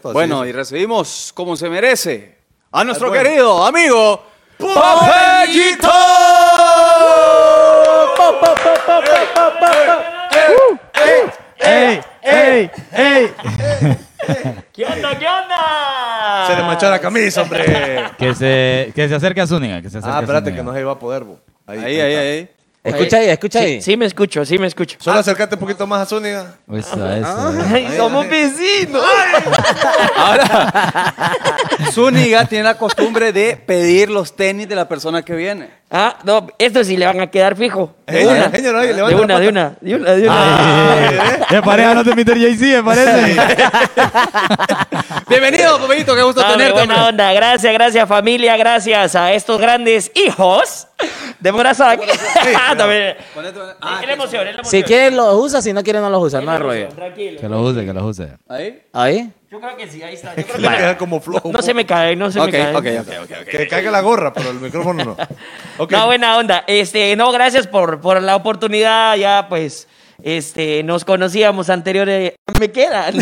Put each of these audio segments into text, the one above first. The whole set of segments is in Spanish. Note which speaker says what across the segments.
Speaker 1: Pues
Speaker 2: Bueno, y recibimos como se merece a nuestro querido amigo Papellito.
Speaker 1: ¡Ey! ¡Ey! ¡Ey!
Speaker 3: ¿Qué onda? ¿Qué onda?
Speaker 1: Se le manchó la camisa, hombre.
Speaker 4: Que se, que se acerque a Zúñiga. Que se acerque
Speaker 1: Ah,
Speaker 4: a
Speaker 1: espérate,
Speaker 4: Zúñiga.
Speaker 1: que no se iba a poder, bo.
Speaker 2: Ahí, ahí, ahí.
Speaker 5: Escucha ahí, escucha
Speaker 3: Sí,
Speaker 5: ahí.
Speaker 3: sí me escucho, sí me escucho.
Speaker 1: Solo acércate un poquito más a Zúñiga.
Speaker 4: Eso, eso.
Speaker 3: Ay, somos vecinos.
Speaker 2: Zúñiga tiene la costumbre de pedir los tenis de la persona que viene.
Speaker 3: Ah, no, estos sí le van a quedar fijo. De
Speaker 1: Genio,
Speaker 3: una,
Speaker 1: genio, no,
Speaker 3: de
Speaker 1: Eh, levanta la
Speaker 3: una,
Speaker 1: pata.
Speaker 3: de una, de una, de una.
Speaker 1: Ah,
Speaker 4: Es pareja no te Mr. JC, me parece.
Speaker 2: Bienvenido, Papellito, qué gusto
Speaker 3: Ah,
Speaker 2: tenerte.
Speaker 3: buena
Speaker 2: hombre.
Speaker 3: onda, gracias, gracias familia, gracias a estos grandes hijos de Morazán. Ah, También-
Speaker 2: Ponete, ponete.
Speaker 3: Es
Speaker 2: Ah,
Speaker 3: que la emoción, es la
Speaker 5: Si
Speaker 3: emoción.
Speaker 5: quieren los usa, si no quieren no los usa, no hay rollo.
Speaker 3: Tranquilo.
Speaker 4: que lo use, que lo use.
Speaker 2: Ahí.
Speaker 5: Ahí.
Speaker 3: Yo creo que sí, ahí está. Yo creo
Speaker 1: Le
Speaker 3: que-
Speaker 1: queda como flojo.
Speaker 3: No
Speaker 1: bo.
Speaker 3: se me cae, no se
Speaker 2: Ok,
Speaker 3: me cae.
Speaker 2: ok, ok, ok, ok.
Speaker 1: Que caiga la gorra, pero el micrófono no. Ok.
Speaker 3: No, buena onda. Este, no, gracias por, por la oportunidad. Ya, pues, este, nos conocíamos anteriores. Me quedan.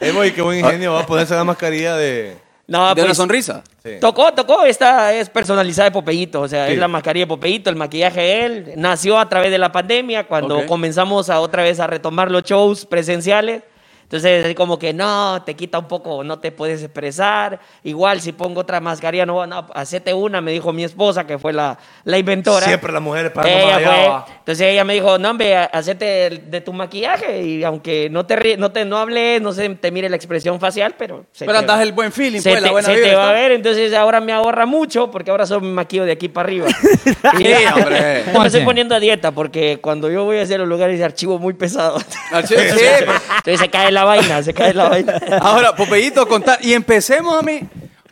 Speaker 1: Eh, boy, qué buen
Speaker 3: Ah.
Speaker 1: ingenio. Va a ponerse la mascarilla de...
Speaker 3: No,
Speaker 2: De una
Speaker 3: pues,
Speaker 2: sonrisa.
Speaker 1: Sí.
Speaker 3: Tocó, tocó. Esta es personalizada de Popeito. O sea,
Speaker 1: Sí.
Speaker 3: es la mascarilla de Popeito, el maquillaje de él. Nació a través de la pandemia, cuando
Speaker 2: Ok.
Speaker 3: comenzamos a otra vez a retomar los shows presenciales. Entonces, es como que no, te quita un poco, no te puedes expresar. Igual, si pongo otra mascarilla, no, no, hacete una, me dijo mi esposa, que fue la, la inventora.
Speaker 1: Siempre las mujeres para
Speaker 3: Ella
Speaker 1: más
Speaker 3: fue.
Speaker 1: allá. va.
Speaker 3: Entonces ella me dijo, no, hombre, ha- hacete el- de tu maquillaje y aunque no te, ríe- no te no hables, no se te mire la expresión facial, pero... se
Speaker 2: Pero
Speaker 3: te-
Speaker 2: andas el buen feeling,
Speaker 3: se
Speaker 2: pues,
Speaker 3: te,
Speaker 2: la buena
Speaker 3: se
Speaker 2: vibra.
Speaker 3: te va a
Speaker 2: está.
Speaker 3: ver, entonces ahora me ahorra mucho porque ahora solo me maquillo de aquí para arriba.
Speaker 2: Sí, hombre.
Speaker 3: Yo me estoy
Speaker 4: Oye.
Speaker 3: poniendo a dieta porque cuando yo voy a hacer los lugares de archivo muy pesado.
Speaker 2: Ah, sí, sí, pues.
Speaker 3: Entonces se cae la vaina, se cae la vaina.
Speaker 2: Ahora, Popeyito, contar. Y empecemos a mí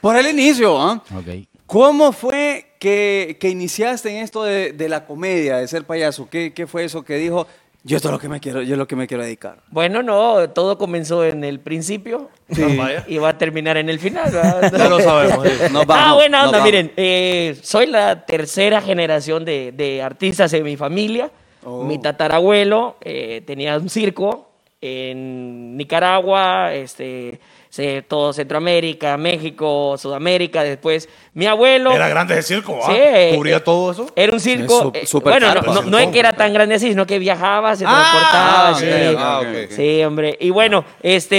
Speaker 2: por el inicio. ¿ah?
Speaker 4: Ok.
Speaker 2: ¿Cómo fue que, que iniciaste en esto de, de la comedia, de ser payaso? ¿Qué, qué fue eso que dijo? Yo esto es lo que me quiero, yo es lo que me quiero dedicar.
Speaker 3: Bueno, no, todo comenzó en el principio
Speaker 1: No, vaya.
Speaker 3: y va a terminar en el final. ¿verdad?
Speaker 1: Ya lo sabemos. sí.
Speaker 2: Nos
Speaker 3: ah,
Speaker 2: vamos,
Speaker 3: buena
Speaker 2: nos
Speaker 3: onda,
Speaker 2: vamos.
Speaker 3: miren. eh, soy la tercera generación de, de artistas en mi familia.
Speaker 2: Oh.
Speaker 3: Mi tatarabuelo eh, tenía un circo en Nicaragua, este, se- todo Centroamérica, México, Sudamérica. Después, mi abuelo.
Speaker 1: Era grande ese circo, ¿va?
Speaker 3: Sí, eh,
Speaker 1: Cubría todo eso.
Speaker 3: Era un
Speaker 2: Es
Speaker 3: circo.
Speaker 2: su-
Speaker 3: eh,
Speaker 2: súper
Speaker 3: bueno, no,
Speaker 2: caro,
Speaker 3: no-
Speaker 1: sí.
Speaker 3: no es que era tan grande así, sino que viajaba, se
Speaker 2: Ah,
Speaker 3: transportaba.
Speaker 2: ok,
Speaker 3: sí.
Speaker 2: ah, ok, ok.
Speaker 3: Sí, hombre. Y bueno,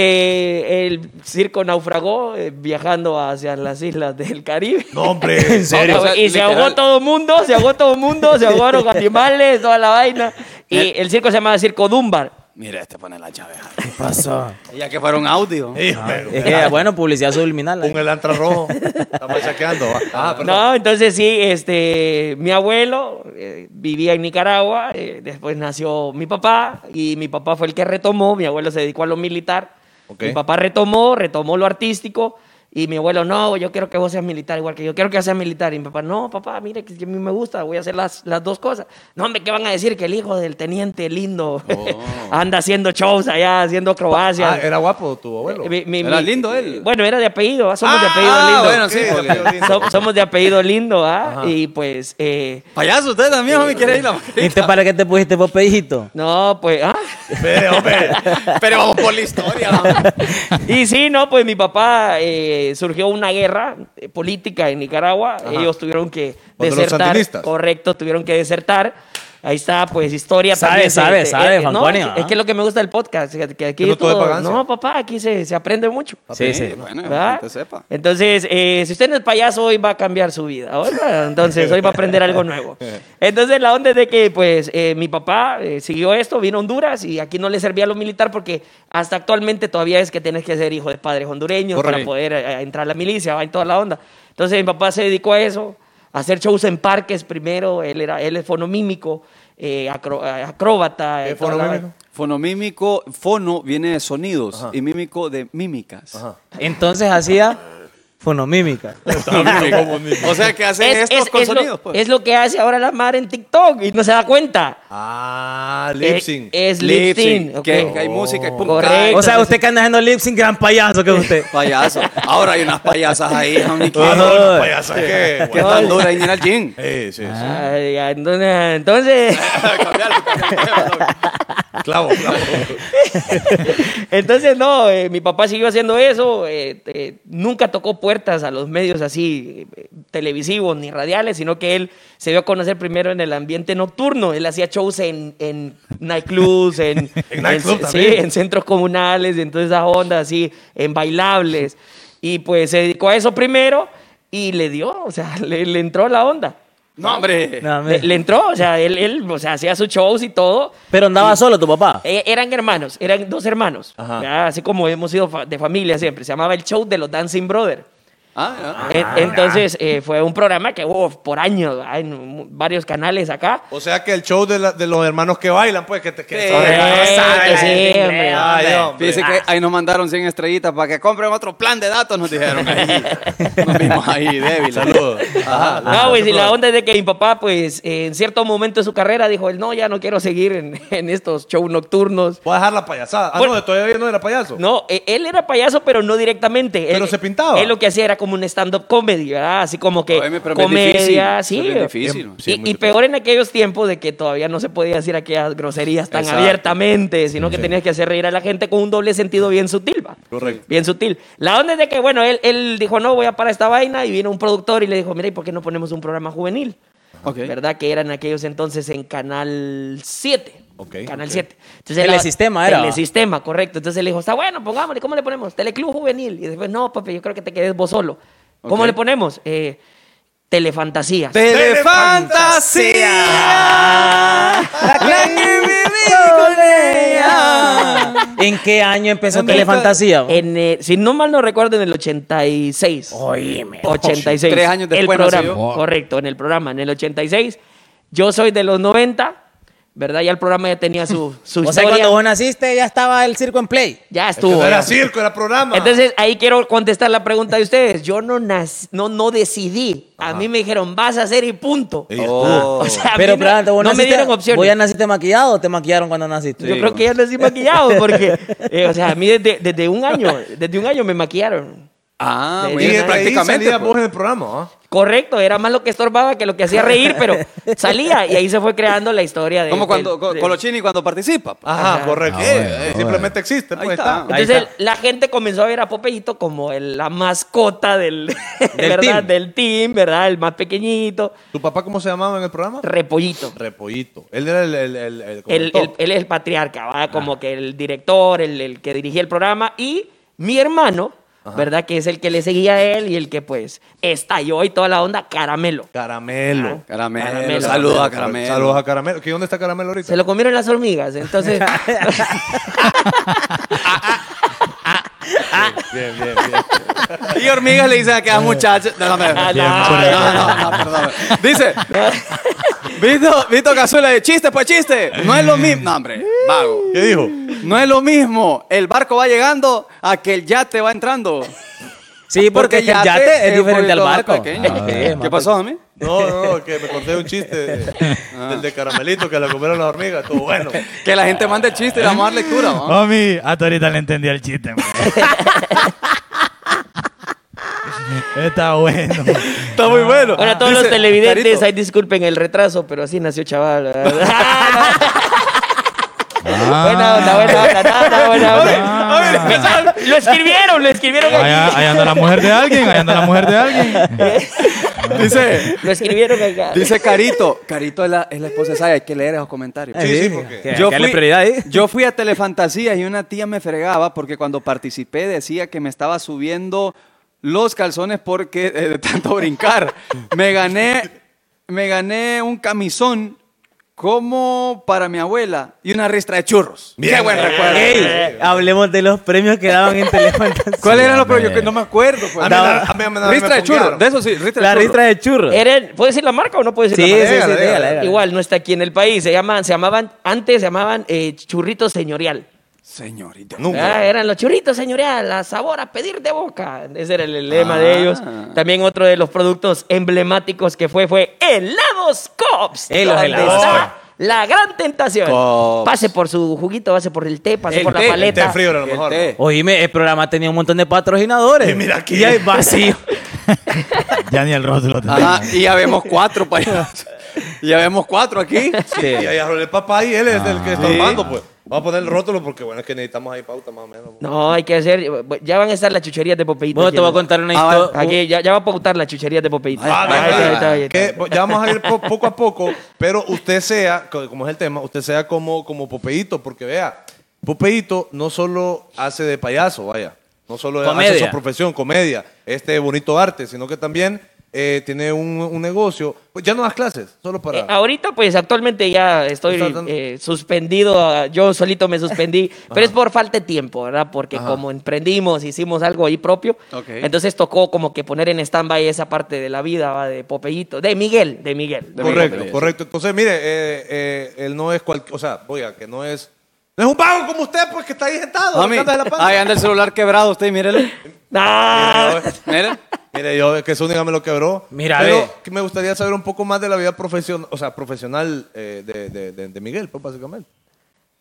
Speaker 3: este, el circo naufragó eh, viajando hacia las islas del Caribe.
Speaker 1: No, hombre. ¿En
Speaker 2: serio?
Speaker 3: No,
Speaker 2: O sea,
Speaker 3: y se
Speaker 2: literal.
Speaker 3: ahogó todo el mundo, se ahogó todo el mundo, se ahogaron animales, toda la vaina. Y el circo se llamaba Circo Dumbar.
Speaker 2: Mira, este pone la llave.
Speaker 5: ¿Qué pasó?
Speaker 2: Ya que fueron audio.
Speaker 3: Eh,
Speaker 5: Ah, Es que, bueno, publicidad subliminal. eh.
Speaker 1: Un
Speaker 5: ahí.
Speaker 1: elantra rojo. Estamos saqueando. ¿va? Ah, perdón.
Speaker 3: No, entonces sí, este, mi abuelo eh, vivía en Nicaragua, eh, después nació mi papá y mi papá fue el que retomó, mi abuelo se dedicó a lo militar,
Speaker 1: Ok.
Speaker 3: mi papá retomó, retomó lo artístico y mi abuelo, no, yo quiero que vos seas militar igual que yo, quiero que seas militar. Y mi papá, no, papá, mire que a mí me gusta, voy a hacer las, las dos cosas. No, hombre, ¿qué van a decir? Que el hijo del teniente lindo
Speaker 2: Oh.
Speaker 3: anda haciendo shows allá, haciendo acrobacias.
Speaker 1: Ah, era guapo tu abuelo.
Speaker 3: Mi- mi-
Speaker 2: Era
Speaker 3: mi-
Speaker 2: lindo él.
Speaker 3: Bueno, era de apellido, ah, somos de
Speaker 2: Ah,
Speaker 3: apellido lindo.
Speaker 2: bueno, sí,
Speaker 1: Sí,
Speaker 2: porque-
Speaker 1: apellido lindo.
Speaker 3: So- somos de apellido lindo, ¿ah? Y pues, eh,
Speaker 2: Payaso, usted también, mami, quiere ir la
Speaker 5: ¿Y te para qué te pusiste popellito?
Speaker 3: no, pues, ah.
Speaker 1: Ve, hombre.
Speaker 2: Pero vamos por la historia. vamos.
Speaker 3: Y sí, no, pues mi papá eh, surgió una guerra eh, política en Nicaragua. Ellos tuvieron que
Speaker 1: Cuando los
Speaker 3: desertar.
Speaker 1: sandinistas.
Speaker 3: correcto, tuvieron que desertar. Ahí está, pues, historia
Speaker 5: Sabe,
Speaker 3: también. se-
Speaker 5: sabe,
Speaker 3: se-
Speaker 5: sabe,
Speaker 3: no,
Speaker 5: Franconia,
Speaker 3: es que- es
Speaker 5: ¿ah?
Speaker 3: que es lo que me gusta del podcast. Que, que aquí
Speaker 1: Que no todo es vagancia.
Speaker 3: no, papá, aquí se, se aprende mucho.
Speaker 5: Sí, sí.
Speaker 2: Bueno,
Speaker 3: ¿verdad?
Speaker 2: que sepa.
Speaker 3: Entonces, eh, si usted no es payaso, hoy va a cambiar su vida. ¿verdad? Entonces, hoy va a aprender algo nuevo. Entonces, la onda es de que, pues, eh, mi papá eh, siguió esto, vino a Honduras y aquí no le servía lo militar porque hasta actualmente todavía es que tienes que ser hijo de padres hondureños para
Speaker 2: Correcto.
Speaker 3: poder eh, entrar a la milicia, va en toda la onda. Entonces, mi papá se dedicó a eso, a hacer shows en parques primero. Él, era, él es fonomímico, eh, acro- eh, acróbata. eh,
Speaker 1: ¿Qué
Speaker 3: toda la
Speaker 1: fonomímico?
Speaker 3: vaina.
Speaker 2: Fonomímico, fono viene de sonidos y mímico de mímicas.
Speaker 5: Entonces hacía fonomímica.
Speaker 2: O sea, que hacen
Speaker 3: Es,
Speaker 2: estos
Speaker 3: es-
Speaker 2: con
Speaker 3: es
Speaker 2: sonidos,
Speaker 3: lo,
Speaker 2: pues.
Speaker 3: es lo que hace ahora la madre en TikTok y no se da cuenta.
Speaker 1: Ah, lip sync.
Speaker 3: Eh, Es
Speaker 2: Lip
Speaker 3: lip sync.
Speaker 2: sync,
Speaker 3: ok.
Speaker 2: que, que hay música y pum,
Speaker 3: Correcto.
Speaker 2: cae.
Speaker 5: O sea, usted que anda haciendo lip sync, gran payaso que es usted.
Speaker 2: Payaso. Ahora hay unas payasas ahí, homie, que,
Speaker 1: Ah, no,
Speaker 5: Ay.
Speaker 1: no, payasa, ¿qué?
Speaker 2: que están duras ahí en el gym.
Speaker 1: Sí, sí, sí.
Speaker 3: Ay, ya, entonces, entonces,
Speaker 2: Cambiar, cambiar, cambiar,
Speaker 1: Clavo, clavo.
Speaker 3: Entonces, no, eh, mi papá siguió haciendo eso. eh, eh, nunca tocó puertas a los medios así eh, televisivos ni radiales, sino que él se dio a conocer primero en el ambiente nocturno. Él hacía shows en, en nightclubs, en,
Speaker 1: En nightclub
Speaker 3: sí,
Speaker 1: también.
Speaker 3: en centros comunales, en todas esas ondas así, en bailables. Y pues se dedicó a eso primero y le dio, o sea, le, le entró la onda.
Speaker 2: No, hombre.
Speaker 5: No,
Speaker 3: Le,
Speaker 5: hombre.
Speaker 3: le entró, o sea, él, él o sea, hacía sus shows y todo.
Speaker 5: Pero andaba solo tu papá.
Speaker 3: Eh, eran hermanos, eran dos hermanos.
Speaker 1: Ajá.
Speaker 3: Ya, Así como hemos sido fa- de familia siempre. Se llamaba el show de los Dancing Brothers.
Speaker 2: Ah,
Speaker 3: En- entonces eh, fue un programa que hubo por años ¿verdad? en mu- varios canales acá.
Speaker 1: O sea que el show de, la- de los hermanos que bailan, pues, que te que
Speaker 2: Sí.
Speaker 1: saben,
Speaker 2: Eh,
Speaker 1: que saben.
Speaker 3: que sí, hombre.
Speaker 1: Ay, hombre.
Speaker 2: Fíjense que ahí nos mandaron 100 estrellitas para que compren otro plan de datos, nos dijeron ahí. Nos vimos ahí débiles.
Speaker 1: Saludos.
Speaker 2: Ajá.
Speaker 3: Ah, No, güey, si la onda es de que mi papá, pues, eh, en cierto momento de su carrera dijo, él, no, ya no quiero seguir en, en estos shows nocturnos.
Speaker 1: Voy a dejar la payasada. Ah,
Speaker 3: Bueno.
Speaker 1: no, todavía no era payaso.
Speaker 3: No, eh, él era payaso, pero no directamente.
Speaker 1: Pero
Speaker 3: Él-
Speaker 1: se pintaba.
Speaker 3: Él lo que hacía era como un stand-up comedy, ¿verdad? Así como que
Speaker 2: Oíme, pero es bien
Speaker 3: comedia,
Speaker 2: difícil,
Speaker 3: sí. Em,
Speaker 2: es bien difícil.
Speaker 1: Sí,
Speaker 3: y,
Speaker 1: muy
Speaker 3: y peor en aquellos tiempos de que todavía no se podía decir aquellas groserías tan
Speaker 2: Exacto.
Speaker 3: abiertamente, sino que
Speaker 4: Sí.
Speaker 3: tenías que hacer reír a la gente con un doble sentido bien sutil, ¿va?
Speaker 1: Correcto.
Speaker 3: Bien sutil. La onda es de que, bueno, él, él dijo, no, voy a parar esta vaina, y vino un productor y le dijo, mira, ¿y por qué no ponemos un programa juvenil?
Speaker 2: Ok.
Speaker 3: ¿Verdad? Que eran aquellos entonces en Canal 7.
Speaker 1: Ok,
Speaker 3: Canal
Speaker 1: ok.
Speaker 3: 7. Entonces, la-
Speaker 5: Telesistema era.
Speaker 3: Telesistema, correcto. Entonces le dijo, está bueno, pongámosle, ¿cómo le ponemos? Teleclub Juvenil. Y después, no, papi, yo creo que te quedes vos solo. ¿Cómo
Speaker 2: Ok.
Speaker 3: le ponemos? Eh, telefantasías.
Speaker 2: Telefantasía. La que viví con ella.
Speaker 5: Ah. ¿En qué año empezó Telefantasía?
Speaker 3: En, eh, si no mal no recuerdo, en el 86. Oíme. 86.
Speaker 2: Tres años después
Speaker 3: El
Speaker 2: nació
Speaker 3: programa,
Speaker 4: yo.
Speaker 3: correcto, en el programa, en el 86. Yo soy de los 90, ¿verdad? Ya el programa ya tenía su, su
Speaker 5: O sea,
Speaker 3: historia.
Speaker 5: cuando vos naciste ya estaba el circo en play.
Speaker 3: Ya estuvo.
Speaker 1: No
Speaker 3: ya.
Speaker 1: era circo, era programa.
Speaker 2: Este
Speaker 3: Entonces, ahí quiero contestar la pregunta de ustedes. Yo no, nac- no, no decidí. A mí me dijeron, vas a hacer y punto.
Speaker 1: Ahí estuvo.
Speaker 2: Oh.
Speaker 3: O sea, a mí
Speaker 5: Pero,
Speaker 3: no,
Speaker 5: pero antes, vos
Speaker 3: no me
Speaker 5: naciste-
Speaker 3: dieron opciones.
Speaker 5: ¿Vos ya naciste maquillado o te maquillaron cuando naciste?
Speaker 3: Yo creo que ya nací maquillado porque, eh, o sea, a mí desde, desde un año, desde un año me maquillaron.
Speaker 2: Ah,
Speaker 3: Sí,
Speaker 2: muy
Speaker 1: y
Speaker 3: Oye,
Speaker 2: bien,
Speaker 1: de prácticamente
Speaker 2: prácticamente.
Speaker 1: vos en
Speaker 2: pues.
Speaker 1: el programa, ¿ah?
Speaker 3: Correcto, era más lo que estorbaba que lo que hacía reír, pero salía y ahí se fue creando la historia de...
Speaker 2: Como cuando
Speaker 3: del- de-
Speaker 2: Colochini cuando participa. pues.
Speaker 1: Ajá, correcto.
Speaker 4: Ah,
Speaker 1: Eh,
Speaker 4: bueno,
Speaker 1: eh,
Speaker 4: bueno.
Speaker 1: Simplemente existe, pues
Speaker 2: Ahí está.
Speaker 1: está.
Speaker 2: Ahí
Speaker 3: Entonces la gente comenzó a ver a Popeyito como el- la mascota del, ¿verdad?
Speaker 5: team.
Speaker 3: del team, ¿verdad? El más pequeñito,
Speaker 1: ¿Tu papá cómo se llamaba en el programa?
Speaker 3: repollito.
Speaker 1: Repollito. Él era el. el, el, el- como
Speaker 3: Él,
Speaker 1: el top.
Speaker 3: él- él es el patriarca, ¿va? como que el director, el, el que dirigía el programa, y mi hermano, ¿verdad? Que es el que le seguía a él y el que pues estalló y toda la onda, caramelo.
Speaker 1: Caramelo.
Speaker 2: Caramelo.
Speaker 3: Caramelo.
Speaker 2: Saludos a Caramelo.
Speaker 1: Saludos a Caramelo. ¿Qué, ¿Dónde está Caramelo ahorita?
Speaker 3: Se lo comieron las hormigas, entonces...
Speaker 1: Bien, bien, bien.
Speaker 2: Y hormigas le dicen a aquellas muchachas. No, no, no,
Speaker 3: Ah,
Speaker 2: no,
Speaker 3: no,
Speaker 2: no, no, perdón. Dice, Vito, Vito Cazuela de chiste, pues chiste. No es lo mismo. No, hombre, vago.
Speaker 1: ¿Qué dijo?
Speaker 2: No es lo mismo. El barco va llegando a que el yate va entrando.
Speaker 5: Sí, porque, el yate, es
Speaker 2: un
Speaker 5: diferente al
Speaker 2: poquito más
Speaker 5: barco.
Speaker 2: pequeño.
Speaker 5: Ah,
Speaker 2: ¿Qué,
Speaker 5: es más
Speaker 2: pasó a mí?
Speaker 1: No, no, no, que me conté un chiste de-
Speaker 2: Ah.
Speaker 1: del de Caramelito que la comieron las hormigas. Estuvo bueno.
Speaker 2: Que la gente mande chiste y le vamos a dar lectura. ¿no?
Speaker 5: Ah,
Speaker 4: Mami, hasta ahorita le entendí el chiste, man. Está bueno.
Speaker 2: Está muy bueno.
Speaker 3: Ahora todos los
Speaker 2: Dice,
Speaker 3: televidentes,
Speaker 2: Carito,
Speaker 3: ahí disculpen el retraso, pero así nació chaval. buena
Speaker 4: Ah,
Speaker 3: onda, buena onda, nada, buena onda.
Speaker 2: A ver, a ver,
Speaker 3: Lo escribieron, lo escribieron
Speaker 4: Allá,
Speaker 3: aquí.
Speaker 4: allá anda la mujer de alguien, allá anda la mujer de alguien.
Speaker 2: Dice,
Speaker 3: Lo escribieron acá.
Speaker 2: dice Carito. Carito es la, es la esposa de Saya. Hay que leer esos comentarios.
Speaker 1: Sí,
Speaker 5: Eh,
Speaker 1: sí,
Speaker 5: ¿qué-
Speaker 1: porque-
Speaker 5: qué- qué le prioridad ahí?
Speaker 2: yo fui a Telefantasías y una tía me fregaba porque cuando participé decía que me estaba subiendo los calzones porque eh, de tanto brincar. Me gané, me gané un camisón como para mi abuela y una ristra de churros. Qué buen recuerdo.
Speaker 5: Ey, hablemos de los premios que daban en Telefantasía.
Speaker 2: ¿Cuáles eran los
Speaker 4: hombre.
Speaker 2: premios? Yo que no me acuerdo. pues.
Speaker 1: A mí na- a mí na- me
Speaker 2: Ristra de
Speaker 1: ponguearon.
Speaker 2: churros. De eso sí, ristra de
Speaker 5: La
Speaker 2: churros.
Speaker 5: ristra de churros.
Speaker 3: Eren, ¿Puedes decir la marca o no puedes decir
Speaker 5: Sí,
Speaker 3: la marca?
Speaker 5: sí, sí,
Speaker 1: Dígala,
Speaker 5: dígala,
Speaker 1: dígala.
Speaker 5: dígala.
Speaker 3: Igual, no está aquí en el país. Se llaman, se llamaban, antes se llamaban eh, churritos señorial.
Speaker 2: Señorita.
Speaker 3: Ah,
Speaker 1: Nunca.
Speaker 3: eran los churritos señorial, a sabor a pedir de boca. Ese era el lema
Speaker 2: Ah.
Speaker 3: de ellos. También otro de los productos emblemáticos que fue fue helados Cops.
Speaker 5: Eh, los
Speaker 3: donde
Speaker 5: helados.
Speaker 3: está La gran tentación.
Speaker 2: Cops.
Speaker 3: Pase por su juguito, pase por el té, pase
Speaker 2: El
Speaker 3: por
Speaker 2: té,
Speaker 3: la
Speaker 2: el
Speaker 3: paleta.
Speaker 1: Té frío era lo
Speaker 2: El
Speaker 1: mejor.
Speaker 2: té.
Speaker 5: Oíme, el programa tenía un montón de patrocinadores.
Speaker 1: Y mira aquí.
Speaker 5: Y hay vacío.
Speaker 4: Ya ni el rostro lo tenía.
Speaker 2: Ajá, y ya vemos cuatro payasos. Y ya vemos cuatro aquí.
Speaker 1: ¿no? Y ahí agarró el papá y él es el que está
Speaker 2: Ah. Sí.
Speaker 1: armando, pues. Vamos a poner el rótulo porque, bueno, es que necesitamos ahí pauta más o menos.
Speaker 3: No, hay que hacer. Ya van a estar las chucherías de Popeito.
Speaker 5: Bueno,
Speaker 3: aquí,
Speaker 5: te voy a
Speaker 3: ¿no?
Speaker 5: contar una
Speaker 2: Ah,
Speaker 5: historia.
Speaker 3: Aquí ya, ya va a pautar las chucherías de Popeito.
Speaker 2: Ah,
Speaker 3: Ahí está, ahí está, ahí está.
Speaker 1: Que pues, ya vamos a ir po- poco a poco, pero usted sea, co- como es el tema, usted sea como, como Popeito, porque vea, Popeito no solo hace de payaso, vaya, no solo hace
Speaker 5: Comedia.
Speaker 1: su profesión, comedia, este bonito arte, sino que también eh, tiene un, un negocio. Pues ya no das clases, solo para...
Speaker 3: Eh,
Speaker 2: ah,
Speaker 3: ahorita, pues, actualmente ya estoy
Speaker 1: Está tan-
Speaker 3: eh, suspendido. ah, Yo solito me suspendí, pero es por falta de tiempo, ¿verdad? Porque como emprendimos, hicimos algo ahí propio,
Speaker 2: Ok.
Speaker 3: entonces tocó como que poner en stand-by esa parte de la vida ¿va? de Popeito, de Miguel, de Miguel.
Speaker 2: De
Speaker 1: correcto,
Speaker 2: Popeito.
Speaker 1: correcto. Entonces, mire, eh, eh, él no es cualquier... O sea, oiga, que no es... No es un vago como usted, pues, que está ahí sentado.
Speaker 2: Mami,
Speaker 1: arrancándose la panza.
Speaker 2: ahí anda el celular quebrado usted, mírelo.
Speaker 3: ¡Ah!
Speaker 1: Mire, yo-
Speaker 2: Mire.
Speaker 1: Mire, yo que Zúñiga me lo quebró.
Speaker 5: Mira,
Speaker 1: pero
Speaker 5: ve.
Speaker 1: que me gustaría saber un poco más de la vida profesional, o sea, profesional eh, de, de- de- de Miguel, pues, básicamente.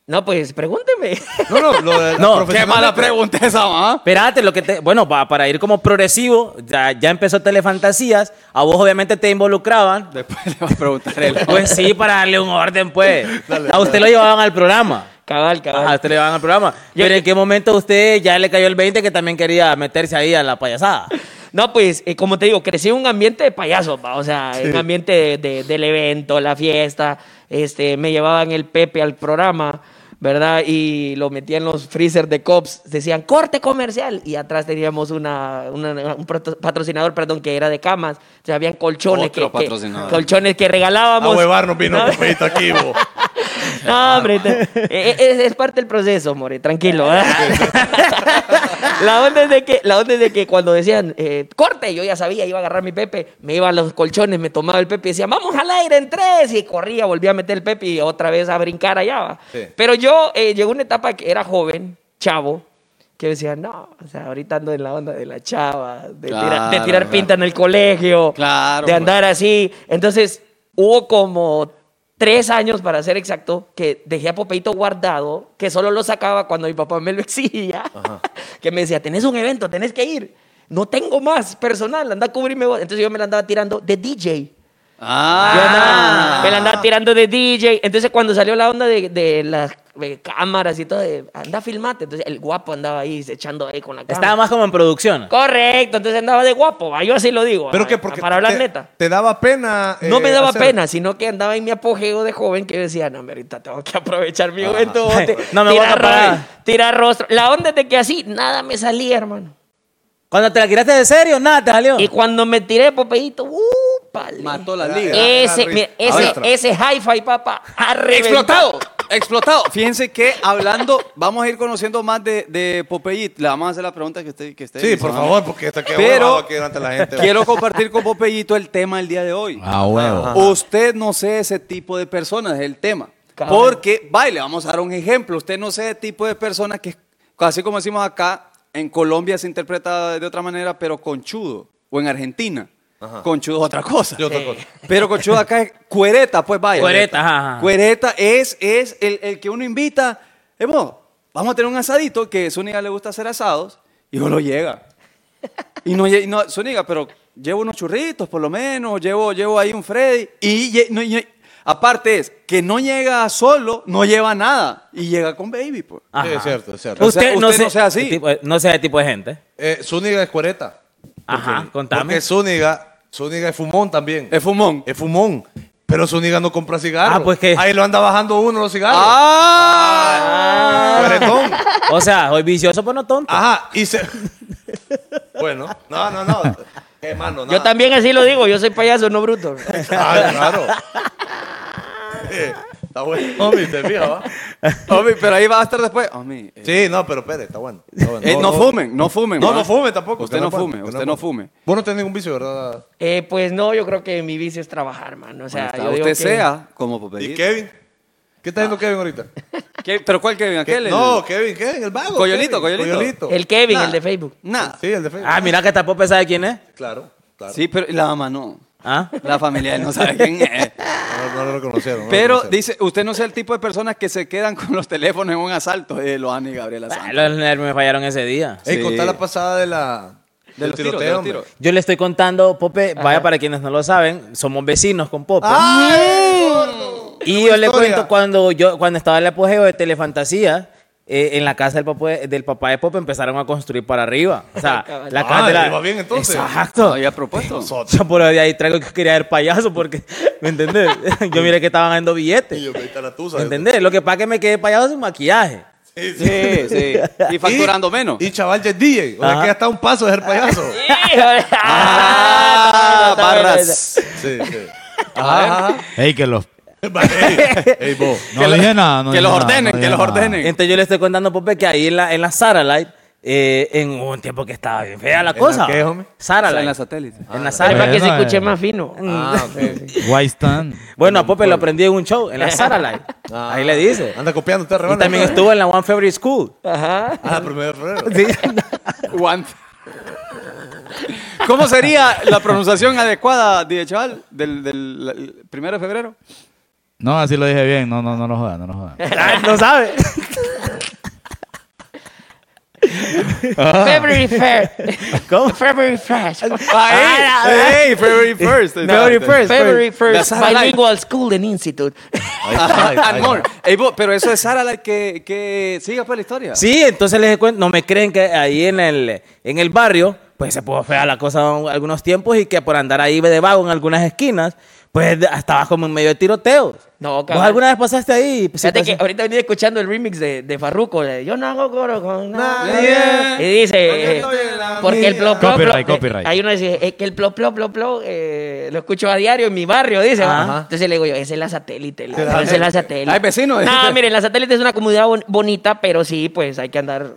Speaker 3: No, pues, pregúnteme.
Speaker 1: No, no, lo de
Speaker 5: No,
Speaker 2: Qué
Speaker 1: profesional-
Speaker 2: mala pregunta esa, ¿ah? mamá.
Speaker 5: Espérate, lo que te, bueno, pa- para ir como progresivo, ya, ya empezó Telefantasías, a vos obviamente te involucraban.
Speaker 2: Después le va a preguntar él.
Speaker 5: Pues sí, para darle un orden, pues. a usted lo llevaban al programa.
Speaker 3: Cabal, cabal.
Speaker 5: Ajá, a usted lo llevaban al programa.
Speaker 3: Yo-
Speaker 5: Pero en qué momento a usted ya le cayó el 20 que también quería meterse ahí a la payasada.
Speaker 3: No, pues, eh, como te digo, crecí en un ambiente de payasos, va, o sea, en un ambiente de- de- del evento, la fiesta, este, me llevaban el Pepe al programa, ¿verdad? Y lo metían en los freezer de Cops, decían, corte comercial, y atrás teníamos una, una- un proto- patrocinador, perdón, que era de camas, o sea, habían colchones, que,
Speaker 2: Otro
Speaker 3: que-
Speaker 2: patrocinador.
Speaker 3: colchones que
Speaker 1: A
Speaker 3: regalábamos.
Speaker 1: huevarnos vino
Speaker 3: No,
Speaker 1: el Popeito aquí, bo.
Speaker 3: no, hombre,
Speaker 2: Ah.
Speaker 3: te- eh, es, es parte del proceso, more, tranquilo. ¿eh? la, onda es de que, la onda es de que cuando decían, eh, corte, yo ya sabía, iba a agarrar mi Pepe, me iba a los colchones, me tomaba el Pepe y decía, vamos al aire en tres, y corría, volvía a meter el Pepe y otra vez a brincar allá. va.
Speaker 1: Sí.
Speaker 3: Pero yo eh, llegó una etapa que era joven, chavo, que decía, no, o sea, ahorita ando en la onda de la chava, de, tira- de
Speaker 2: Claro,
Speaker 3: tirar
Speaker 2: claro.
Speaker 3: pinta en el colegio,
Speaker 2: Claro,
Speaker 3: de
Speaker 2: pues.
Speaker 3: andar así. Entonces, hubo como tres años, para ser exacto, que dejé a Popeito guardado, que solo lo sacaba cuando mi papá me lo exigía, que me decía, tenés un evento, tenés que ir. No tengo más personal, anda a cubrirme vos". Entonces yo me la andaba tirando de DJ.
Speaker 2: Ah.
Speaker 3: Yo andaba- me la andaba tirando de DJ. Entonces, cuando salió la onda de, de las eh, cámaras y todo, de, anda, filmate. Entonces, el guapo andaba ahí echando ahí con la cámara.
Speaker 5: Estaba más como en producción.
Speaker 3: Correcto, entonces andaba de guapo. va, Yo así lo digo.
Speaker 1: Pero
Speaker 3: va,
Speaker 1: que porque
Speaker 3: eh, Para hablar
Speaker 1: te,
Speaker 3: neta.
Speaker 1: te daba pena. eh,
Speaker 3: No me daba
Speaker 1: hacer-
Speaker 3: pena, sino que andaba en mi apogeo de joven que yo decía, no, hombre, ahorita tengo que aprovechar mi juventud. te-
Speaker 5: No me voy a
Speaker 3: tirar
Speaker 5: tapar.
Speaker 3: ro- Tirar rostro. La onda es de que así nada me salía, hermano.
Speaker 5: Cuando te la tiraste de serio, nada, te salió.
Speaker 3: Y cuando me tiré, Popeito, ¡uh! pale.
Speaker 2: Mató la
Speaker 1: Era-
Speaker 2: liga.
Speaker 1: era-
Speaker 3: Ese,
Speaker 1: era-
Speaker 3: mira,
Speaker 1: A ver,
Speaker 3: ese,
Speaker 1: otra.
Speaker 3: ese hi-fi, papá, ha reventado.
Speaker 2: Explotado, explotado. Fíjense que hablando, vamos a ir conociendo más de, de Popeyit. Le vamos a hacer la pregunta que usted. Que usted
Speaker 1: Sí,
Speaker 2: hizo,
Speaker 1: por
Speaker 2: ¿no?
Speaker 1: favor, porque está que
Speaker 2: Pero-
Speaker 1: huevado aquí delante de la gente. bo.
Speaker 2: Quiero compartir con Popeyito el tema del día de hoy.
Speaker 4: A huevo.
Speaker 2: Usted no sé ese tipo de personas, es el tema.
Speaker 3: Cabrón.
Speaker 2: Porque, baile, vamos a dar un ejemplo. Usted no sé ese tipo de personas que, así como decimos acá, en Colombia se interpreta de otra manera, pero conchudo. O en Argentina. Conchudo es otra cosa.
Speaker 1: Y otra cosa.
Speaker 2: Pero conchudo acá es cuereta, pues vaya.
Speaker 5: Cuereta, ajá, ajá.
Speaker 2: Cuereta es, es el, el que uno invita. Hemos, vamos a tener un asadito que Zúñiga le gusta hacer asados y uno llega. Y no, lle- y no Zúñiga, pero llevo unos churritos por lo menos, llevo, llevo ahí un Freddy. Y lle- no- y- aparte es que no llega solo, no lleva nada y llega con baby, pues.
Speaker 5: Ajá.
Speaker 1: Sí, es cierto, es cierto.
Speaker 2: O sea, usted no sea así.
Speaker 5: tipo- no sea ese tipo de gente.
Speaker 1: Eh, Zúñiga es cuareta.
Speaker 5: Ajá, contame.
Speaker 1: Porque Zúñiga, Zúñiga es fumón también.
Speaker 2: Es fumón.
Speaker 1: Es fumón. Pero Zúñiga no compra cigarros.
Speaker 5: Ah, pues, ¿qué?
Speaker 1: Ahí lo anda bajando uno los cigarros.
Speaker 2: ¡Ah!
Speaker 1: Cuaretón.
Speaker 5: O sea, soy vicioso, pero no tonto.
Speaker 1: Ajá, y se. bueno, no, no, no. Qué mano,
Speaker 3: Yo también así lo digo, yo soy payaso, no bruto.
Speaker 1: Ah, claro. Eh, Está bueno, homie, te fijas, ¿va?
Speaker 2: Homie, pero ahí va a estar después. Homie, eh,
Speaker 1: Sí, no, pero espere, está bueno. está bueno.
Speaker 2: eh, no, fumen, no fumen.
Speaker 1: No,
Speaker 2: ¿verdad?
Speaker 1: no fume tampoco.
Speaker 2: Usted
Speaker 1: que
Speaker 2: no
Speaker 1: puede,
Speaker 2: fume,
Speaker 1: que
Speaker 2: usted no fume.
Speaker 1: Vos no tenés ningún vicio, ¿verdad?
Speaker 3: Eh, pues no, yo creo que mi vicio es trabajar, mano. O sea,
Speaker 2: Ahí está,
Speaker 3: yo digo
Speaker 2: usted
Speaker 3: que-
Speaker 2: sea como
Speaker 1: ¿Y
Speaker 2: Popeyito.
Speaker 1: Kevin? ¿Qué está haciendo Kevin ahorita?
Speaker 2: ¿Qué- ¿Pero cuál Kevin?
Speaker 1: ¿Qué-
Speaker 2: ¿Aquel? El-
Speaker 1: No, Kevin, Kevin, el vago.
Speaker 2: Coyolito,
Speaker 1: Kevin,
Speaker 2: Coyolito.
Speaker 3: El Kevin,
Speaker 2: Nah.
Speaker 3: el de Facebook.
Speaker 2: Nada.
Speaker 1: Sí, el de Facebook.
Speaker 5: Ah, mira que tampoco sabe quién es.
Speaker 1: Claro, claro.
Speaker 2: Sí, pero la mamá no.
Speaker 5: Ah.
Speaker 2: La familia de él no sabe quién es.
Speaker 1: No, no lo reconocieron. no lo
Speaker 2: Pero
Speaker 1: reconocieron.
Speaker 2: dice, usted no sea el tipo de personas que se quedan con los teléfonos en un asalto de Loana y Gabriela
Speaker 5: Ah,
Speaker 2: Sánchez.
Speaker 5: Los nervios me fallaron ese día.
Speaker 1: Ey,
Speaker 2: Sí.
Speaker 1: contá la pasada de la.
Speaker 2: De
Speaker 1: Del
Speaker 2: los tiros, de
Speaker 1: tiroteo.
Speaker 2: los tiros.
Speaker 1: hombre.
Speaker 5: Yo le estoy contando, Pope, vaya para quienes no lo saben, somos vecinos con Pope. Y yo
Speaker 1: Ah,
Speaker 5: le
Speaker 1: historia.
Speaker 5: cuento cuando yo cuando estaba el apogeo de Telefantasía, eh, en la casa del papá, de- del papá de Pop empezaron a construir para arriba. O sea, la casa
Speaker 1: Ah,
Speaker 5: de la-
Speaker 1: le va bien, entonces.
Speaker 5: Exacto.
Speaker 2: había propuesto.
Speaker 5: Yo por ahí traigo que quería ver payaso porque, ¿me entendés? Yo miré que estaban dando billetes.
Speaker 1: Y yo, ahí está la tusa.
Speaker 5: ¿Me entendés? Lo que pasa es que me quedé payaso sin maquillaje.
Speaker 1: Sí, sí.
Speaker 2: Sí, sí. Y facturando menos.
Speaker 1: Y chaval, ya es DJ. O sea,
Speaker 5: Ajá.
Speaker 1: que ya está a un paso de ser payaso.
Speaker 2: Ah,
Speaker 5: Ah, no, no, no, no.
Speaker 2: barras.
Speaker 1: Sí, sí. Ajá, ajá.
Speaker 4: Ey, que los.
Speaker 1: Ey, ey, vos.
Speaker 4: No dije nada. no
Speaker 2: que
Speaker 4: dije
Speaker 2: los
Speaker 4: nada,
Speaker 2: ordenen,
Speaker 4: no
Speaker 2: que
Speaker 4: dije
Speaker 2: los
Speaker 4: nada.
Speaker 2: ordenen.
Speaker 5: Entonces yo le estoy contando a Pope que ahí en la, en la Sara Light, eh, en hubo un tiempo que estaba bien fea la
Speaker 1: la
Speaker 5: cosa.
Speaker 1: qué, homie?
Speaker 5: Sara
Speaker 2: O sea, en la
Speaker 5: Light.
Speaker 2: satélite.
Speaker 5: En la
Speaker 3: Ay,
Speaker 5: Sara
Speaker 3: para
Speaker 5: Light.
Speaker 3: que se
Speaker 4: Bueno,
Speaker 3: escuche
Speaker 4: eh.
Speaker 3: más fino.
Speaker 1: Ah, ok.
Speaker 4: Why stand?
Speaker 5: Bueno, a Pope lo aprendí en un show, en la Sara Light.
Speaker 1: Ah.
Speaker 5: Ahí le dice.
Speaker 1: Anda copiando usted,
Speaker 5: Y
Speaker 1: Rebana.
Speaker 5: también estuvo en la One Favorite School.
Speaker 3: Ajá.
Speaker 1: Ah, primero de febrero.
Speaker 2: One. ¿Cómo sería la pronunciación adecuada, DJ Chaval, del, del la- el primero de febrero?
Speaker 4: No, así lo dije bien. No, no, no lo jodas, no lo jodas.
Speaker 5: Ah, No sabe.
Speaker 3: February Fair.
Speaker 5: ¿Cómo?
Speaker 3: February Fresh.
Speaker 2: ¡Ey! February 1st.
Speaker 5: February 1st.
Speaker 3: February
Speaker 2: La
Speaker 3: First
Speaker 2: Sara Light.
Speaker 3: Bilingual School and Institute.
Speaker 1: Ahí está, ahí está, ahí
Speaker 2: And
Speaker 1: está.
Speaker 2: more. Ey, vos, pero eso es Sara la que, que siga pues la historia.
Speaker 5: Sí, entonces les cuento, no me creen que ahí en el, en el barrio, pues se puso fea la cosa un- algunos tiempos y que por andar ahí de vago en algunas esquinas, pues de- estabas como en medio de tiroteos.
Speaker 3: No,
Speaker 5: ¿Vos
Speaker 3: cabrón.
Speaker 5: alguna vez pasaste ahí? pues Sí,
Speaker 3: Fíjate
Speaker 5: pasé-
Speaker 3: que ahorita venía escuchando el remix de, de Farruko. de Yo no hago coro con nadie.
Speaker 2: Nadie.
Speaker 3: Y dice.
Speaker 1: Porque
Speaker 3: eh,
Speaker 1: estoy en la
Speaker 3: porque el plop, plop,
Speaker 4: Copyright,
Speaker 3: plop, eh,
Speaker 4: copyright.
Speaker 3: Hay uno que dice eh, que el plop, plop, plop, plop. eh, lo escucho a diario en mi barrio, dice. ¿va?
Speaker 5: Ajá.
Speaker 3: Entonces le digo yo, esa es la satélite. la- esa es la satélite.
Speaker 2: Ay, vecino.
Speaker 3: No, miren, la satélite es una comunidad bon- bonita, pero sí, pues hay que andar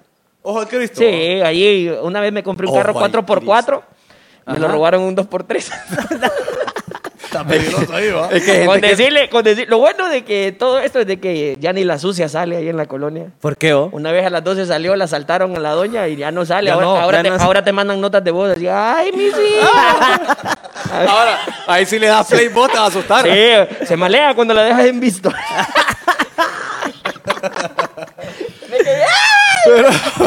Speaker 1: Ojo de Cristo.
Speaker 3: Sí, ahí una vez me compré un
Speaker 1: Oh,
Speaker 3: carro
Speaker 1: Juan
Speaker 3: 4x4. Me lo
Speaker 2: Ajá.
Speaker 3: robaron un 2x3.
Speaker 1: Está peligroso ahí, va.
Speaker 2: Es que hay gente
Speaker 3: con
Speaker 2: que-
Speaker 3: decirle, con decir, lo bueno de que todo esto es de que ya ni la sucia sale ahí en la colonia.
Speaker 5: ¿Por qué? oh?
Speaker 3: Una vez a las 12 salió, la saltaron a la doña y ya no sale.
Speaker 5: Ya
Speaker 3: ahora,
Speaker 5: no,
Speaker 3: ahora
Speaker 5: ya
Speaker 3: te,
Speaker 5: no.
Speaker 3: ahora te mandan notas de voz así, ay, mis hijos.
Speaker 2: Ahora, ahí sí le das play vos te vas a asustar.
Speaker 3: Sí, se malea cuando la dejas en visto.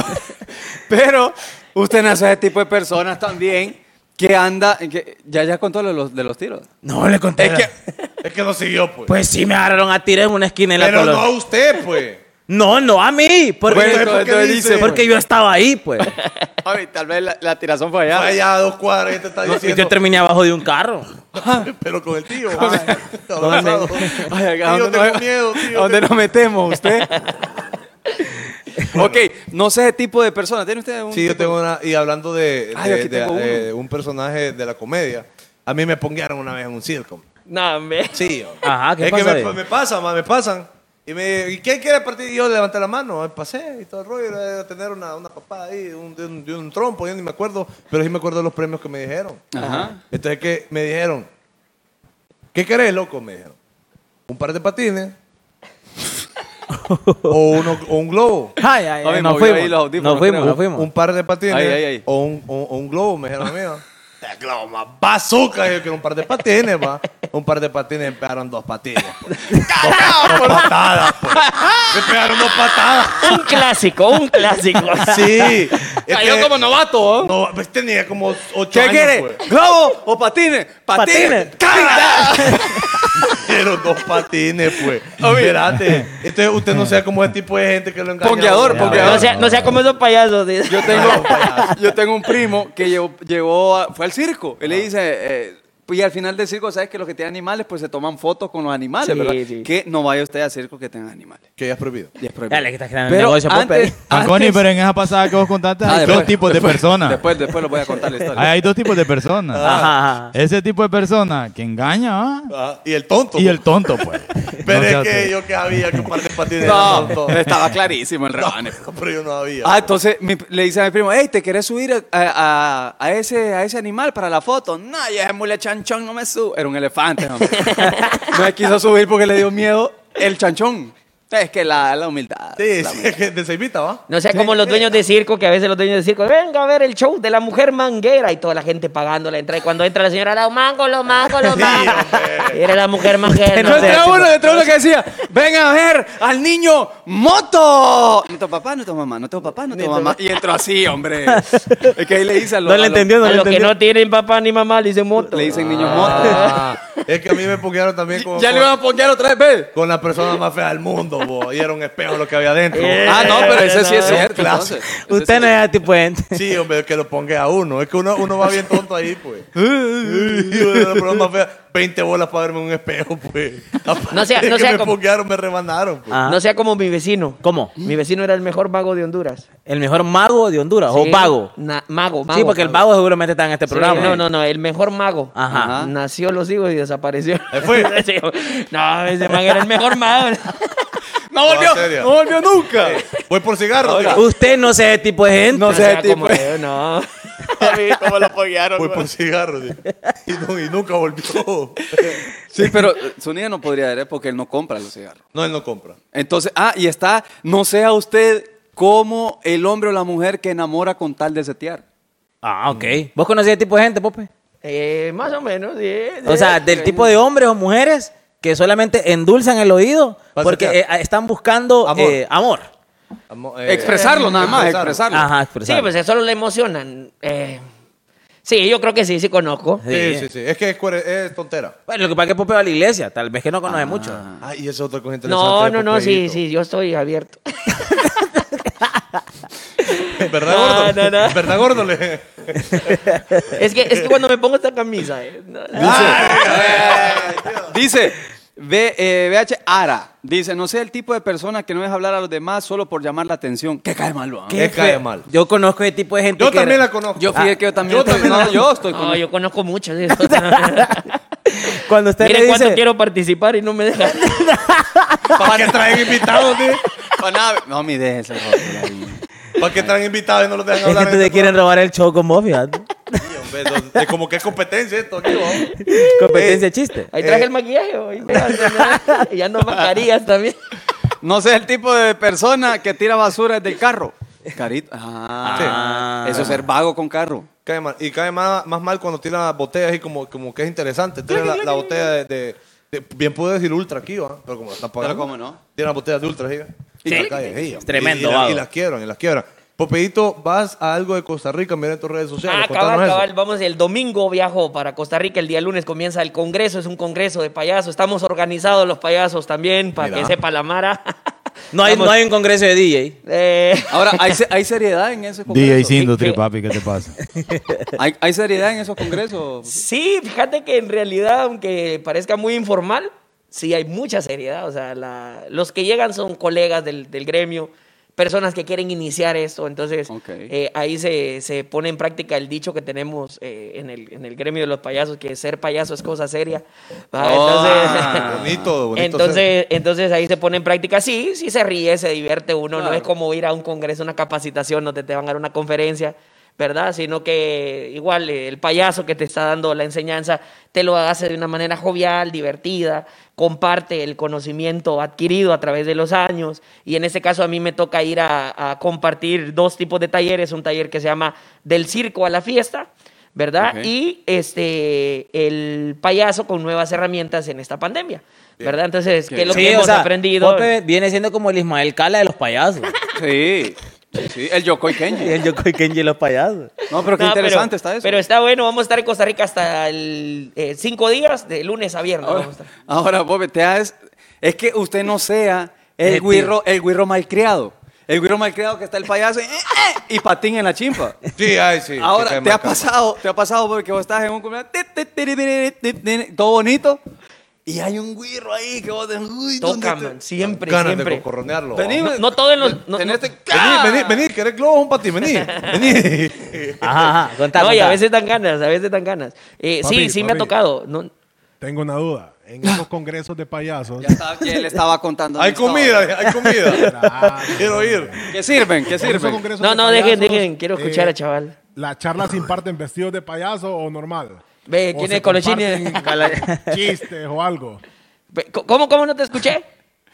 Speaker 2: Pero usted no es ese tipo de personas también que anda. Que, ya, ya contó lo de los, de los tiros.
Speaker 5: No, le conté.
Speaker 1: Es que, es que no siguió, pues.
Speaker 5: Pues sí, me agarraron a tirar en una esquina en la
Speaker 1: Pero no
Speaker 5: colonia.
Speaker 1: a usted, pues.
Speaker 5: No, no a mí. Porque,
Speaker 2: Bueno,
Speaker 1: ¿por qué
Speaker 2: entonces
Speaker 1: dice?
Speaker 5: porque yo estaba ahí, pues.
Speaker 2: Ay, tal vez la, la tirazón fue allá.
Speaker 1: Fue allá a dos cuadras y te está
Speaker 5: Y
Speaker 1: diciendo. "Ah,
Speaker 5: yo terminé abajo de un carro.
Speaker 1: Pero con el tío. ah,
Speaker 2: ¿Dónde?
Speaker 1: abrazado.
Speaker 2: Ay, ¿a
Speaker 1: Tío,
Speaker 2: dónde
Speaker 1: tengo
Speaker 2: nos-
Speaker 1: miedo,
Speaker 2: ¿A
Speaker 1: tío.
Speaker 2: dónde nos metemos usted? ok, no sé ese tipo de persona. ¿Tiene usted un.?
Speaker 1: Sí, yo
Speaker 2: tipo-
Speaker 1: tengo una. Y hablando de,
Speaker 2: Ay,
Speaker 1: de-
Speaker 2: Ah, aquí
Speaker 1: de-
Speaker 2: tengo uno.
Speaker 1: de un personaje de la comedia, a mí me ponguearon una vez en un circo.
Speaker 3: no, me...
Speaker 1: Sí, yo.
Speaker 5: Ajá, ¿qué
Speaker 1: es
Speaker 5: pasa
Speaker 1: que me,
Speaker 5: ahí?
Speaker 1: me pasan, ma, me pasan. Y me ¿y quién quiere partir? Y yo levanté la mano, eh, pasé y todo el rollo. Era tener una, una papada ahí, un- de, un, de un trompo, yo ni me acuerdo, pero sí me acuerdo de los premios que me dijeron.
Speaker 2: Ajá.
Speaker 1: Entonces, que me dijeron? ¿Qué querés, loco? Me dijeron. ¿Un par de patines? o, uno- o un globo.
Speaker 5: Ay, ay,
Speaker 2: Oye,
Speaker 5: ay, nos
Speaker 2: movió ahí
Speaker 5: fuimos.
Speaker 2: los audífonos,
Speaker 5: Nos fuimos,
Speaker 2: creo.
Speaker 5: nos fuimos.
Speaker 1: Un par de patines.
Speaker 2: Ay, ay, ay.
Speaker 1: O, un, o- o un globo, me dijeron a mí. ¿no? El globo más bazooka. Yo quiero un par de patines, va. Un par de patines. Me pegaron dos patines. pues. dos, dos patadas, pues. Me pegaron dos patadas.
Speaker 3: Un clásico, un clásico.
Speaker 1: Sí. Es
Speaker 2: Cayó
Speaker 1: que-
Speaker 2: como novato, ¿eh?
Speaker 1: No, pues tenía como ocho
Speaker 2: ¿Qué
Speaker 1: años,
Speaker 2: quiere?
Speaker 1: pues.
Speaker 2: ¿Globo o patines? Patines.
Speaker 5: Patines.
Speaker 2: ¡Cara!
Speaker 1: Pero dos patines, pues.
Speaker 2: Oye.
Speaker 1: Espérate. Entonces usted no sea como ese tipo de gente que lo engaña.
Speaker 2: Ponqueador,
Speaker 1: Ya,
Speaker 2: ponqueador.
Speaker 3: No sea, no sea como esos payasos. dice.
Speaker 2: Yo tengo, yo tengo un primo que llevó, llevó a- fue al circo.
Speaker 5: Ah.
Speaker 2: Él le dice, eh, pues, y al final del circo, ¿sabes que los que tienen animales, pues se toman fotos con los animales,
Speaker 3: Sí,
Speaker 2: ¿verdad?
Speaker 3: sí.
Speaker 2: Que no vaya usted a circo que tengan animales.
Speaker 1: Que ya es prohibido.
Speaker 2: Y es prohibido.
Speaker 5: Dale, que estás creando el
Speaker 2: Pero
Speaker 5: negocio, pues, Pope.
Speaker 2: antes,
Speaker 4: Fanconi,
Speaker 2: antes-
Speaker 4: Ah, pero en esa pasada que vos contaste
Speaker 2: Ah,
Speaker 4: hay
Speaker 2: después,
Speaker 4: dos tipos de
Speaker 2: después,
Speaker 4: personas.
Speaker 2: Después, después lo voy a contar la historia.
Speaker 4: Hay, hay dos tipos de personas.
Speaker 5: Ajá, ajá.
Speaker 4: Ese tipo de persona que engaña ¿ah?
Speaker 1: Ah, y el tonto.
Speaker 4: y el
Speaker 1: pues.
Speaker 4: tonto, pues.
Speaker 1: Pero
Speaker 4: No
Speaker 1: es
Speaker 4: sea
Speaker 1: que
Speaker 4: tú.
Speaker 1: yo que había que un par de patines.
Speaker 2: No,
Speaker 1: eran tontos.
Speaker 2: estaba clarísimo el rebane.
Speaker 1: No, pero yo no había.
Speaker 2: Ah, entonces mi- le dice a mi primo, hey, ¿te querés subir a, a- a ese, a ese animal para la foto? No, ya es mule chanchón, no me subo. Era un elefante, hombre. No me quiso subir porque le dio miedo el chanchón. Es que la, la humildad.
Speaker 1: Sí,
Speaker 2: la
Speaker 1: sí,
Speaker 2: humildad.
Speaker 1: que de Ceibita, ¿va?
Speaker 3: No sea como los dueños de circo, que a veces los dueños de circo, venga a ver el show de la mujer manguera y toda la gente pagando la entrada. Y cuando entra la señora, los mangos, los mangos, los mangos. Y era la mujer manguera.
Speaker 2: Yo entré uno, entré uno que decía, ven a ver al niño moto. No tengo papá, no tengo mamá, no tengo papá, no tengo mamá. Y entró así, hombre. Es que ahí le dicen a los-
Speaker 5: No le
Speaker 2: a los-
Speaker 5: entendió, no
Speaker 3: A
Speaker 5: le
Speaker 3: los que
Speaker 5: entendió.
Speaker 3: no tienen papá ni mamá le dicen moto.
Speaker 2: Le dicen niño
Speaker 1: Ah, es que a mí me puquearon también
Speaker 2: moto.
Speaker 1: con,
Speaker 2: Ya le iban
Speaker 1: con,
Speaker 2: a poner otra vez, ve.
Speaker 1: con la persona más fea del mundo, bo, y era un espejo lo que había adentro.
Speaker 3: Eh.
Speaker 2: Ah, no, pero ese sí es
Speaker 1: no.
Speaker 2: cierto.
Speaker 1: Clase.
Speaker 2: entonces. Ese
Speaker 5: Usted
Speaker 2: sí.
Speaker 5: no es ese tipo de gente.
Speaker 1: Sí, hombre, que lo ponga a uno. Es que uno, uno va bien tonto ahí, pues. Y yo era la persona más fea, 20 bolas para verme en un espejo, pues.
Speaker 3: No sea-
Speaker 1: Aparte
Speaker 3: no
Speaker 1: que
Speaker 3: sea
Speaker 1: me
Speaker 3: como-
Speaker 1: puquearon, me remanaron, pues.
Speaker 5: Ah.
Speaker 3: No sea como mi vecino.
Speaker 5: ¿Cómo?
Speaker 3: Mi vecino era el mejor vago de Honduras.
Speaker 5: ¿El mejor mago de Honduras?
Speaker 3: Sí.
Speaker 5: ¿O vago?
Speaker 3: Na- mago, mago.
Speaker 5: Sí, porque el vago seguramente está en este
Speaker 3: Sí,
Speaker 5: programa.
Speaker 3: no, no, no, el mejor mago.
Speaker 5: Ajá.
Speaker 2: Ajá.
Speaker 3: Nació los hijos y desapareció.
Speaker 1: Se Eh, fue.
Speaker 3: Sí, no, ese man era el mejor mago.
Speaker 2: No
Speaker 1: No,
Speaker 2: volvió,
Speaker 1: en serio.
Speaker 2: no volvió nunca.
Speaker 1: Voy por cigarro, tío.
Speaker 5: Usted no es ese tipo de gente.
Speaker 2: No sé,
Speaker 3: sea
Speaker 2: tipo.
Speaker 3: como yo, no.
Speaker 1: Voy por cigarro, tío. Y, no- y nunca volvió.
Speaker 2: Sí, pero Zúñiga no podría ver, ¿eh? porque él no compra los cigarros.
Speaker 1: No, él no compra.
Speaker 2: Entonces, ah, y está, no sea usted como el hombre o la mujer que enamora con tal de setear.
Speaker 5: Ah, ok. ¿Vos conocés ese tipo de gente, Pope?
Speaker 3: Eh, más o menos, sí.
Speaker 5: O sea, del tipo de hombres o mujeres que solamente endulzan el oído
Speaker 1: Para
Speaker 5: porque eh,
Speaker 1: setear.
Speaker 5: están buscando
Speaker 1: Amor.
Speaker 5: eh, amor.
Speaker 1: Amo- eh,
Speaker 2: Expresarlo nada más, expresarlo.
Speaker 5: Ajá,
Speaker 3: Sí,
Speaker 5: expresar.
Speaker 3: pues solo le emocionan. Eh, sí, yo creo que sí, sí conozco.
Speaker 1: Sí, sí, sí. Es que es, cuere- es tontera.
Speaker 5: Bueno, lo que pasa es que Pope va a la iglesia, tal vez que no conoce mucho.
Speaker 1: Ay, y eso es otra cosa interesante. eh,
Speaker 3: No,
Speaker 1: de
Speaker 3: no, no, sí,
Speaker 1: Popeito.
Speaker 3: sí, yo estoy abierto.
Speaker 1: ¿Verdad,
Speaker 3: No,
Speaker 1: gordo?
Speaker 3: no, no.
Speaker 1: ¿Verdad, gordo? Le-
Speaker 3: es, que, es que cuando me pongo esta camisa, eh, no,
Speaker 2: Dice, B- eh, BH Ara, dice, no sea el tipo de persona que no deja hablar a los demás solo por llamar la atención. Que cae mal, ¿va?
Speaker 5: Qué
Speaker 1: Es cae
Speaker 5: feo.
Speaker 1: mal.
Speaker 5: Yo conozco ese tipo de gente.
Speaker 1: Yo
Speaker 5: que-
Speaker 1: también la conozco.
Speaker 2: Yo fíjate que yo también,
Speaker 1: yo
Speaker 2: estoy,
Speaker 1: también-
Speaker 2: no, yo estoy con...
Speaker 3: no, yo conozco muchas de esas.
Speaker 5: Cuando usted
Speaker 3: Mire
Speaker 5: le
Speaker 3: cuánto
Speaker 5: dice,
Speaker 3: quiero participar y no me dejan.
Speaker 1: ¿Para qué traen invitados, tío?
Speaker 2: Pa' nada, No, mi deje ese rostro ahí.
Speaker 1: ¿Para qué traen invitados y no los dejan
Speaker 5: es que
Speaker 1: hablar? en
Speaker 5: ustedes
Speaker 1: este
Speaker 5: quieren robar el show con vos, fíjate.
Speaker 1: programa? Sí, hombre, eso- Es como que es competencia esto, tío.
Speaker 5: Competencia de chiste.
Speaker 3: Ahí
Speaker 1: Eh.
Speaker 3: traje el maquillaje, hoy, fíjate, ¿no? Y ya no mascarillas también.
Speaker 2: No sea el tipo de persona que tira basura desde el carro. Carito. Ah,
Speaker 5: Sí.
Speaker 2: eso es ser vago con carro.
Speaker 1: Cae mal. Y cae más, más mal cuando tiran las botellas y como, como que es interesante. Tiran la, la botella de, de- de- Bien pude decir ultra aquí, ¿va? Pero como la están pagando.
Speaker 2: cómo no.
Speaker 1: Tiran las botellas de ultra aquí. ¿va? Y
Speaker 5: Sí.
Speaker 1: la caen, sí,
Speaker 5: Es tremendo,
Speaker 1: Y, y la-
Speaker 5: vago.
Speaker 1: y las quiebran, y las quiebran. Popeito, vas a algo de Costa Rica, mira en tus redes sociales.
Speaker 3: Ah,
Speaker 1: contanos
Speaker 3: cabal,
Speaker 1: eso.
Speaker 3: cabal, vamos, el domingo viajo para Costa Rica, el día lunes comienza el congreso, es un congreso de payasos, estamos organizados los payasos también, para
Speaker 1: Mira.
Speaker 3: que sepa la mara.
Speaker 5: No hay,
Speaker 3: Vamos.
Speaker 5: no hay un congreso de DJ.
Speaker 3: Eh,
Speaker 2: Ahora, ¿hay, se- hay seriedad en esos
Speaker 4: DJ
Speaker 2: congresos?
Speaker 4: Sindutri,
Speaker 3: Sí.
Speaker 4: papi, ¿qué te pasa?
Speaker 2: ¿Hay, hay seriedad en esos congresos?
Speaker 3: sí, fíjate que en realidad, aunque parezca muy informal, sí hay mucha seriedad, o sea, la- los que llegan son colegas del, del gremio, personas que quieren iniciar esto, entonces
Speaker 2: Ok.
Speaker 3: eh, ahí se, se pone en práctica el dicho que tenemos eh, en, el, en el gremio de los payasos, que ser payaso es cosa seria. Ah,
Speaker 2: Ah.
Speaker 3: entonces-
Speaker 1: Bonito, bonito. ser.
Speaker 3: Entonces, entonces ahí se pone en práctica. Sí, sí se ríe, se divierte uno. No
Speaker 2: Claro.
Speaker 3: es como ir a un congreso, una capacitación, donde te van a dar una conferencia, ¿verdad? Sino que igual eh, el payaso que te está dando la enseñanza te lo hace de una manera jovial, divertida, comparte el conocimiento adquirido a través de los años. Y en este caso a mí me toca ir a, a compartir dos tipos de talleres. Un taller que se llama Del Circo a la Fiesta. ¿Verdad?
Speaker 2: Ok.
Speaker 3: Y este, el payaso con nuevas herramientas en esta pandemia. ¿Verdad? Entonces, que es lo
Speaker 5: Sí,
Speaker 3: que
Speaker 5: o
Speaker 3: hemos
Speaker 5: sea,
Speaker 3: aprendido.
Speaker 5: Pope viene siendo como el Ismael Cala de los payasos.
Speaker 2: Sí, sí, sí, el Yokoi
Speaker 5: y
Speaker 2: Kenji.
Speaker 5: el Yokoi Kenji de los payasos.
Speaker 2: No, pero qué
Speaker 3: No,
Speaker 2: interesante está eso.
Speaker 3: Pero está bueno, vamos a estar en Costa Rica hasta el eh, cinco días, de lunes a viernes.
Speaker 2: ahora,
Speaker 3: vamos a estar.
Speaker 2: ahora, Bob, te haces- es que usted no sea el
Speaker 5: Detective.
Speaker 2: guirro, el guirro malcriado. El guirro malcriado que está el payaso y, eh, eh, y patín en la chimpa.
Speaker 1: Sí, ay, sí. que
Speaker 2: Ahora,
Speaker 1: cae
Speaker 2: ¿te
Speaker 1: mal,
Speaker 2: ha
Speaker 1: cae mal.
Speaker 2: pasado? ¿Te ha pasado porque vos estás en un cumpleaños? ti, ti, tiri, tiri, ti, ti, Todo bonito. Y hay un guirro ahí que vos decís, uy, ¿dónde
Speaker 3: Toca,
Speaker 2: te-
Speaker 3: man, siempre,
Speaker 1: Ganas de
Speaker 3: siempre.
Speaker 1: cocorronearlo.
Speaker 2: Vení,
Speaker 1: ¿va?
Speaker 3: No, no todo en los- no-
Speaker 2: Tenés
Speaker 3: no-
Speaker 2: este- ¡Ah!
Speaker 1: Vení, vení, vení, querés globos un patín, vení. Vení.
Speaker 5: Ajá, ajá. Contá,
Speaker 3: no, y
Speaker 5: contá.
Speaker 3: a veces dan ganas, a veces dan ganas. Eh, sí,
Speaker 6: Papi,
Speaker 3: sí me ha
Speaker 6: papi.
Speaker 3: tocado. No,
Speaker 6: Tengo una duda. En esos congresos de payasos.
Speaker 2: Ya estaba, Ah, que él estaba contando.
Speaker 1: Hay
Speaker 2: una historia.
Speaker 1: comida, hay comida. Quiero ir.
Speaker 2: ¿Qué sirven? ¿Qué
Speaker 6: en esos
Speaker 2: sirven?
Speaker 6: congresos
Speaker 3: No,
Speaker 6: de
Speaker 3: no, dejen,
Speaker 6: payasos, eh,
Speaker 3: dejen, quiero escuchar a chaval.
Speaker 6: ¿La charla se imparten vestidos de payaso o normal?
Speaker 3: Ve,
Speaker 6: ¿O
Speaker 3: ¿quién
Speaker 6: se
Speaker 3: es Colochini?
Speaker 6: comparten Chistes o algo.
Speaker 3: Ve, ¿Cómo, cómo no te escuché?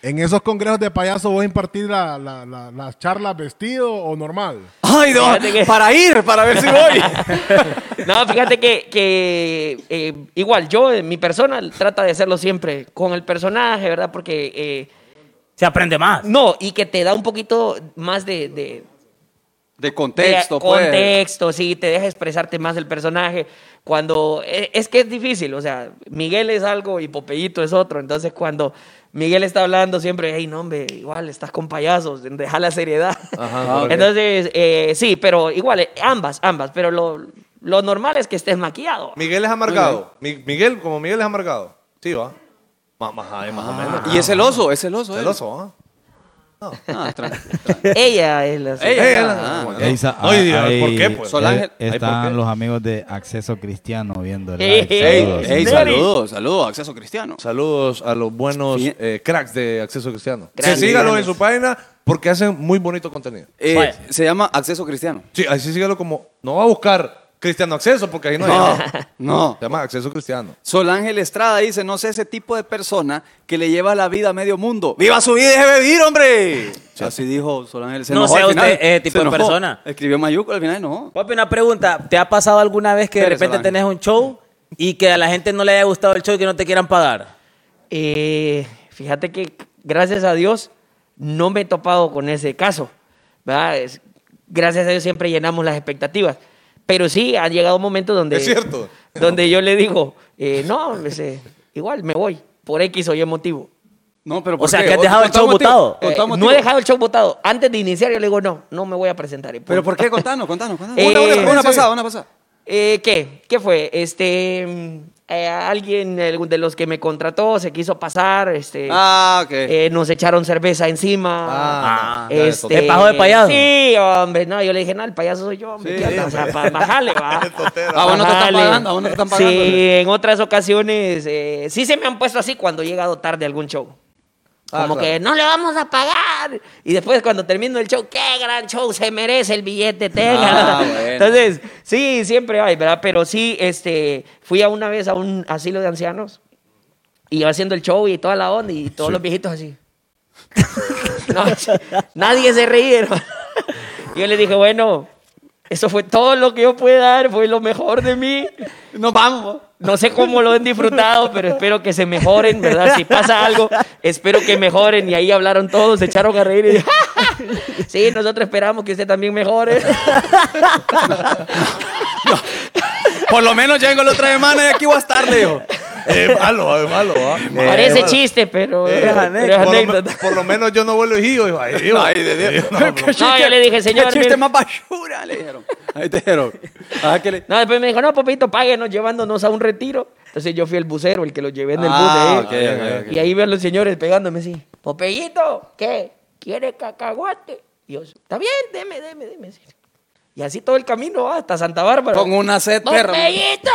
Speaker 6: En esos congresos de payaso vos impartís la- la- la- las charlas vestido o normal.
Speaker 2: Ay, no,
Speaker 3: Fíjate que-
Speaker 2: para ir, para ver si voy.
Speaker 3: No, fíjate que, que, eh, igual yo, eh, mi persona, trata de hacerlo siempre con el personaje, ¿verdad? Porque eh,
Speaker 5: Se aprende más.
Speaker 3: no, y que te da un poquito más de, de-
Speaker 2: De contexto,
Speaker 3: de
Speaker 2: pues.
Speaker 3: contexto, sí, te deja expresarte más el personaje. Cuando eh, es que es difícil, o sea, Miguel es algo y Popeyito es otro, entonces cuando Miguel está hablando siempre, hey, no, hombre, igual estás con payasos, deja la seriedad.
Speaker 2: Ajá, ok.
Speaker 3: entonces, eh, sí, pero igual, eh, ambas, ambas, pero lo, lo normal es que estés maquillado.
Speaker 1: Miguel es amargado. Mi- Miguel, como Miguel es amargado. Sí, va. Más, más, ahí, más o menos.
Speaker 2: Y es celoso, es celoso. él.
Speaker 1: Celoso, ¿ah?
Speaker 2: Ah, tranquilo.
Speaker 3: Ella es la
Speaker 2: Ella.
Speaker 1: Eh,
Speaker 2: ah,
Speaker 1: bueno.
Speaker 4: Ey, sa-
Speaker 1: No, y diga,
Speaker 4: ahí
Speaker 1: ¿por qué, pues?
Speaker 2: Sol
Speaker 1: ahí,
Speaker 2: Ángel,
Speaker 4: eh,
Speaker 1: ¿por qué?
Speaker 4: Están los amigos de Acceso Cristiano viendo el
Speaker 3: Ey,
Speaker 4: live.
Speaker 2: Ey,
Speaker 4: Saludos.
Speaker 2: ey,
Speaker 3: Nelly.
Speaker 2: saludos, saludos, acceso cristiano.
Speaker 1: Saludos a los buenos
Speaker 2: Sí.
Speaker 1: eh, cracks de Acceso Cristiano.
Speaker 3: Grandes,
Speaker 1: Sí, sígalos en
Speaker 3: grandes.
Speaker 1: su página porque hacen muy bonito contenido.
Speaker 2: Eh,
Speaker 5: Vaya.
Speaker 2: se llama acceso cristiano.
Speaker 1: Sí, así sígalo como. No va a buscar Cristiano Acceso porque ahí no hay.
Speaker 2: No,
Speaker 1: nada.
Speaker 2: no.
Speaker 1: Se llama Acceso Cristiano.
Speaker 2: Sol Ángel Estrada dice, no sé ese tipo de persona que le lleva la vida a medio mundo. ¡Viva su vida y deje vivir, hombre! Así dijo Sol Ángel. Se
Speaker 5: No
Speaker 2: enojó
Speaker 5: sea
Speaker 2: al final.
Speaker 5: usted ese tipo
Speaker 2: Se
Speaker 5: de
Speaker 2: enojó.
Speaker 5: persona.
Speaker 2: Escribió Mayuco al final, no.
Speaker 5: Papi, una pregunta. ¿Te ha pasado alguna vez que de
Speaker 2: Pero,
Speaker 5: repente
Speaker 2: Solange.
Speaker 5: tenés un show y que a la gente no le haya gustado el show y que no te quieran pagar?
Speaker 3: Eh, fíjate que gracias a Dios no me he topado con ese caso. ¿verdad? Es- gracias a Dios siempre llenamos las expectativas. Pero sí, han llegado momentos donde...
Speaker 1: Es cierto.
Speaker 3: Donde yo le digo, eh, no, me dice, igual me voy, por X o Y motivo.
Speaker 2: No, pero ¿por
Speaker 5: sea,
Speaker 2: qué?
Speaker 5: que has
Speaker 2: Vos-
Speaker 5: dejado el
Speaker 2: contá un
Speaker 5: show
Speaker 2: motivo,
Speaker 5: botado.
Speaker 2: contá
Speaker 3: Eh,
Speaker 2: un
Speaker 3: no
Speaker 2: motivo.
Speaker 3: he dejado el show votado. Antes de iniciar yo le digo, no, no me voy a presentar. Y
Speaker 2: ¿Pero
Speaker 3: punto.
Speaker 2: por qué? Contanos, contanos, contanos.
Speaker 3: Eh,
Speaker 2: una, una, una
Speaker 3: sí.
Speaker 2: pasada, una pasada.
Speaker 3: Eh, ¿Qué? ¿Qué fue? Este, mm, eh, alguien algún de los que me contrató se quiso pasar, este,
Speaker 2: Ah, ok.
Speaker 3: eh, nos echaron cerveza encima.
Speaker 1: Ah, no, ya es
Speaker 3: este,
Speaker 5: ¿Te pajó de payaso?
Speaker 3: Sí, hombre, no, yo le dije, no, el payaso soy yo, hombre,
Speaker 2: Sí,
Speaker 3: ¿qué onda?
Speaker 2: sí,
Speaker 3: o sea, pa- bajale, va.
Speaker 2: Ah, bueno, te están
Speaker 3: Bajale.
Speaker 2: pagando, ah, bueno, te están pagando.
Speaker 3: Sí, en otras ocasiones, eh, sí se me han puesto así cuando he llegado tarde a algún show.
Speaker 1: Ah,
Speaker 3: Como
Speaker 1: claro.
Speaker 3: que no le vamos a pagar. Y después cuando termino el show, qué gran show, se merece el billete, tenga.
Speaker 2: Ah, bueno.
Speaker 3: Entonces, sí, siempre hay, ¿verdad? Pero sí, este, fui a una vez a un asilo de ancianos y iba haciendo el show y toda la onda y todos los viejitos así. No, nadie se reía. hermano. Yo le dije, bueno, eso fue todo lo que yo pude dar, fue lo mejor de mí.
Speaker 2: Nos vamos.
Speaker 3: No sé cómo lo han disfrutado, pero espero que se mejoren, ¿verdad? Si pasa algo, espero que mejoren. Y ahí hablaron todos, se echaron a reír. Y dije, sí, nosotros esperamos que usted también mejore.
Speaker 2: Por lo menos llego la otra semana y aquí voy a estar, Leo.
Speaker 1: Es malo, es malo. ¿ah?
Speaker 3: Parece
Speaker 1: Eh,
Speaker 3: chiste, pero,
Speaker 1: eh,
Speaker 3: pero es
Speaker 1: por, lo,
Speaker 3: anécdota.
Speaker 1: me- por lo menos yo no vuelvo hijo. digo, ay, digo,
Speaker 2: Ay, de Dios.
Speaker 1: digo, no, pero-
Speaker 3: No, yo le dije, señor,
Speaker 2: Qué
Speaker 3: mire".
Speaker 2: chiste más basura, le dijeron. Ahí te dijeron. Ah, que le...
Speaker 3: No, después me dijo, no, papito, páguenos llevándonos a un retiro. Entonces yo fui el bucero, el que los llevé en el
Speaker 2: Ah,
Speaker 3: bus.
Speaker 2: ok,
Speaker 3: de ahí.
Speaker 2: ok, ok.
Speaker 3: Y ahí veo a los señores pegándome así, Popeyito, ¿qué? ¿Quiere cacahuate? Y yo, está bien, deme, deme, deme. así. Y así todo el camino va hasta Santa Bárbara.
Speaker 2: Con una sed, perro.
Speaker 3: Popeyito,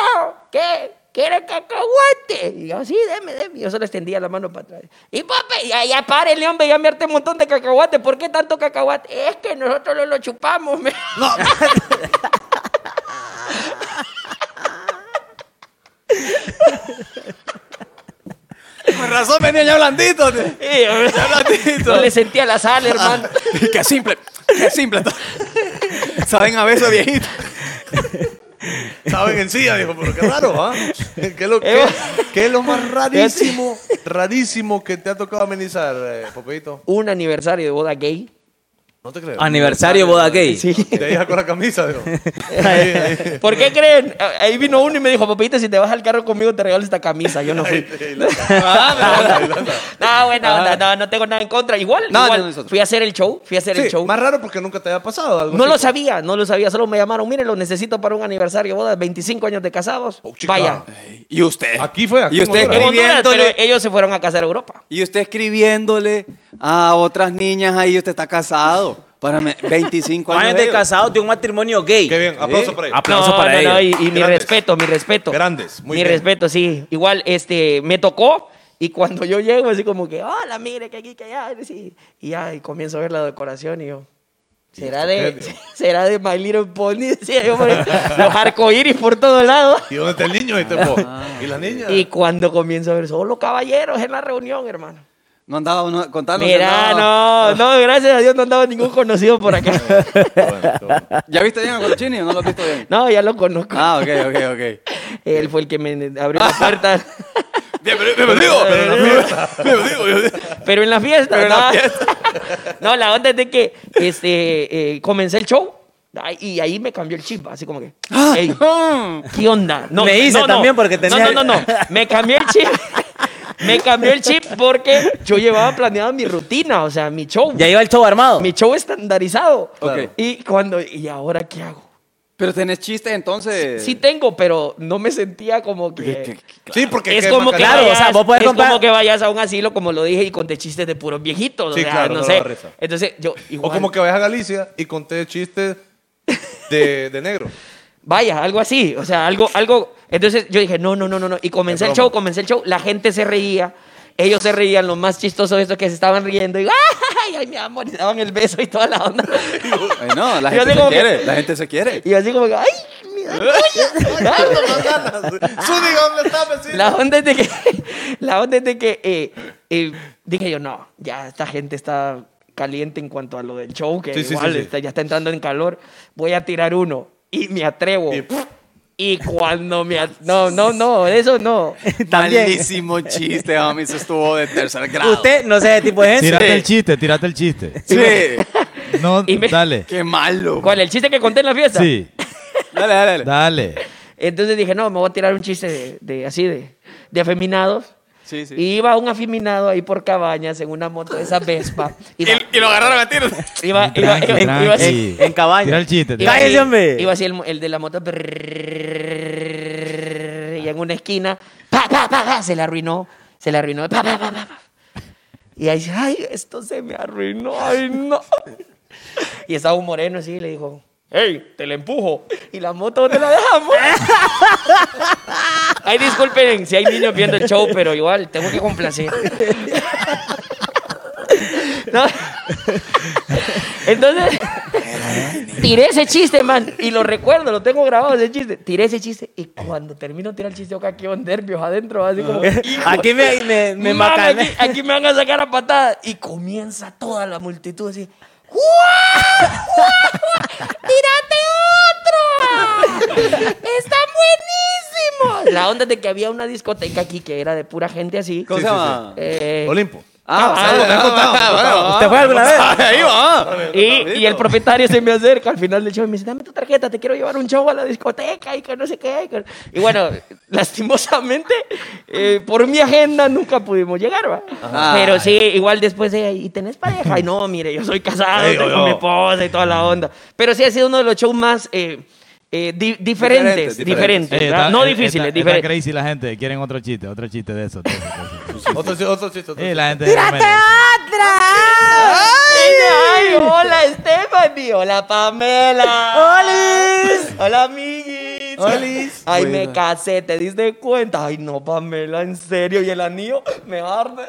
Speaker 3: ¿qué? ¿Quiere cacahuate? Y yo, sí, deme, deme. Y Yo solo extendía la mano para atrás. Y Popey, ya, ya párele, hombre, ya me harté un montón de cacahuate. ¿Por qué tanto cacahuate? Es que nosotros lo, lo chupamos, me.
Speaker 2: Con razón venía ya blandito. te-
Speaker 3: Sí, No le sentía la sal, hermano.
Speaker 2: Qué simple, qué simple. Saben a veces viejito.
Speaker 1: Saben en silla, dijo, pero qué raro, ¿ah? ¿Qué es lo, qué-
Speaker 3: Eh,
Speaker 1: qué es lo más rarísimo, rarísimo que te ha tocado amenizar, eh, Popeyito?
Speaker 3: Un aniversario de boda gay.
Speaker 1: No te
Speaker 3: Ah,
Speaker 1: creo.
Speaker 5: Aniversario boda gay.
Speaker 1: Te deja con la camisa, digo.
Speaker 3: ¿Por qué creen? Ah, Ahí vino uno y me dijo, papito, si te vas al carro conmigo te regalo esta camisa. Yo no fui. Ah,
Speaker 1: Ah,
Speaker 3: no, bueno, no, no, Ah. no tengo nada en contra. Igual,
Speaker 2: No,
Speaker 3: igual,
Speaker 2: no, nosotros.
Speaker 3: fui a hacer el show, fui a hacer el
Speaker 1: Sí,
Speaker 3: show.
Speaker 1: más raro porque nunca te había pasado algo
Speaker 3: No
Speaker 1: así.
Speaker 3: lo sabía, no lo sabía. Solo me llamaron, miren, lo necesito para un aniversario de boda, 25 años de casados.
Speaker 1: Oh, chica.
Speaker 3: Vaya.
Speaker 2: Y usted.
Speaker 1: Aquí fue, aquí
Speaker 2: y
Speaker 1: en
Speaker 2: usted
Speaker 1: Honduras.
Speaker 3: En Honduras, pero
Speaker 2: escribiéndole.
Speaker 3: ellos se fueron a casar a Europa.
Speaker 2: Y usted escribiéndole a otras niñas ahí, usted está casado. Para me- 25 años.
Speaker 5: Años de
Speaker 2: ellos.
Speaker 5: casado de un matrimonio gay.
Speaker 1: Qué bien, aplauso para ellos.
Speaker 5: Aplauso
Speaker 3: No,
Speaker 5: para
Speaker 3: no,
Speaker 5: ellos.
Speaker 3: no, y, y mi
Speaker 1: Grandes.
Speaker 3: respeto, mi respeto.
Speaker 1: Grandes, muy
Speaker 3: Mi
Speaker 1: bien.
Speaker 3: respeto, sí. Igual, este, me tocó y cuando yo llego, así como que, hola, mire, que aquí, que allá, y sí, y ya, y comienzo a ver la decoración y yo. ¿Será de, será de My Little Pony? Decía yo, pues, por- los arcoíris por todos lados.
Speaker 1: ¿Y dónde está
Speaker 3: Ah.
Speaker 1: el niño? Este, po? ¿Y la niña?
Speaker 3: Y cuando comienzo a ver, solo caballeros en la reunión, hermano.
Speaker 2: Ah, No andaba uno contando.
Speaker 3: Mira, no, no, gracias a Dios no andaba ningún conocido por acá.
Speaker 2: ¿Ya viste bien a Colochini o no lo has visto bien?
Speaker 3: No, ya lo conozco.
Speaker 2: Ah, ok, ok, ok.
Speaker 3: Él fue el que me abrió la puerta.
Speaker 1: Bienvenido, bienvenido, bienvenido.
Speaker 3: Pero en la fiesta, ¿no? no, la onda es de que este, eh, comencé el show ay, y ahí me cambió el chip, así como que, "Ey, ¿qué onda? No,
Speaker 5: Ah. Me hice
Speaker 3: no, no.
Speaker 5: también porque tenía-
Speaker 3: No, no, no, no, me cambió el chip. Me cambió el chip porque yo llevaba planeada mi rutina, o sea, mi show.
Speaker 5: Ya iba el show armado.
Speaker 3: Mi show estandarizado.
Speaker 2: Claro.
Speaker 3: Y cuando, ¿y ahora qué hago?
Speaker 2: Pero tenés chistes entonces.
Speaker 3: Sí tengo, pero no me sentía como que...
Speaker 1: Sí, porque
Speaker 3: es
Speaker 1: qué
Speaker 3: como que,
Speaker 1: macana.
Speaker 5: claro, o
Speaker 3: vayas,
Speaker 5: sea, vos podés
Speaker 3: es
Speaker 5: comprar-
Speaker 3: como que vayas a un asilo, como lo dije, y conté chistes de puros viejitos.
Speaker 1: Sí,
Speaker 3: o sea,
Speaker 1: claro,
Speaker 3: no
Speaker 1: no
Speaker 3: sé.
Speaker 1: da risa.
Speaker 3: Entonces, yo igual.
Speaker 1: O como que vayas a Galicia y conté chistes de, de negro.
Speaker 3: Vaya, algo así. O sea, algo, algo. Entonces yo dije, no, no, no, no, no. Y comencé
Speaker 1: Es
Speaker 3: el
Speaker 1: broma.
Speaker 3: show, comencé el show. La gente se reía. Ellos se reían, lo más chistoso de esto que se estaban riendo. Y, ay, ay, mi amor, y daban el beso y toda la onda.
Speaker 2: Ay, no, la
Speaker 3: Yo
Speaker 2: gente
Speaker 3: así
Speaker 2: se
Speaker 3: como que-
Speaker 2: quiere. La gente se quiere.
Speaker 3: Y así como que, ay, mira, coño.
Speaker 1: Zuni, ¿dónde estás, vecino?
Speaker 3: La onda es de que, la onda es de que eh, eh, dije yo, no, ya esta gente está caliente en cuanto a lo del show, que
Speaker 1: Sí, sí,
Speaker 3: igual
Speaker 1: sí, sí.
Speaker 3: está- ya está entrando en calor. Voy a tirar uno y me atrevo.
Speaker 1: Y-
Speaker 3: Y, cuando me... at- No, no, no, eso no.
Speaker 5: También.
Speaker 2: Malísimo chiste, homie. Eso estuvo de tercer grado.
Speaker 5: Usted no sé ese tipo de gente.
Speaker 4: Tírate el chiste, tírate el chiste.
Speaker 2: Sí.
Speaker 4: No,
Speaker 3: Y me-
Speaker 4: dale.
Speaker 2: Qué malo.
Speaker 3: ¿Cuál? ¿El chiste que conté en la fiesta?
Speaker 4: Sí,
Speaker 2: Dale, dale, dale.
Speaker 4: dale.
Speaker 3: Entonces dije, no, me voy a tirar un chiste de, de- así, de, de afeminados.
Speaker 2: Sí, sí.
Speaker 3: Y iba un afeminado ahí por cabañas en una moto de esa Vespa. Iba,
Speaker 2: lo agarraron a tiros.
Speaker 3: iba, iba, iba,
Speaker 4: Tranqui,
Speaker 3: iba así.
Speaker 4: tranqui.
Speaker 5: en cabaña.
Speaker 4: Tira el chiste. tira.
Speaker 5: Iba a ir-
Speaker 3: así-
Speaker 5: Cállese, hombre.
Speaker 3: Iba así el, el de la moto. brrrr, Y en una esquina, pa, pa, pa, pa, se le arruinó. Se le arruinó. pa, pa, pa, pa, pa. Y ahí dice, ay, esto se me arruinó. Ay, no. Y estaba un moreno así y le dijo, hey, te la empujo. Y la moto ¿dónde la dejamos. ay, disculpen si hay niños viendo el show, pero igual tengo que complacer. No. Entonces, tiré ese chiste, man. Y lo recuerdo, lo tengo grabado ese chiste. Tiré ese chiste. Y cuando termino de tirar el chiste, yo caqueo en nervios adentro. Así como, hijo,
Speaker 5: Aquí me, me, me
Speaker 3: Mami,
Speaker 5: macané.
Speaker 3: aquí, aquí me van a sacar a patadas. Y comienza toda la multitud así. ¡Guau! ¡Guau! ¡Guau! ¡Tírate otro! ¡Están buenísimos! La onda de que había una discoteca aquí que era de pura gente así.
Speaker 2: ¿Cómo se llama?
Speaker 3: Eh,
Speaker 1: Olimpo.
Speaker 2: Ah,
Speaker 3: Ah,
Speaker 2: o sea,
Speaker 1: ah, ah,
Speaker 2: bueno,
Speaker 5: ¿Usted fue alguna vez?
Speaker 2: Ahí va.
Speaker 3: y, y el propietario se me acerca al final del show y me dice, dame tu tarjeta, te quiero llevar un show a la discoteca y que no sé qué. y que- Y bueno, lastimosamente, eh, por mi agenda nunca pudimos llegar, ¿va?
Speaker 2: Ajá.
Speaker 3: Pero sí, igual después de, ¿y tenés pareja? Y no, mire, yo soy casado,
Speaker 1: Ey,
Speaker 3: tengo
Speaker 1: yo, yo.
Speaker 3: mi esposa y toda la onda. Pero sí ha sido uno de los shows más... eh, eh, di-
Speaker 2: Diferentes,
Speaker 3: diferentes, diferentes,
Speaker 2: diferentes.
Speaker 4: Eh,
Speaker 3: ¿verdad?
Speaker 4: está-
Speaker 3: no
Speaker 4: eh,
Speaker 3: difíciles,
Speaker 4: está- está
Speaker 3: diferentes.
Speaker 4: crazy la gente. Quieren otro chiste, otro chiste de eso. de eso, de eso.
Speaker 1: Otro chiste, otro chiste. otro
Speaker 4: Eh,
Speaker 1: chiste.
Speaker 4: la gente. merece.
Speaker 3: ¡Ay! ¡Ay! ¡Hola, Stephanie! ¡Hola, Pamela! ¡Olis! ¡Hola, amiguis! ¡Olis! ¡Ay, me casé! ¿Te diste cuenta? ¡Ay, no, Pamela! ¿En serio? ¿Y el anillo? ¡Me arde!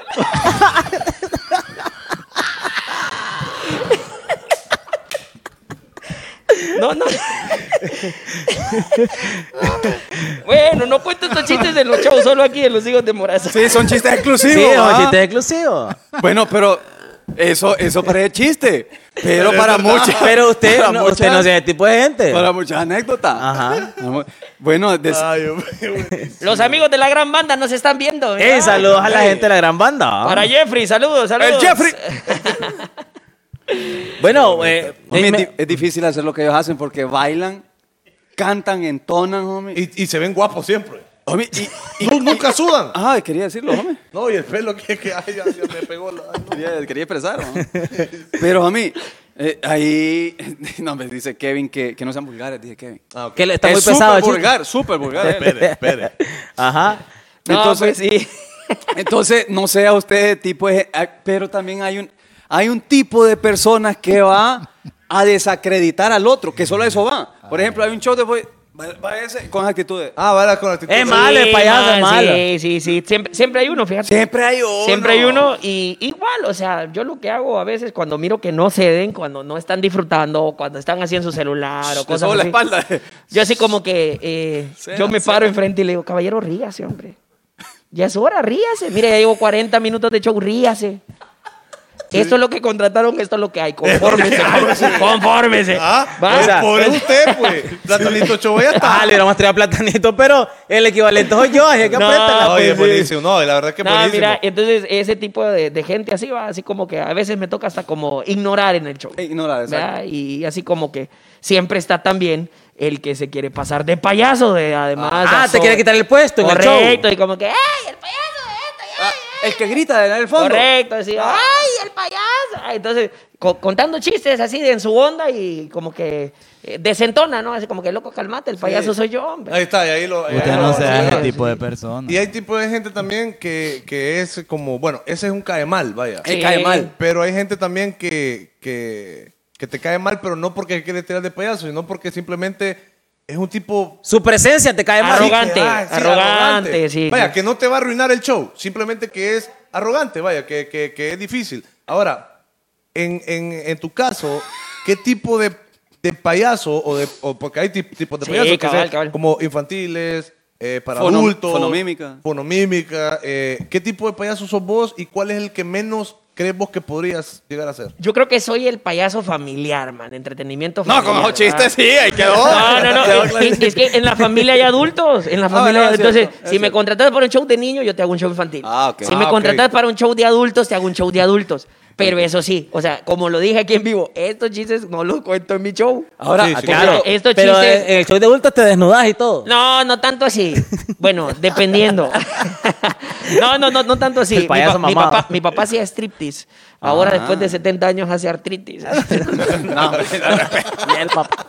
Speaker 3: No, no. bueno, no cuento estos chistes en los shows, solo aquí en los hijos de Moraza.
Speaker 2: Sí, son chistes exclusivos.
Speaker 5: Sí, es un
Speaker 2: ¿ah?
Speaker 5: chiste exclusivo.
Speaker 2: Bueno, pero eso, eso parece chiste. Pero para muchas.
Speaker 5: Pero usted,
Speaker 2: para
Speaker 5: no, usted no es
Speaker 2: muchas-
Speaker 5: ese tipo de gente.
Speaker 2: Para muchas anécdotas.
Speaker 5: Ajá.
Speaker 2: Bueno, de-
Speaker 1: Ay, hombre,
Speaker 3: Los amigos de la gran banda nos están viendo. ¿verdad?
Speaker 5: Ey, Eh, saludos a la gente de la gran banda. ¿ah?
Speaker 3: Para Jeffrey, saludos, saludos.
Speaker 2: el Jeffrey.
Speaker 5: Bueno, eh,
Speaker 2: Homie, es,
Speaker 5: dime-
Speaker 2: di- es difícil hacer lo que ellos hacen porque bailan, cantan, entonan, homie.
Speaker 1: y, y se ven guapos siempre.
Speaker 2: Homie, y- y-
Speaker 1: Nu- Nunca sudan.
Speaker 2: ah, quería decirlo, homie.
Speaker 1: No, y el pelo que, que ay, ya, ya me pegó la. ay, no.
Speaker 2: Quería, quería expresar, homie. Pero, homie, eh, ahí. No, me dice Kevin que, que no sean vulgares, dice Kevin.
Speaker 5: Ah, que le- está muy
Speaker 2: es súper
Speaker 5: pesado. el chiste.
Speaker 2: vulgar, súper vulgar. él.
Speaker 1: Espere, espere.
Speaker 5: Ajá.
Speaker 3: No,
Speaker 2: Entonces-
Speaker 3: pues sí.
Speaker 2: Entonces, no sea usted de tipo, de- ah, pero también hay un, hay un tipo de personas que va a desacreditar al otro, que solo a eso va.
Speaker 3: Ah.
Speaker 2: Por ejemplo, hay un show de boy- va, va ese con actitudes.
Speaker 1: Ah, vale, con actitud.
Speaker 5: Es malo, el payaso, es
Speaker 3: man,
Speaker 5: malo.
Speaker 3: Sí, sí, sí. Siempre, siempre hay uno, fíjate.
Speaker 2: Siempre hay uno.
Speaker 3: Siempre hay uno y igual, o sea, yo lo que hago a veces cuando miro que no ceden, cuando no están disfrutando, o cuando están así en su celular o
Speaker 2: Le
Speaker 3: cosas
Speaker 2: sobo
Speaker 3: así.
Speaker 2: la espalda.
Speaker 3: Yo así como que eh,
Speaker 2: Sea,
Speaker 3: yo me
Speaker 2: sea.
Speaker 3: paro enfrente y le digo, caballero, ríase, hombre. Ya es hora, ríase. Mire, ya llevo 40 minutos de show, ríase. Esto es lo que contrataron, esto es lo que hay. Confórmese, confórmese, confórmese.
Speaker 1: Ah,
Speaker 3: Va.
Speaker 5: o sea,
Speaker 1: por
Speaker 5: es-
Speaker 1: usted, pues. Platanito Ochoa ya está.
Speaker 5: Ah, le vamos a traer a platanito, pero el equivalente soy yo, así que
Speaker 3: No,
Speaker 5: apriétala,
Speaker 1: Oye,
Speaker 5: pues, sí.
Speaker 1: buenísimo. No, la verdad que
Speaker 3: No,
Speaker 1: buenísimo.
Speaker 3: mira, entonces ese tipo de, de gente así va, así como que a veces me toca hasta como ignorar en el show.
Speaker 2: Ignorar, exacto.
Speaker 3: ¿verdad? Y así como que siempre está también el que se quiere pasar de payaso, de además.
Speaker 5: Ah,
Speaker 3: a
Speaker 5: te quiere quitar el puesto en el show.
Speaker 3: Correcto, y como que, ¡ay, el payaso!
Speaker 2: Ah, el que grita en el fondo.
Speaker 3: Correcto, así,
Speaker 5: Ah.
Speaker 3: ¡ay, el payaso! Ah, Entonces, co- contando chistes así de en su onda y como que eh, desentona, ¿no? Así como que, loco, calmate, el payaso soy yo, hombre.
Speaker 1: Ahí está, y ahí lo. ahí
Speaker 4: Usted
Speaker 1: lo-
Speaker 4: no
Speaker 3: sí,
Speaker 4: sea ese
Speaker 3: sí.
Speaker 4: tipo de persona.
Speaker 1: Y hay tipo de gente también que, que es como, bueno, ese es un cae mal, vaya.
Speaker 2: Eh, cae mal.
Speaker 1: Pero hay gente también que, que, que te cae mal, pero no porque quiere tirar de payaso, sino porque simplemente es un tipo...
Speaker 5: Su presencia te cae mal.
Speaker 1: así que,
Speaker 3: Arrogante, ah, arrogante, sí.
Speaker 1: Vaya, que no te va a arruinar el show, simplemente que es arrogante, vaya, que, que- que es difícil. Ahora, en, en- en tu caso, ¿qué tipo de, de payaso, o, de, o porque hay tip- tipos de
Speaker 3: Sí,
Speaker 1: payasos que
Speaker 3: cabal,
Speaker 1: sean
Speaker 3: cabal.
Speaker 1: como infantiles, eh, para
Speaker 2: Fono-
Speaker 1: adultos...
Speaker 2: fonomímica.
Speaker 1: Fonomímica. eh, ¿Qué tipo de payaso sos vos y cuál es el que menos crees vos que podrías llegar a ser?
Speaker 3: Yo creo que soy el payaso familiar, man, entretenimiento
Speaker 2: No,
Speaker 3: familiar.
Speaker 2: como
Speaker 3: ¿verdad?
Speaker 2: chistes sí, ahí quedó.
Speaker 3: No, no, no.
Speaker 2: Quedó
Speaker 3: es- Es, es que en la familia hay adultos. En la
Speaker 2: Ah,
Speaker 3: familia
Speaker 2: bueno,
Speaker 3: hay-
Speaker 2: es
Speaker 3: Entonces,
Speaker 2: cierto, es
Speaker 3: si me
Speaker 2: cierto.
Speaker 3: contratas para un show de niño, yo te hago un show infantil.
Speaker 2: Ah, ok.
Speaker 3: Si
Speaker 2: Ah,
Speaker 3: me
Speaker 2: ok.
Speaker 3: contratas para un show de adultos, te hago un show de adultos. Pero eso sí, o sea, como lo dije aquí en vivo, estos chistes no los cuento en mi show.
Speaker 5: Ahora,
Speaker 1: Sí, sí,
Speaker 5: claro,
Speaker 3: claro. Estos
Speaker 5: pero eh,
Speaker 3: chistes-
Speaker 5: en el show de adultos te desnudas y todo.
Speaker 3: No, no tanto así. Bueno, dependiendo. no, no, no, no tanto así.
Speaker 5: El
Speaker 3: Mi
Speaker 5: payaso
Speaker 3: mi,
Speaker 5: mamado.
Speaker 3: papá, mi papá hacía striptease. Ahora,
Speaker 2: Ah.
Speaker 3: después de 70 años, hace artritis.
Speaker 2: No, hombre, no, respeto.
Speaker 5: Y el papá.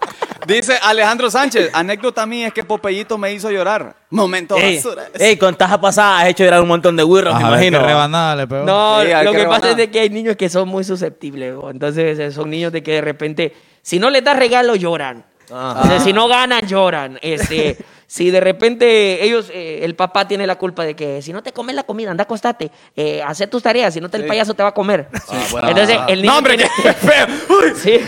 Speaker 2: Dice Alejandro Sánchez, anécdota mía es que Popeyito me hizo llorar. Momento
Speaker 5: Ey,
Speaker 2: basura.
Speaker 5: ey, con taja pasada has hecho llorar un montón de güirros, me
Speaker 4: Vas a ver qué
Speaker 5: imagino.
Speaker 4: rebanada le pegó.
Speaker 3: No,
Speaker 2: Sí, hay
Speaker 3: lo
Speaker 2: que
Speaker 3: que pasa
Speaker 2: rebanar.
Speaker 3: es de que hay niños que son muy susceptibles. bo. Entonces, eh, son niños de que de repente, si no les das regalo, lloran.
Speaker 2: Ah.
Speaker 3: O sea, si no ganan, lloran. Este, si de repente ellos, eh, el papá tiene la culpa de que si no te comes la comida, anda, acostate, eh, haz tus tareas, si no te el payaso te va a comer.
Speaker 2: Ah,
Speaker 3: Entonces, el niño
Speaker 2: No, hombre,
Speaker 3: tiene-
Speaker 2: qué feo. Uy.
Speaker 3: Sí.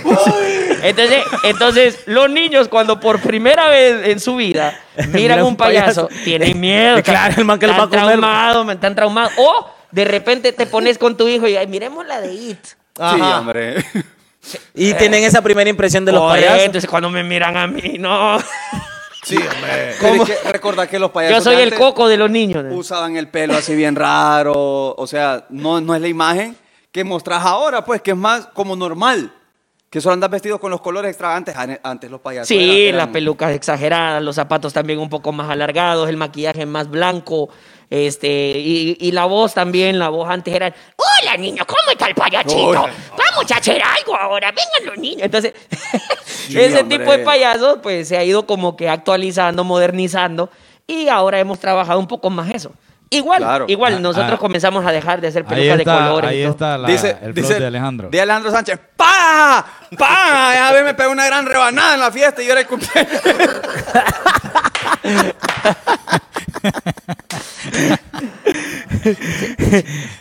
Speaker 3: Entonces, entonces, los niños cuando por primera vez en su vida miran
Speaker 5: Miran
Speaker 3: un
Speaker 5: un payaso.
Speaker 3: payaso, tienen miedo.
Speaker 5: Claro, el man que lo va a
Speaker 3: están
Speaker 5: comer.
Speaker 3: traumados, man, están traumados. O de repente te pones con tu hijo y ay, miremos la de It.
Speaker 2: Sí,
Speaker 1: Ajá.
Speaker 2: hombre.
Speaker 5: Y tienen esa primera impresión de los
Speaker 3: Joder,
Speaker 5: payasos.
Speaker 3: Entonces cuando me miran a mí, no.
Speaker 1: Sí, hombre.
Speaker 2: ¿Cómo? Que recordar que los payasos
Speaker 3: Yo soy
Speaker 2: de
Speaker 3: el
Speaker 2: antes
Speaker 3: coco de los niños. ¿no?
Speaker 2: usaban el pelo así bien raro. O sea, no, no es la imagen que mostrás ahora, pues, que es más como normal. Que solo andas vestidos con los colores extravagantes. Ane- Antes los payasos. eran-
Speaker 3: Sí,
Speaker 2: eran-
Speaker 3: las pelucas exageradas, los zapatos también un poco más alargados, el maquillaje más blanco, este, y, y la voz también, la voz antes era, hola niños, ¿cómo está el payachito?
Speaker 2: Hola.
Speaker 3: Vamos a hacer algo ahora, vengan los niños. Entonces, ese
Speaker 2: hombre.
Speaker 3: tipo de payasos, pues se ha ido como que actualizando, modernizando, y ahora hemos trabajado un poco más eso. Igual,
Speaker 2: Claro.
Speaker 3: igual,
Speaker 4: Ah,
Speaker 3: nosotros
Speaker 4: ah.
Speaker 3: comenzamos a dejar de hacer
Speaker 4: Ahí
Speaker 3: pelucas de
Speaker 4: está,
Speaker 3: colores. y
Speaker 4: ahí
Speaker 3: todo.
Speaker 4: está la-
Speaker 2: dice,
Speaker 4: el plot
Speaker 2: dice
Speaker 4: de Alejandro.
Speaker 2: de Alejandro Sánchez. ¡Pa! ¡Pa! Ya ves, me pegó una gran rebanada en la fiesta y yo era el cumpleaños.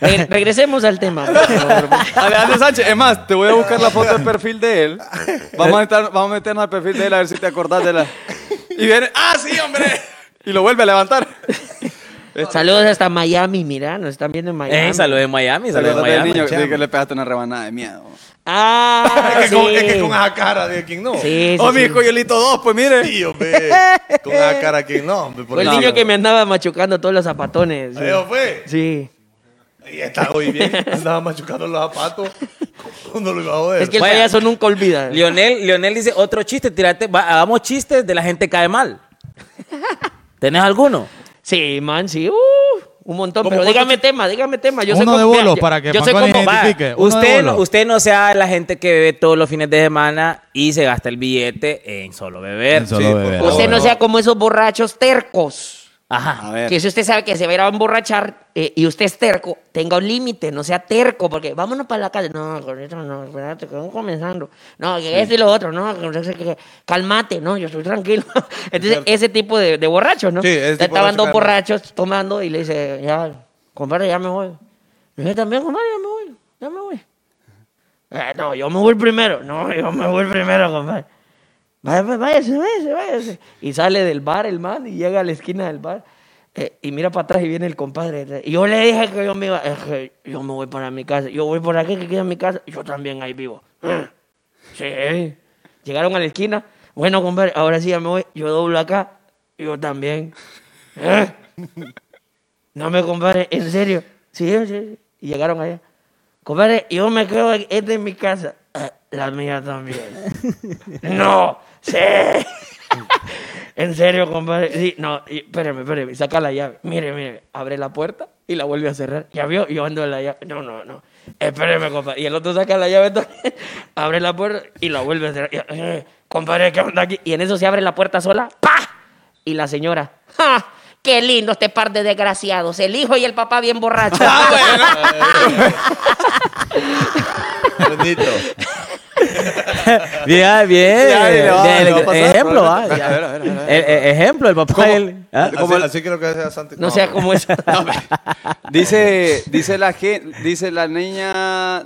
Speaker 3: Eh, regresemos al tema. por favor.
Speaker 2: Alejandro Sánchez, es más, te voy a buscar la foto del perfil de él. Vamos a, entrar- vamos a meternos al perfil de él a ver si te acordás de la. Y viene, ¡ah, sí, hombre! Y lo vuelve a levantar.
Speaker 3: Saludos hasta Miami, mira, nos están viendo en Miami.
Speaker 5: Ey, saludos de Miami, saludos de
Speaker 2: Acordate del
Speaker 5: Miami.
Speaker 2: niño de que le pegaste una rebanada de miedo.
Speaker 3: Ah,
Speaker 1: Es que,
Speaker 3: sí.
Speaker 1: con, es que con esa cara de quien no.
Speaker 3: Sí, sí,
Speaker 2: oh, mi
Speaker 3: sí.
Speaker 2: coyolito 2, pues mire.
Speaker 1: Sí, hombre. Con esa cara que no, hombre. por
Speaker 3: Fue el
Speaker 1: Dios.
Speaker 3: niño que me andaba machucando todos los zapatones. sí.
Speaker 1: Adiós, fue.
Speaker 3: Sí.
Speaker 1: Y está hoy bien. Andaba machucando los zapatos. No lo iba a joder.
Speaker 3: Es que el
Speaker 5: Vaya.
Speaker 3: payaso nunca olvida.
Speaker 5: Lionel, Lionel dice otro chiste, tírate, va, hagamos chistes de la gente que cae mal. ¿Tenés alguno?
Speaker 3: Sí, man, sí. Uh, un montón.
Speaker 1: ¿Cómo
Speaker 3: Pero
Speaker 1: cuántos
Speaker 3: dígame tema, dígame tema. Yo soy
Speaker 4: Uno
Speaker 3: como-
Speaker 4: de
Speaker 3: mira,
Speaker 4: bolos
Speaker 3: yo-
Speaker 4: para que
Speaker 3: Yo soy
Speaker 4: Panconi
Speaker 3: como.
Speaker 5: Va,
Speaker 4: identifique. Uno de
Speaker 5: usted,
Speaker 4: bolos.
Speaker 5: usted no sea la gente que bebe todos los fines de semana y se gasta el billete en solo beber.
Speaker 4: En solo
Speaker 1: Sí,
Speaker 4: beber.
Speaker 1: por favor.
Speaker 3: Usted no sea como esos borrachos tercos.
Speaker 5: Ajá.
Speaker 2: A ver.
Speaker 3: Que si usted sabe que se va a ir a emborrachar eh, y usted es terco, tenga un límite, no sea terco, porque vámonos para la calle. No, con esto no, espérate, que vamos comenzando. No, que esto y lo otro, no, que no sé qué, que- calmate, no, yo estoy tranquilo. Entonces, ese tipo de, de borrachos, ¿no?
Speaker 1: Sí, ese tipo de
Speaker 3: Estaban dos
Speaker 1: borracho
Speaker 3: borrachos tomando y le dice, ya, compadre, ya me voy. Y yo también, compadre, ya me voy, ya me voy. "Eh, no, yo me voy primero, no, yo me voy primero, compadre. Vaya, pues, Váyase, váyase, váyase. Y sale del bar el man y llega a la esquina del bar. Eh, y mira para atrás y viene el compadre. Y yo le dije que yo me iba, es que yo me voy para mi casa. Yo voy por aquí, que queda mi casa. Yo también ahí vivo. Sí. Llegaron a la esquina. Bueno, compadre, ahora sí ya me voy. Yo doblo acá. Yo también. ¿Eh? No me compadre, en serio. Sí, sí, sí. Y llegaron allá. Compadre, yo me quedo aquí. Esta es mi casa. "Ah, La mía también. no. Sí. en serio, compadre. Sí, no. y- espéreme, espéreme. Saca la llave. Mire, mire. Abre la puerta y la vuelve a cerrar. Ya vio, yo ando en la llave. No, no, no. Espéreme, compadre. Y el otro saca la llave también. abre la puerta y la vuelve a cerrar. Y, "Eh, compadre, ¿qué onda aquí? Y en eso se abre la puerta sola. ¡Pah! Y la señora, ¡ja! ¡Qué lindo este par de desgraciados! El hijo y el papá bien borrachos.
Speaker 2: Ah,
Speaker 1: Bonito.
Speaker 5: Bien, bien.
Speaker 2: Ya, y le va-
Speaker 5: Bien,
Speaker 2: le va a pasar,
Speaker 5: Ejemplo, ah,
Speaker 2: probablemente.
Speaker 5: ya.
Speaker 2: A ver, a ver, a ver, a
Speaker 5: El- el- Ejemplo, el papá. él, ah.
Speaker 1: Así, así creo que sea Santi.
Speaker 3: no sea como eso.
Speaker 2: Dice, dice, la, gen- dice la niña...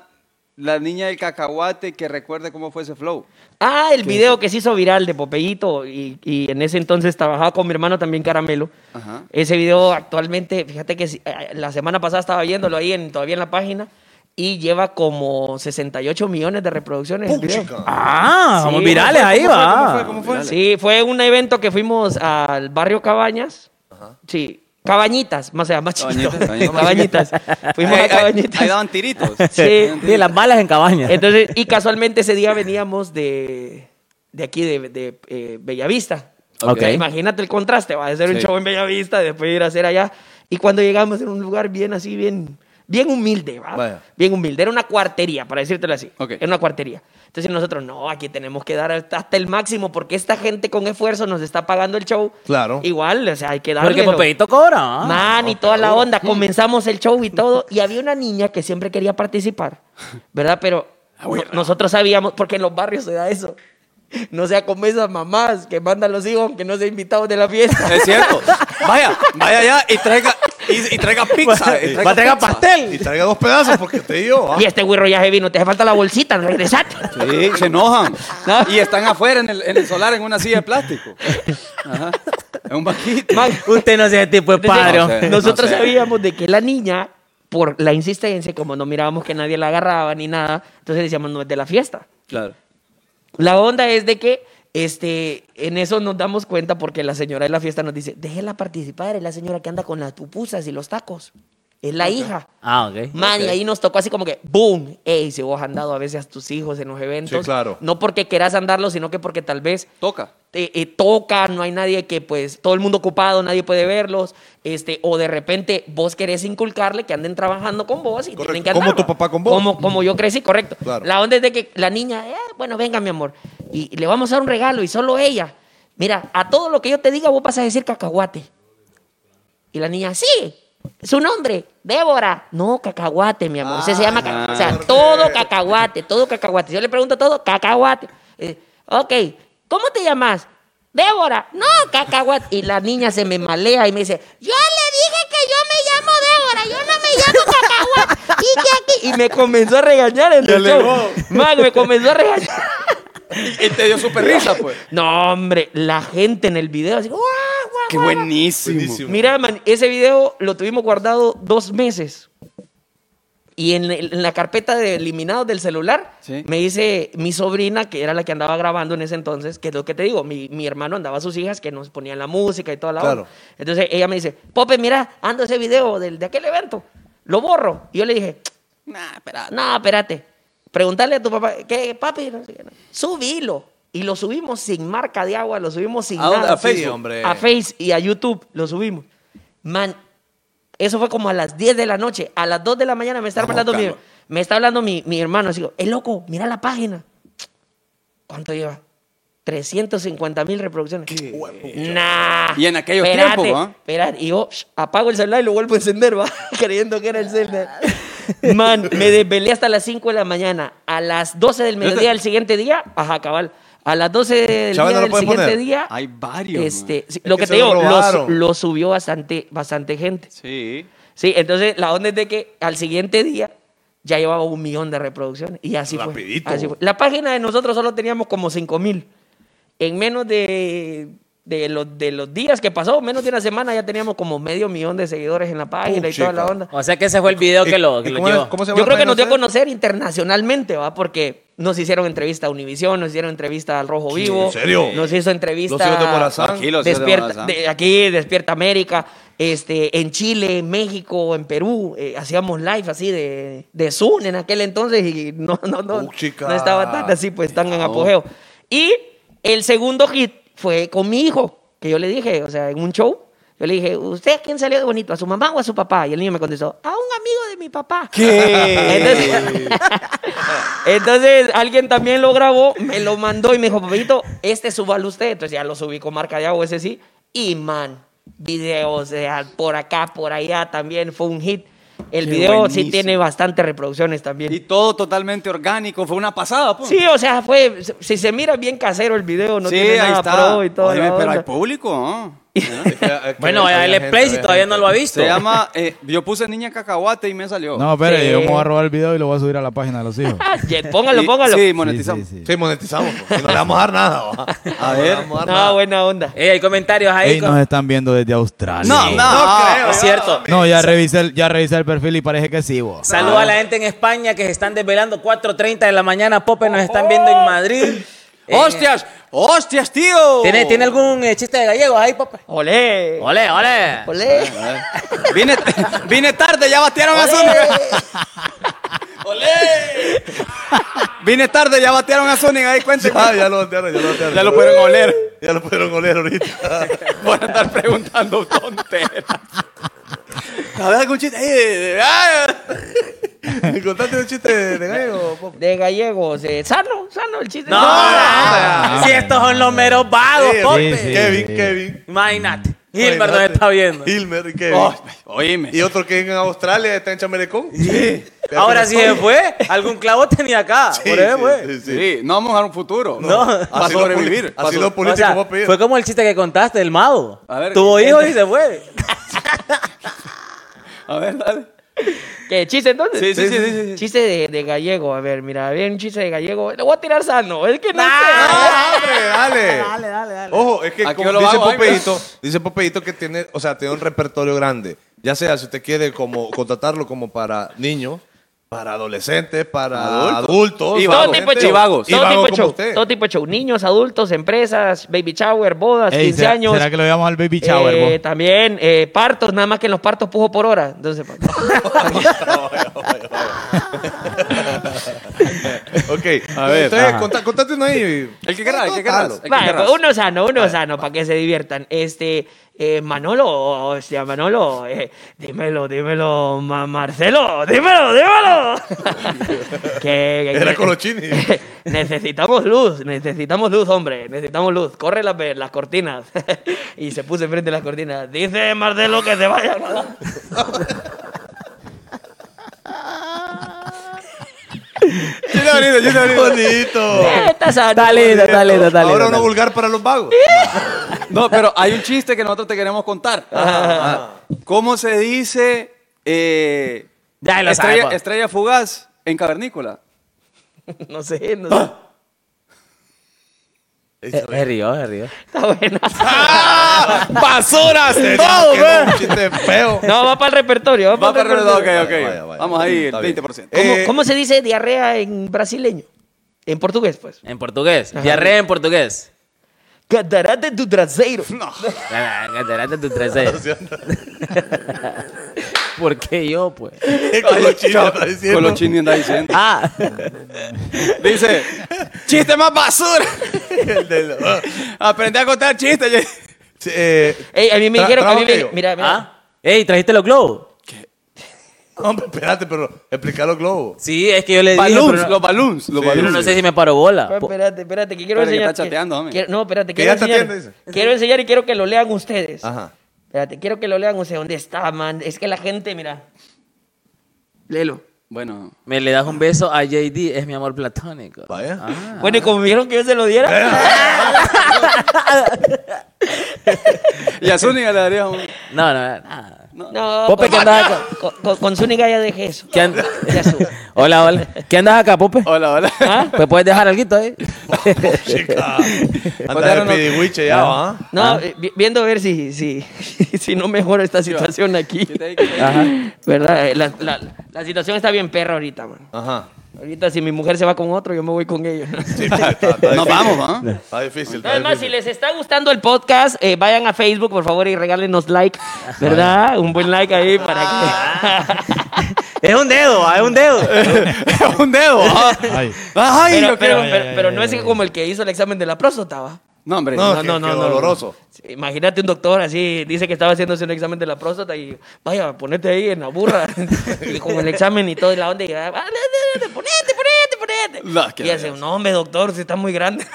Speaker 2: La niña del cacahuate que recuerde cómo fue ese flow.
Speaker 3: Ah, el video que se hizo viral de Popeyito y, y en ese entonces trabajaba con mi hermano también Caramelo.
Speaker 2: Ajá.
Speaker 3: Ese video actualmente, fíjate que si- eh, la semana pasada estaba viéndolo ahí en, todavía en la página y lleva como 68 millones de reproducciones. el video.
Speaker 1: Puchica.
Speaker 5: Ah,
Speaker 3: Sí,
Speaker 5: vamos
Speaker 3: ¿cómo
Speaker 5: virales
Speaker 3: fue,
Speaker 5: ahí,
Speaker 3: cómo fue,
Speaker 5: va.
Speaker 2: ¿Cómo fue? ¿Cómo fue?
Speaker 3: Sí, fue un evento que fuimos al barrio Cabañas. Sí, Cabañitas, más o sea, más chiquito.
Speaker 2: Cabañitas,
Speaker 3: Cabañitas. Fuimos
Speaker 2: Ahí-
Speaker 3: a
Speaker 2: ahí-
Speaker 3: Cabañitas.
Speaker 2: Ahí daban tiritos.
Speaker 3: Sí.
Speaker 5: Sí, las balas en cabaña.
Speaker 3: Entonces, y casualmente ese día veníamos de, de aquí, de, de, eh, Bellavista.
Speaker 5: Ok.
Speaker 3: Imagínate el contraste, va a ser un
Speaker 2: Sí.
Speaker 3: show en Bellavista, después ir a hacer allá. Y cuando llegamos en un lugar bien así, bien, bien humilde, ¿va?
Speaker 1: Vaya.
Speaker 3: Bien humilde. Era una cuartería, para decírtelo así.
Speaker 2: Ok.
Speaker 3: Era una cuartería. Entonces nosotros, no, aquí tenemos que dar hasta hasta el máximo porque esta gente con esfuerzo nos está pagando el show.
Speaker 1: Claro.
Speaker 3: Igual, o sea, hay que darle.
Speaker 5: Porque Popeito cobra. ah.
Speaker 3: Man, y toda la onda. Comenzamos el show y todo. Y había una niña que siempre quería participar, ¿verdad? Pero
Speaker 2: Ah,
Speaker 3: no- nosotros sabíamos, porque en los barrios se da eso. No sea como esas mamás que mandan los hijos aunque no sean invitados de la fiesta.
Speaker 2: Es cierto. Vaya, vaya allá y traiga, y, y traiga pizza. y
Speaker 5: Va a traer
Speaker 2: pizza.
Speaker 5: pastel.
Speaker 1: Y traiga dos pedazos porque te digo. ah.
Speaker 3: Y este güiro ya se vino, te hace falta la bolsita, regresate.
Speaker 2: Sí, se enojan.
Speaker 3: Ah.
Speaker 2: Y están afuera en el, en el solar en una silla de plástico. Ajá. En un banquito.
Speaker 3: Man,
Speaker 5: Usted no es ese tipo de
Speaker 3: Entonces,
Speaker 5: padre.
Speaker 2: No sé.
Speaker 5: hombre.
Speaker 3: Nosotros
Speaker 2: no sé.
Speaker 3: sabíamos de que la niña, por la insistencia, como no mirábamos que nadie la agarraba ni nada, entonces decíamos, no es de la fiesta.
Speaker 2: Claro.
Speaker 3: La onda es de que este, en eso nos damos cuenta porque la señora de la fiesta nos dice, déjela participar, es la señora que anda con las pupusas y los tacos. Es la hija.
Speaker 5: Ah, ok.
Speaker 3: Man, y ahí nos tocó así como que, ¡boom! Ey, si vos has andado a veces a tus hijos en los eventos.
Speaker 1: claro.
Speaker 3: No porque querás andarlo, sino que porque tal vez
Speaker 2: Toca.
Speaker 3: eh, eh, toca, no hay nadie que, pues, todo el mundo ocupado, nadie puede verlos. Este, o de repente vos querés inculcarle que anden trabajando con vos y
Speaker 1: Correcto,
Speaker 3: tienen que
Speaker 1: como
Speaker 3: andar,
Speaker 1: tu
Speaker 3: ¿va?
Speaker 1: papá con vos.
Speaker 3: Como, como yo crecí, correcto.
Speaker 1: Claro.
Speaker 3: La onda es de que la niña, "Eh, bueno, venga, mi amor, y, y le vamos a dar un regalo y solo ella. Mira, a todo lo que yo te diga, vos vas a decir cacahuate. Y la niña, sí, su nombre, Débora. No, cacahuate, mi amor. Ese se llama, ca- o sea, todo cacahuate, todo cacahuate. Yo le pregunto todo, cacahuate. Eh, ok, ¿cómo te llamas? Débora. No, cacahuate. Y la niña se me malea y me dice, yo le dije que yo me llamo Débora, yo no me llamo cacahuate. Y, que aquí- y me comenzó a regañar en
Speaker 2: Ya
Speaker 3: el
Speaker 2: le
Speaker 3: show.
Speaker 2: digo.
Speaker 3: Man, me comenzó a regañar.
Speaker 2: Y te dio súper risa, pues.
Speaker 3: No, hombre, la gente en el video así, guau, guau,
Speaker 2: Qué
Speaker 3: guau, guau".
Speaker 2: buenísimo.
Speaker 1: Buenísimo.
Speaker 3: Mira, man, ese video lo tuvimos guardado dos meses. Y en, el- en la carpeta de eliminados del celular,
Speaker 2: Sí.
Speaker 3: me dice mi sobrina, que era la que andaba grabando en ese entonces, que es lo que te digo, mi, mi hermano andaba a sus hijas que nos ponían la música y toda la
Speaker 1: Claro.
Speaker 3: onda. Entonces ella me dice, Pope, mira, ando ese video del, de aquel evento, lo borro. Y yo le dije, nah, espera, nah, espérate. Preguntarle a tu papá, ¿qué, papi? No sé qué, no. Subilo. Y lo subimos sin marca de agua, lo subimos sin
Speaker 2: ¿A dónde?
Speaker 3: nada.
Speaker 2: A Facebook.
Speaker 1: hombre.
Speaker 3: A Face y a YouTube lo subimos. Man, eso fue como a las 10 de la noche. A las 2 de la mañana me está
Speaker 2: Vamos,
Speaker 3: hablando, mi,
Speaker 2: calma.
Speaker 3: me está hablando mi, mi hermano. Así, es loco, mira la página. ¿Cuánto lleva? 350 mil reproducciones. Nah.
Speaker 2: Y en aquellos
Speaker 3: Espérate,
Speaker 2: tiempos, ¿va?
Speaker 3: espérate. Y yo sh, apago el celular y lo vuelvo a encender, ¿va? Creyendo que era el celular. Man, me desvelé hasta las 5 de la mañana. A las 12 del mediodía del siguiente día, ajá, cabal. A las 12 del,
Speaker 1: Chaval, no lo
Speaker 3: día del
Speaker 1: pueden
Speaker 3: siguiente
Speaker 1: poner.
Speaker 3: día.
Speaker 2: Hay varios,
Speaker 3: Este, sí,
Speaker 1: Es
Speaker 3: lo
Speaker 1: que
Speaker 3: que, te
Speaker 1: se lo
Speaker 3: digo, lo, su-
Speaker 1: robaron.
Speaker 3: lo subió bastante, bastante gente.
Speaker 2: Sí.
Speaker 3: Sí, entonces la onda es de que al siguiente día ya llevaba un millón de reproducciones. Y así fue,
Speaker 1: Rapidito.
Speaker 3: así fue. La página de nosotros solo teníamos como 5 mil. En menos de de los, de los días que pasó, menos de una semana, ya teníamos como medio millón de seguidores en la página y toda la
Speaker 1: chica.
Speaker 3: onda.
Speaker 5: O sea que ese fue el video
Speaker 1: ¿Y-
Speaker 5: que lo, que
Speaker 1: y
Speaker 5: lo
Speaker 1: cómo es-
Speaker 5: llevó.
Speaker 1: cómo se llama
Speaker 3: Yo
Speaker 1: la
Speaker 3: creo que
Speaker 1: página
Speaker 3: nos dio a
Speaker 1: de ustedes?
Speaker 3: conocer internacionalmente, ¿va? Porque nos hicieron entrevista a Univision, nos hicieron entrevista al Rojo Vivo.
Speaker 1: ¿En serio?
Speaker 3: Nos hizo
Speaker 1: Los hijos de
Speaker 3: entrevista
Speaker 1: Morazán.
Speaker 2: Tranquilo, los hijos de
Speaker 3: Despierta,
Speaker 2: Morazán.
Speaker 3: de- aquí, Despierta América, este, en Chile, en México, en Perú, eh, hacíamos live así de, de Zoom en aquel entonces y no, no, no,
Speaker 1: Uh, chica.
Speaker 3: no estaba tan así, pues tan en
Speaker 1: Cuidado.
Speaker 3: apogeo. Y el segundo hit fue con mi hijo, que yo le dije, o sea, en un show, yo le dije, ¿usted quién salió de bonito? ¿A su mamá o a su papá? Y el niño me contestó, a un amigo de mi papá. Entonces, entonces, alguien también lo grabó, me lo mandó y me dijo, papito, este súbalo usted. Entonces ya lo subí con marca de agua, ese sí. Y man, videos de a- por acá, por allá también fue un hit. El
Speaker 2: Qué
Speaker 3: video sí
Speaker 2: buenísimo.
Speaker 3: tiene bastantes reproducciones también.
Speaker 2: Y todo totalmente orgánico, fue una pasada, pues.
Speaker 3: Sí, o sea, fue, si se mira bien casero el video, no
Speaker 2: Sí,
Speaker 3: tiene nada pro y todo.
Speaker 2: Oíme, pero hay público, ¿no?
Speaker 5: Bueno,
Speaker 1: el
Speaker 5: el play si todavía no lo ha visto.
Speaker 2: Se llama, eh, yo puse niña cacahuate y me salió.
Speaker 4: No, pero
Speaker 3: Sí. Ah,
Speaker 4: yo me voy a robar el video y lo voy a subir a la página de los hijos.
Speaker 3: póngalo,
Speaker 2: Y-
Speaker 3: póngalo.
Speaker 2: Sí, monetizamos.
Speaker 4: Sí, sí, sí.
Speaker 1: Sí, monetizamos. pues. No le vamos a dar nada. va.
Speaker 2: A
Speaker 1: No le
Speaker 2: ver.
Speaker 1: vamos a dar nada.
Speaker 3: no, buena onda.
Speaker 5: Ey, hay comentarios ahí.
Speaker 4: Ey,
Speaker 5: con-
Speaker 4: nos están viendo desde Australia.
Speaker 2: No, no, no
Speaker 5: es cierto.
Speaker 4: No, ya revisé, el, ya revisé el perfil y parece que sí, vos.
Speaker 5: Saludos a la gente en España que se están desvelando 4.30 de la mañana. Pope nos están viendo en Madrid. Eh,
Speaker 2: ¡Hostias! ¡Hostias, tío!
Speaker 5: ¿Tiene, ¿Tiene algún eh, chiste de gallego ahí, Pope?
Speaker 3: Olé.
Speaker 5: Ole, ole.
Speaker 3: Olé.
Speaker 2: Vine, vine tarde, ya batearon a Zúñiga. ¡Olé! Vine tarde, ya batearon a Zúñiga, ahí cuéntame.
Speaker 1: Ah, ya lo voltearon, ya lo voltearon.
Speaker 2: Ya lo pudieron oler.
Speaker 1: Ya lo pudieron oler ahorita.
Speaker 2: Por andar preguntando tonteras. A ver, algún chiste. Eh, ah.
Speaker 1: ¿Contaste un chiste de gallego? Popo?
Speaker 3: De gallegos. eh, sano, sano el chiste.
Speaker 5: No,
Speaker 4: Ah.
Speaker 5: si estos son los meros vagos,
Speaker 1: Sí,
Speaker 5: Pope.
Speaker 4: sí,
Speaker 1: Kevin,
Speaker 4: sí.
Speaker 1: Kevin.
Speaker 5: Imagínate. Gilbert nos
Speaker 1: Imagínate.
Speaker 5: está viendo.
Speaker 1: Hilmer y Kevin.
Speaker 2: Oh, oíme.
Speaker 1: Y otro que en Australia está en Chamelecón. Sí.
Speaker 5: Ahora sí se fue. Algún clavo tenía acá. por ahí, güey.
Speaker 1: sí, sí.
Speaker 2: Sí, no vamos a un futuro.
Speaker 5: No.
Speaker 2: Para
Speaker 1: Así lo poli-
Speaker 2: sobrevivir.
Speaker 1: así
Speaker 2: Pa'
Speaker 1: lo
Speaker 2: so-
Speaker 1: poli- político
Speaker 5: O sea,
Speaker 1: voy a pedir.
Speaker 5: fue como el chiste que contaste del mago.
Speaker 2: A ver,
Speaker 5: Tuvo
Speaker 2: ¿qué-
Speaker 5: hijos y se fue.
Speaker 2: A ver, dale.
Speaker 3: ¿Qué chiste entonces?
Speaker 2: Sí, sí, sí, sí, sí, sí.
Speaker 3: Chiste de, de gallego. A ver, mira, había un chiste de gallego. Lo voy a tirar sano. Es que no sé.
Speaker 1: Ah, hombre, dale. Dale, dale, dale. Ojo, es que
Speaker 2: Aquí
Speaker 1: como
Speaker 2: lo
Speaker 1: dice
Speaker 2: hago, ahí,
Speaker 1: Popeito, dice Popeito que tiene, o sea, tiene un repertorio grande. Ya sea si usted quiere como contratarlo como para niños, para adolescentes, para
Speaker 2: Adultos.
Speaker 1: adultos,
Speaker 2: Y
Speaker 3: Todo
Speaker 2: vagos.
Speaker 3: tipo de
Speaker 2: Y
Speaker 3: show.
Speaker 2: vagos.
Speaker 1: Y
Speaker 3: Todo
Speaker 1: vagos
Speaker 3: tipo de
Speaker 1: como
Speaker 3: show.
Speaker 1: usted.
Speaker 3: Todo tipo de show. Niños, adultos, empresas, baby shower, bodas,
Speaker 4: Ey,
Speaker 3: 15
Speaker 4: ¿será-
Speaker 3: años.
Speaker 4: será que lo veamos al baby shower,
Speaker 3: Eh,
Speaker 4: vos?
Speaker 3: También eh, partos, nada más que en los partos pujo por hora. Entonces, pues,
Speaker 1: Ok,
Speaker 2: A ver,
Speaker 1: Entonces,
Speaker 2: ajá.
Speaker 1: conta- contate uno ahí.
Speaker 2: El que querrá, el que querrá.
Speaker 1: Contalo.
Speaker 2: El que
Speaker 3: Vale,
Speaker 2: querrá.
Speaker 3: pues, uno sano, uno sano, para que se diviertan. Este, eh, Manolo, hostia, Manolo, eh, dímelo, dímelo, Ma- Marcelo, dímelo, dímelo. que, que-
Speaker 1: Era
Speaker 3: que-
Speaker 1: Colochini.
Speaker 3: necesitamos luz, necesitamos luz, hombre, necesitamos luz. Corre las, ve- las cortinas. y se puso enfrente de las cortinas. Dice Marcelo que se vaya.
Speaker 1: Chiste bonito, chiste bonito. Bonito.
Speaker 3: Está sano.
Speaker 5: Está lindo, está lindo, está lindo.
Speaker 1: Ahora uno vulgar para los vagos.
Speaker 2: No, pero hay un chiste que nosotros te queremos contar. ¿Cómo se dice eh,
Speaker 5: Ya lo sabe,
Speaker 2: estrella,
Speaker 5: pa.
Speaker 2: estrella fugaz en cavernícola?
Speaker 3: No sé, no sé.
Speaker 5: Se se rió, se rió.
Speaker 3: Está buena.
Speaker 1: ¡Ah!
Speaker 2: ¡Basuras!
Speaker 1: Quedó
Speaker 5: pues.
Speaker 1: un chiste feo.
Speaker 3: No, va para el repertorio. Va,
Speaker 2: Va
Speaker 3: para el
Speaker 2: perder,
Speaker 3: repertorio.
Speaker 2: ok, ok.
Speaker 1: Vaya, vaya, vaya.
Speaker 2: Vamos ahí, el
Speaker 1: Está bien.
Speaker 2: 20%.
Speaker 1: Eh,
Speaker 3: ¿Cómo, cómo se dice diarrea en brasileño? En portugués, pues.
Speaker 5: En portugués. Diarrea en portugués.
Speaker 3: Catarata de tu trasero.
Speaker 5: Adelante tu 13. ¿Por qué yo, pues?
Speaker 1: Colochini está diciendo.
Speaker 2: Colochini anda diciendo.
Speaker 5: Ah,
Speaker 2: Dice, chiste más basura.
Speaker 1: El del-
Speaker 2: Aprendí a contar chistes.
Speaker 1: Sí, eh,
Speaker 3: Ey, a mí me
Speaker 1: Tra-
Speaker 3: dijeron, a mí me,
Speaker 1: trabajo que
Speaker 3: mira, mira.
Speaker 5: ah. Ey, ¿trajiste los globos?
Speaker 1: Hombre, espérate, pero explica los globos.
Speaker 5: Sí, es que yo le dije,
Speaker 2: Balloons,
Speaker 5: pero,
Speaker 2: los
Speaker 5: no,
Speaker 2: balloons, los
Speaker 1: Sí.
Speaker 5: pero no
Speaker 2: balloons.
Speaker 5: sé si me paro bola.
Speaker 3: Ah,
Speaker 5: Po-
Speaker 3: Espérate, espérate, que quiero
Speaker 2: Espérate, que
Speaker 3: enseñar.
Speaker 2: está
Speaker 3: que-
Speaker 2: chateando, hombre.
Speaker 3: quiero- no, espérate,
Speaker 1: Que
Speaker 3: quiero
Speaker 1: ya está
Speaker 3: enseñar.
Speaker 1: chateando, dice.
Speaker 3: Quiero enseñar y quiero que lo lean ustedes.
Speaker 1: Ajá.
Speaker 3: Espérate, quiero que lo lean ustedes. ¿Dónde está, man? Es que la gente, mira. Léelo.
Speaker 2: Bueno,
Speaker 5: Me le das un beso a JD, es mi amor platónico.
Speaker 1: Vaya.
Speaker 5: Ah.
Speaker 3: Bueno, y como vieron que yo se lo diera,
Speaker 2: y a Zúñiga le daría un...
Speaker 5: No, no, nada.
Speaker 3: No,
Speaker 5: Pope,
Speaker 3: con-
Speaker 5: ¿qué andas acá?
Speaker 3: con, con, con Zúñiga ya dejé eso.
Speaker 5: ¿Qué and-
Speaker 3: Ya estuvo.
Speaker 5: hola, hola. ¿Qué andas acá, Pope?
Speaker 2: Hola, hola.
Speaker 5: ¿Ah? Pues puedes dejar algo ahí.
Speaker 1: Chica. Andas
Speaker 2: Botaron
Speaker 1: de
Speaker 2: los-
Speaker 1: pidihuiche ya, ¿va?
Speaker 5: Ah.
Speaker 3: No, eh, vi- viendo a ver si, si, si no mejora esta situación aquí. ¿Verdad? Eh, La, la- la situación está bien perra ahorita, man.
Speaker 1: Ajá.
Speaker 3: Ahorita si mi mujer se va con otro, yo me voy con ellos.
Speaker 1: Sí, está, está- está
Speaker 2: Nos
Speaker 1: difícil.
Speaker 2: vamos, ¿va?
Speaker 1: Está difícil. está
Speaker 3: Nada más, si
Speaker 1: difícil.
Speaker 3: les está gustando el podcast, eh, vayan a Facebook, por favor, y regálenos like, ¿verdad? Un buen like ahí para que...
Speaker 5: Es un dedo, ah, es un dedo.
Speaker 2: un dedo. ¿ah?
Speaker 4: Ay.
Speaker 2: Ay,
Speaker 3: Pero,
Speaker 2: lo
Speaker 3: pero-
Speaker 2: quiero.
Speaker 3: pero- pero no es como el que hizo el examen de la próstata, ¿va?
Speaker 2: No, hombre.
Speaker 1: No,
Speaker 2: No.
Speaker 1: no, no, no, doloroso.
Speaker 3: Sí, Imagínate un doctor así, dice que estaba haciéndose un examen de la próstata y vaya, ponete ahí en la burra y con el examen y todo y la onda y ah, ah, ponete, ponete, ponete.
Speaker 2: No, qué
Speaker 3: y hace, no hombre doctor, si está muy grande.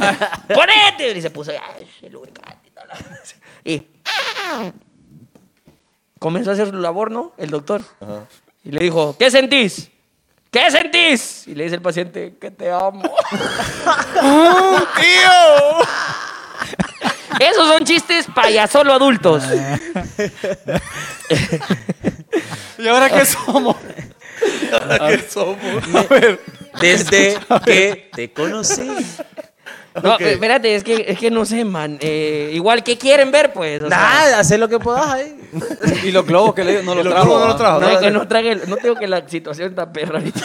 Speaker 3: ponete. Y se puso ay, el lubricante y toda la onda. Y comenzó a hacer su labor, ¿no? El doctor. Y le dijo, ¿qué sentís? ¿Qué sentís? Y le dice el paciente, que te amo. Esos son chistes payasolo adultos.
Speaker 2: ¿Y ahora qué somos?
Speaker 5: Desde que te conocí.
Speaker 3: No,
Speaker 1: Ok.
Speaker 3: espérate, es que, es que no sé, man. Eh, igual, ¿qué quieren ver, pues? O sea,
Speaker 5: Nada, haz lo que puedas ahí.
Speaker 2: Y los globos que le dio no
Speaker 1: Y
Speaker 2: los
Speaker 1: los
Speaker 2: trajo.
Speaker 1: globos no
Speaker 2: ¿va?
Speaker 1: los trajo.
Speaker 3: no, que no trague el- no tengo que la situación está perra ahorita.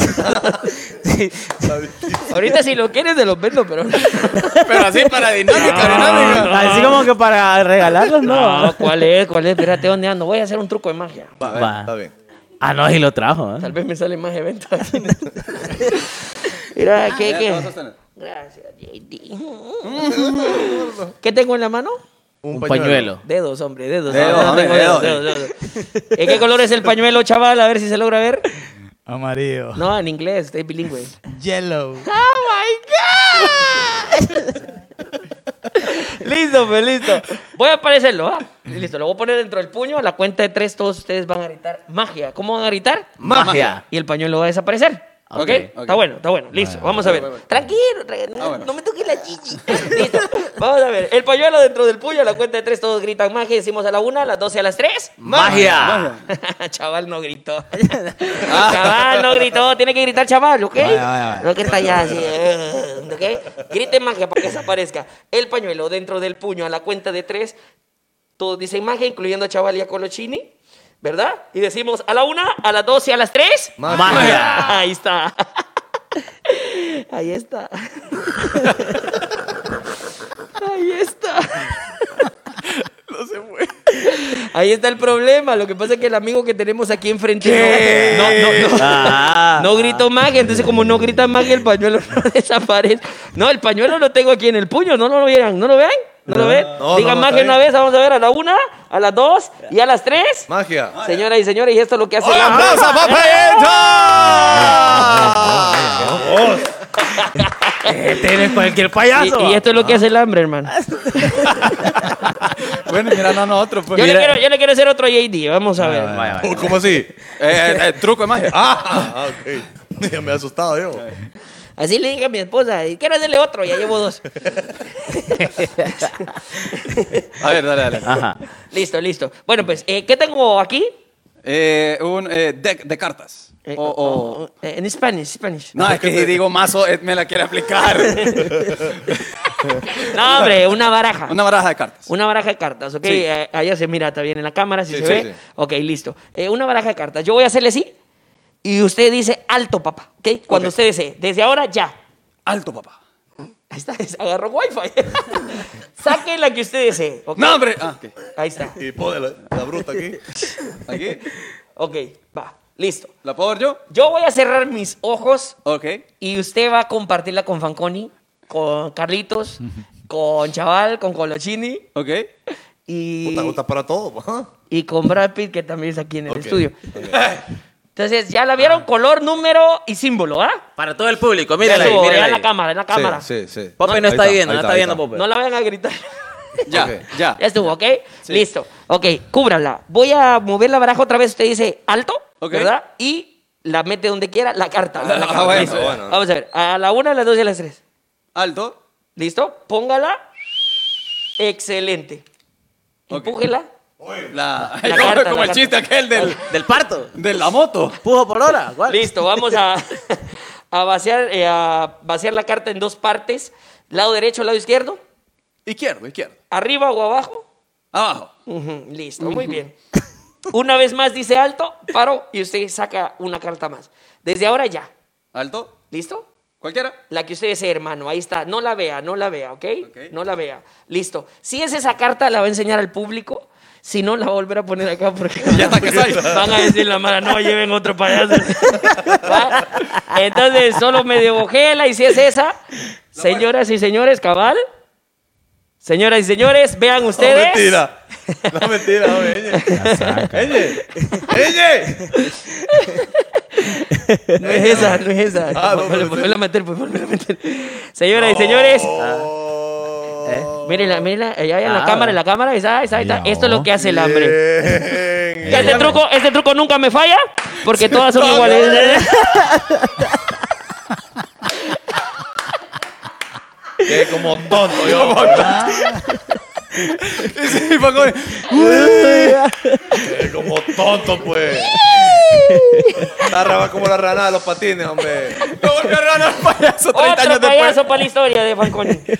Speaker 3: ahorita si lo quieres, te los vendo, pero...
Speaker 2: Pero así para dinámica, dinámica.
Speaker 5: Así como que para regalarlos, no.
Speaker 3: No, ¿cuál es? ¿Cuál es? Espérate, ¿dónde ando? Voy a hacer un truco de magia.
Speaker 1: Va, a ver,
Speaker 5: Va.
Speaker 1: Está bien.
Speaker 5: Ah, no, y lo trajo. ¿eh?
Speaker 3: Tal vez me sale más eventos aquí. Mira,
Speaker 2: Ya,
Speaker 3: ¿qué,
Speaker 2: te vas a
Speaker 3: qué?
Speaker 2: sostener.
Speaker 3: Gracias, JD. ¿Qué tengo en la mano?
Speaker 5: Un, pañuelo.
Speaker 3: Dedos, hombre, dedos.
Speaker 2: Dedos,
Speaker 3: No, no
Speaker 2: hombre,
Speaker 3: tengo dedos,
Speaker 2: dedos.
Speaker 3: dedos, dedos. ¿En qué color es el pañuelo, chaval? A ver si se logra ver.
Speaker 4: Amarillo.
Speaker 3: No, en inglés, estoy bilingüe.
Speaker 4: Yellow.
Speaker 3: ¡Oh, my God! listo, pues, listo. Voy a aparecerlo, ¿ah? Listo, lo voy a poner dentro del puño. A la cuenta de tres, todos ustedes van a gritar magia. ¿Cómo van a gritar?
Speaker 5: Magia.
Speaker 3: Y el pañuelo va a desaparecer. ¿Ok?
Speaker 2: Ok, ok.
Speaker 3: Está bueno, está bueno. Listo, vamos a ver. Tranquilo, tra- no,
Speaker 2: Ah, bueno.
Speaker 3: no me toques la chichi. Listo, vamos a ver. El pañuelo dentro del puño, a la cuenta de tres, todos gritan magia. Decimos a la una, a las doce, a las tres.
Speaker 5: Magia.
Speaker 3: chaval no gritó. chaval no gritó. Tiene que gritar chaval, ¿ok? No que está ya así. eh, ¿Ok? Grite magia para que desaparezca. El pañuelo dentro del puño a la cuenta de tres. Todos dicen magia, incluyendo a chaval y a Colochini. ¿Verdad? Y decimos a la una, a las dos y a las tres.
Speaker 5: Magia.
Speaker 3: Ahí está. Ahí está. Ahí está. Ahí está el problema. Lo que pasa es que el amigo que tenemos aquí enfrente no, no, no,
Speaker 5: Ah.
Speaker 3: no gritó magia. Entonces, como no grita magia, el pañuelo no desaparece. No, el pañuelo lo tengo aquí en el puño. No, no lo vieran. ¿No lo ven? ¿No lo ven?
Speaker 1: no,
Speaker 3: Digan
Speaker 1: no,
Speaker 3: magia
Speaker 1: está
Speaker 3: una
Speaker 1: bien.
Speaker 3: vez. Vamos a ver a la una, a las dos y a las tres.
Speaker 1: Magia.
Speaker 3: Señoras y señores, y esto es lo que hace el
Speaker 1: ¡Un
Speaker 3: hambre.
Speaker 1: aplauso para
Speaker 3: ¡Eh!
Speaker 1: Proyecto!
Speaker 5: Tienes cualquier
Speaker 3: Y, y esto es lo que hace el hambre, hermano.
Speaker 1: Ah,
Speaker 2: Bueno, mira, no, nosotros. Pues,
Speaker 3: Yo le,
Speaker 2: mira.
Speaker 3: quiero, yo le quiero hacer otro JD. Vamos a ver.
Speaker 1: Oh, ¿Cómo así?
Speaker 2: Eh, eh, eh, truco de magia.
Speaker 1: Ah, ah, ok. Ya me he asustado yo.
Speaker 3: Así le dije a mi esposa, y quiero hacerle otro, ya llevo dos.
Speaker 2: A ver, dale, dale.
Speaker 5: Ajá.
Speaker 3: listo, listo. Bueno, pues, eh, ¿qué tengo aquí?
Speaker 2: Eh, un eh, deck de cartas.
Speaker 3: Eh,
Speaker 2: o, o-
Speaker 3: eh, en Spanish, Spanish.
Speaker 2: No, es que si digo mazo, Ed me la quiere aplicar.
Speaker 3: No, hombre, una baraja.
Speaker 2: Una baraja de cartas.
Speaker 3: Una baraja de cartas, ¿ok?
Speaker 2: Sí.
Speaker 3: Eh, allá se mira, está bien en la cámara, si
Speaker 1: Sí,
Speaker 3: se
Speaker 1: sí,
Speaker 3: ve.
Speaker 1: sí.
Speaker 3: Ok, listo. Eh, una baraja de cartas. Yo voy a hacerle así y usted dice alto, papá, ¿ok? Cuando usted desee. Desde ahora, ya.
Speaker 2: Alto, papá.
Speaker 3: Ahí está, agarró wifi. Saque la que usted desee, ¿ok?
Speaker 2: No, hombre. Ah, ok.
Speaker 3: Ahí está.
Speaker 1: Y pone la, la bruta aquí.
Speaker 2: Aquí.
Speaker 3: Ok, va, listo.
Speaker 2: ¿La puedo ver yo?
Speaker 3: Yo voy a cerrar mis ojos
Speaker 2: Ok.
Speaker 3: y usted va a compartirla con Fanconi, con Carlitos, con Chaval, con Colochini
Speaker 2: Ok.
Speaker 3: y,
Speaker 1: Puta, gusta para todo. pues, ¿ah? pa.
Speaker 3: y con Brad Pitt, que también está aquí en el
Speaker 1: Ok.
Speaker 3: estudio. Entonces, ya la vieron, color, número y símbolo, ¿ah?
Speaker 5: Para todo el público,
Speaker 3: Ya
Speaker 5: mírala ahí,
Speaker 3: estuvo, ya
Speaker 5: mírala
Speaker 3: en la
Speaker 5: ahí.
Speaker 3: cámara, en la cámara.
Speaker 1: Sí, sí, sí.
Speaker 5: Pope no
Speaker 1: Ahí
Speaker 5: está viendo, no
Speaker 1: ahí
Speaker 5: está viendo,
Speaker 1: ahí
Speaker 5: Pope.
Speaker 3: No la vayan a gritar.
Speaker 2: Ya,
Speaker 1: Ok.
Speaker 2: ya.
Speaker 3: Ya estuvo, ¿ok? Listo. Ok, cúbrala. Voy a mover la baraja otra vez. Usted dice alto,
Speaker 2: Ok.
Speaker 3: ¿verdad? Y la mete donde quiera, la carta. la- la
Speaker 2: Ah,
Speaker 3: carta.
Speaker 2: bueno,
Speaker 3: Listo.
Speaker 1: bueno.
Speaker 3: Vamos a ver. A la una, a las dos y a las tres.
Speaker 2: Alto.
Speaker 3: ¿Listo? Póngala. Excelente.
Speaker 2: Ok.
Speaker 3: Empújela.
Speaker 2: La,
Speaker 3: La
Speaker 2: como,
Speaker 3: carta,
Speaker 2: como
Speaker 3: la
Speaker 2: el
Speaker 3: carta.
Speaker 2: chiste aquel del,
Speaker 5: Del parto.
Speaker 2: de la moto.
Speaker 5: Pujo por hora. ¿cuál?
Speaker 3: Listo, vamos a, a vaciar, eh, a vaciar la carta en dos partes. Lado derecho, lado izquierdo.
Speaker 2: Izquierdo, izquierdo.
Speaker 3: Arriba o abajo.
Speaker 2: Abajo.
Speaker 3: Ujú, Listo, muy bien. Una vez más dice alto, paro y usted saca una carta más. Desde ahora ya.
Speaker 2: Alto.
Speaker 3: ¿Listo?
Speaker 2: Cualquiera.
Speaker 3: La que usted desee, hermano. Ahí está. No la vea, no la vea, ¿ok?
Speaker 2: Ok.
Speaker 3: No la vea. Listo. Si es esa carta, la va a enseñar al público. Si no, la va a volver a poner acá porque
Speaker 2: Ya está que soy.
Speaker 3: van a decir la mala, no, lleven otro payaso. ¿Va? Entonces, solo medio bojela y si es esa, señoras y señores, cabal. Señoras y señores, vean
Speaker 1: No,
Speaker 3: ustedes.
Speaker 1: mentira. No, mentira, hombre. Eñe. Eñe.
Speaker 3: No es esa, no es esa.
Speaker 1: Ah, no,
Speaker 3: Vuelve-
Speaker 1: no,
Speaker 3: vuelve a meter, pues, vuelve a meter. Señoras y señores.
Speaker 1: Oh. Ah. Eh,
Speaker 3: Mírenla, mírenla, allá en la
Speaker 5: Ah.
Speaker 3: cámara, en la cámara, ahí está, ahí está, ahí está.
Speaker 4: Ya,
Speaker 3: Esto es lo
Speaker 4: oh.
Speaker 3: que hace el hambre.
Speaker 1: Bien.
Speaker 3: Este truco, este truco nunca me falla, porque todas son iguales.
Speaker 1: Que como tonto yo. Ah.
Speaker 2: Y sí, fue como-
Speaker 1: Que como tonto, pues. La raba como la rana de los patines, hombre.
Speaker 2: Lo volvió raro al payaso 30
Speaker 3: Otro
Speaker 2: años
Speaker 3: payaso para la historia de Falcón.
Speaker 2: después.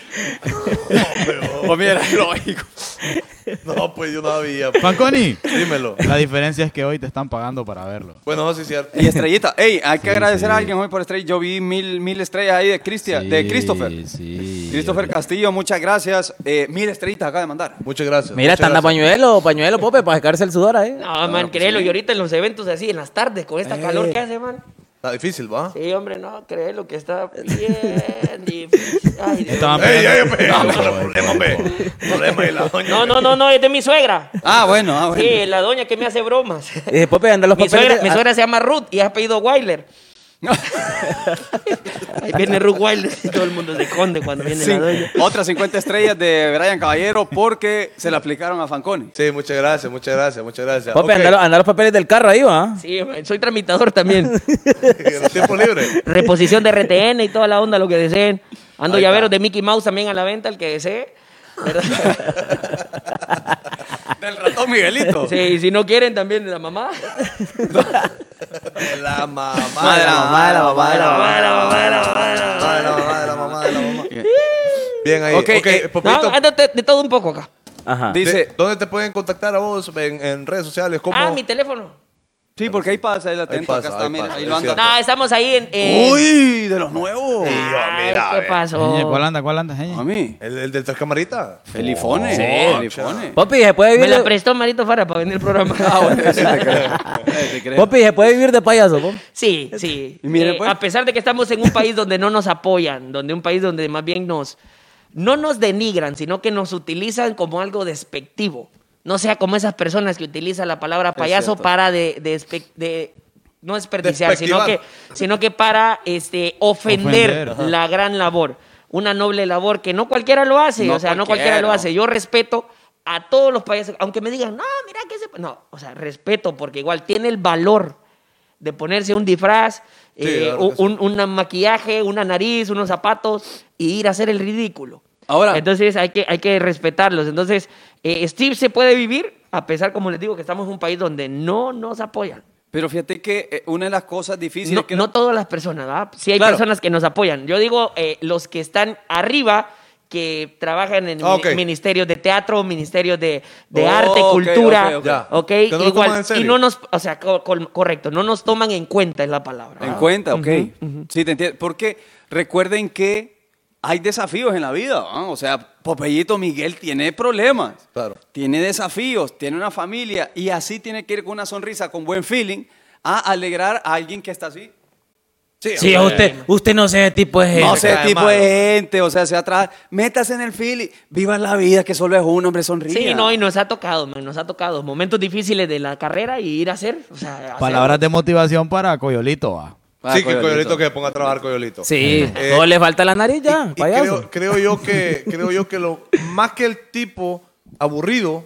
Speaker 2: Pues mira, lógico.
Speaker 1: No, pues yo no había. pues.
Speaker 4: Fanconi,
Speaker 1: Dímelo.
Speaker 4: la diferencia es que hoy te están pagando para verlo.
Speaker 1: Bueno, no, sí es cierto.
Speaker 2: Y estrellita. Ey, hay que
Speaker 4: Sí,
Speaker 2: agradecer a
Speaker 4: sí.
Speaker 2: alguien hoy por estrella. Yo vi mil, mil estrellas ahí de Cristian, de
Speaker 4: Sí,
Speaker 2: Christopher.
Speaker 4: Sí.
Speaker 2: Christopher Castillo, muchas gracias. Eh, mil estrellitas acaba de mandar.
Speaker 1: Muchas gracias.
Speaker 5: Mira,
Speaker 1: muchas
Speaker 5: te anda
Speaker 1: gracias.
Speaker 5: pañuelo, pañuelo, Pope, para secarse el sudor ahí.
Speaker 3: No, man, créelo. Y ahorita en los eventos así, en las tardes, con esta calor que hace, man.
Speaker 1: Está difícil, ¿va?
Speaker 3: Sí, hombre, no, créelo que está bien difícil. Ay, Dios.
Speaker 4: Estaban
Speaker 1: Ey, ey,
Speaker 4: pegando-
Speaker 1: ey,
Speaker 4: No,
Speaker 1: Ah, no,
Speaker 4: joder,
Speaker 1: problema,
Speaker 4: joder,
Speaker 1: hombre.
Speaker 4: joder.
Speaker 1: Problema y la doña.
Speaker 3: No, no, no, no, es de mi suegra.
Speaker 2: Ah, bueno, ah, bueno.
Speaker 3: Sí, la doña que me hace bromas.
Speaker 5: Dice, Pope, anda los
Speaker 3: Mi
Speaker 5: papeles.
Speaker 3: suegra,
Speaker 5: de-
Speaker 3: mi
Speaker 5: ah,
Speaker 3: suegra se llama Ruth y ha pedido Wilder. Ahí viene Ruth Wilder y todo el mundo se esconde cuando viene
Speaker 2: Cin-
Speaker 3: la doña.
Speaker 2: otras 50 estrellas de Brian Caballero porque se la aplicaron a Fanconi.
Speaker 1: Sí, muchas gracias, muchas gracias, muchas gracias.
Speaker 5: ah, Pope,
Speaker 1: Ok,
Speaker 5: anda, los- anda los papeles del carro ahí, va.
Speaker 3: Sí, man, soy tramitador también.
Speaker 1: en el tiempo libre.
Speaker 3: Reposición de RTN y toda la onda, lo que deseen. Ando
Speaker 2: Ahí está.
Speaker 3: llaveros de Mickey Mouse también a la venta, el que desee. ¿Verdad?
Speaker 2: Del ratón
Speaker 1: Oh.
Speaker 2: Miguelito.
Speaker 3: Sí, y si no quieren también de la mamá.
Speaker 1: De la mamá,
Speaker 2: Madre,
Speaker 1: de la mamá, de la mamá, de la mamá, de la mamá,
Speaker 3: Mamá, la mamá, la mamá.
Speaker 1: de la mamá, de la mamá, de la mamá. Bien ahí.
Speaker 2: Ok,
Speaker 1: Ok, ah,
Speaker 2: eh,
Speaker 1: Popito,
Speaker 3: No, ándate de todo un poco acá.
Speaker 5: Ajá.
Speaker 2: Di- dice-
Speaker 1: de- ¿dónde te pueden contactar a vos en, en redes sociales? ¿Cómo?
Speaker 3: Ah, mi teléfono.
Speaker 2: Sí, porque ahí pasa, ahí la tengo.
Speaker 1: pasa,
Speaker 2: acá está,
Speaker 1: ahí
Speaker 2: mira,
Speaker 1: pasa,
Speaker 2: ahí
Speaker 1: es
Speaker 2: lo anda.
Speaker 1: cierto.
Speaker 3: No, estamos ahí en. en-
Speaker 2: Uy, de los nuevos.
Speaker 3: Ah,
Speaker 1: mira, ve.
Speaker 3: ¿Qué
Speaker 4: Genia, ¿Cuál
Speaker 3: pasó?
Speaker 4: anda? ¿Cuál anda, Genia?
Speaker 2: A mí.
Speaker 1: ¿El, el del tres camaritas?
Speaker 2: El ifone.
Speaker 1: Sí.
Speaker 2: el ifone.
Speaker 5: Popi, ¿se puede
Speaker 3: Me
Speaker 5: vivir
Speaker 3: la
Speaker 5: de,
Speaker 3: prestó Marito Fara para venir el programa.
Speaker 2: Sí, te creo. Sí, Eh, te creo.
Speaker 5: Popi, ¿se puede vivir de payaso, Pope?
Speaker 3: Sí, sí.
Speaker 2: Y mire,
Speaker 3: Eh,
Speaker 2: pues.
Speaker 3: A pesar de que estamos en un país donde no nos apoyan, donde un país donde más bien nos no nos denigran, sino que nos utilizan como algo despectivo. No sea como esas personas que utilizan la palabra payaso
Speaker 2: cierto.
Speaker 3: para de, de espe- de- no desperdiciar, sino que,
Speaker 1: Despectivar.
Speaker 3: sino que para este, ofender,
Speaker 4: Ofender, ajá.
Speaker 3: la gran labor. Una noble labor que no cualquiera lo hace,
Speaker 2: No
Speaker 3: o sea, no cualquiera
Speaker 2: cualquiera.
Speaker 3: lo hace. Yo respeto a todos los payasos, aunque me digan, no, mira que se... No, o sea, respeto porque igual tiene el valor de ponerse un disfraz,
Speaker 1: Sí,
Speaker 3: eh,
Speaker 1: claro que sí.
Speaker 3: un, un maquillaje, una nariz, unos zapatos y ir a hacer el ridículo.
Speaker 2: Ahora-
Speaker 3: Entonces hay que, hay que respetarlos. Entonces, eh, Steve se puede vivir a pesar, como les digo, que estamos en un país donde no nos apoyan.
Speaker 2: Pero fíjate que eh, una de las cosas difíciles
Speaker 3: no,
Speaker 2: que
Speaker 3: no todas las personas, ¿verdad? Sí hay
Speaker 2: Claro.
Speaker 3: personas que nos apoyan. Yo digo, eh, los que están arriba, que trabajan en
Speaker 1: Ah, ok.
Speaker 3: mini- ministerios de teatro, ministerios de, de
Speaker 2: Oh,
Speaker 3: arte,
Speaker 2: ok,
Speaker 3: cultura,
Speaker 2: ok, ok.
Speaker 1: Ya.
Speaker 3: ¿ok?
Speaker 1: Que no lo toman
Speaker 3: Igual,
Speaker 1: en serio.
Speaker 3: y no nos, o sea, co- col- correcto, no nos toman en cuenta es la palabra.
Speaker 2: En
Speaker 3: ¿verdad?
Speaker 2: cuenta, ok. Sí, te entiendo. Porque recuerden que hay desafíos en la vida. ¿ah? O sea, Popeyito Miguel tiene problemas.
Speaker 1: Claro.
Speaker 2: Tiene desafíos, tiene una familia y así tiene que ir con una sonrisa, con buen feeling, a alegrar a alguien que está así.
Speaker 5: Sí, usted, usted no sé ese tipo de
Speaker 2: No
Speaker 5: gente.
Speaker 2: sé, tipo de gente, o sea, se atrás. Métase en el feeling, viva la vida que solo es un hombre sonríe.
Speaker 3: Sí, no, y nos ha tocado, man, nos ha tocado momentos difíciles de la carrera y ir a hacer, o sea, hacer-
Speaker 4: Palabras de motivación para Coyolito, va.
Speaker 2: Ah,
Speaker 1: Sí, que el Ah, Coyolito que se ponga a trabajar Coyolito.
Speaker 5: Sí,
Speaker 1: Eh,
Speaker 5: no le falta la nariz ya,
Speaker 1: Y
Speaker 5: payaso.
Speaker 1: creo, creo yo que creo yo que lo más que el tipo aburrido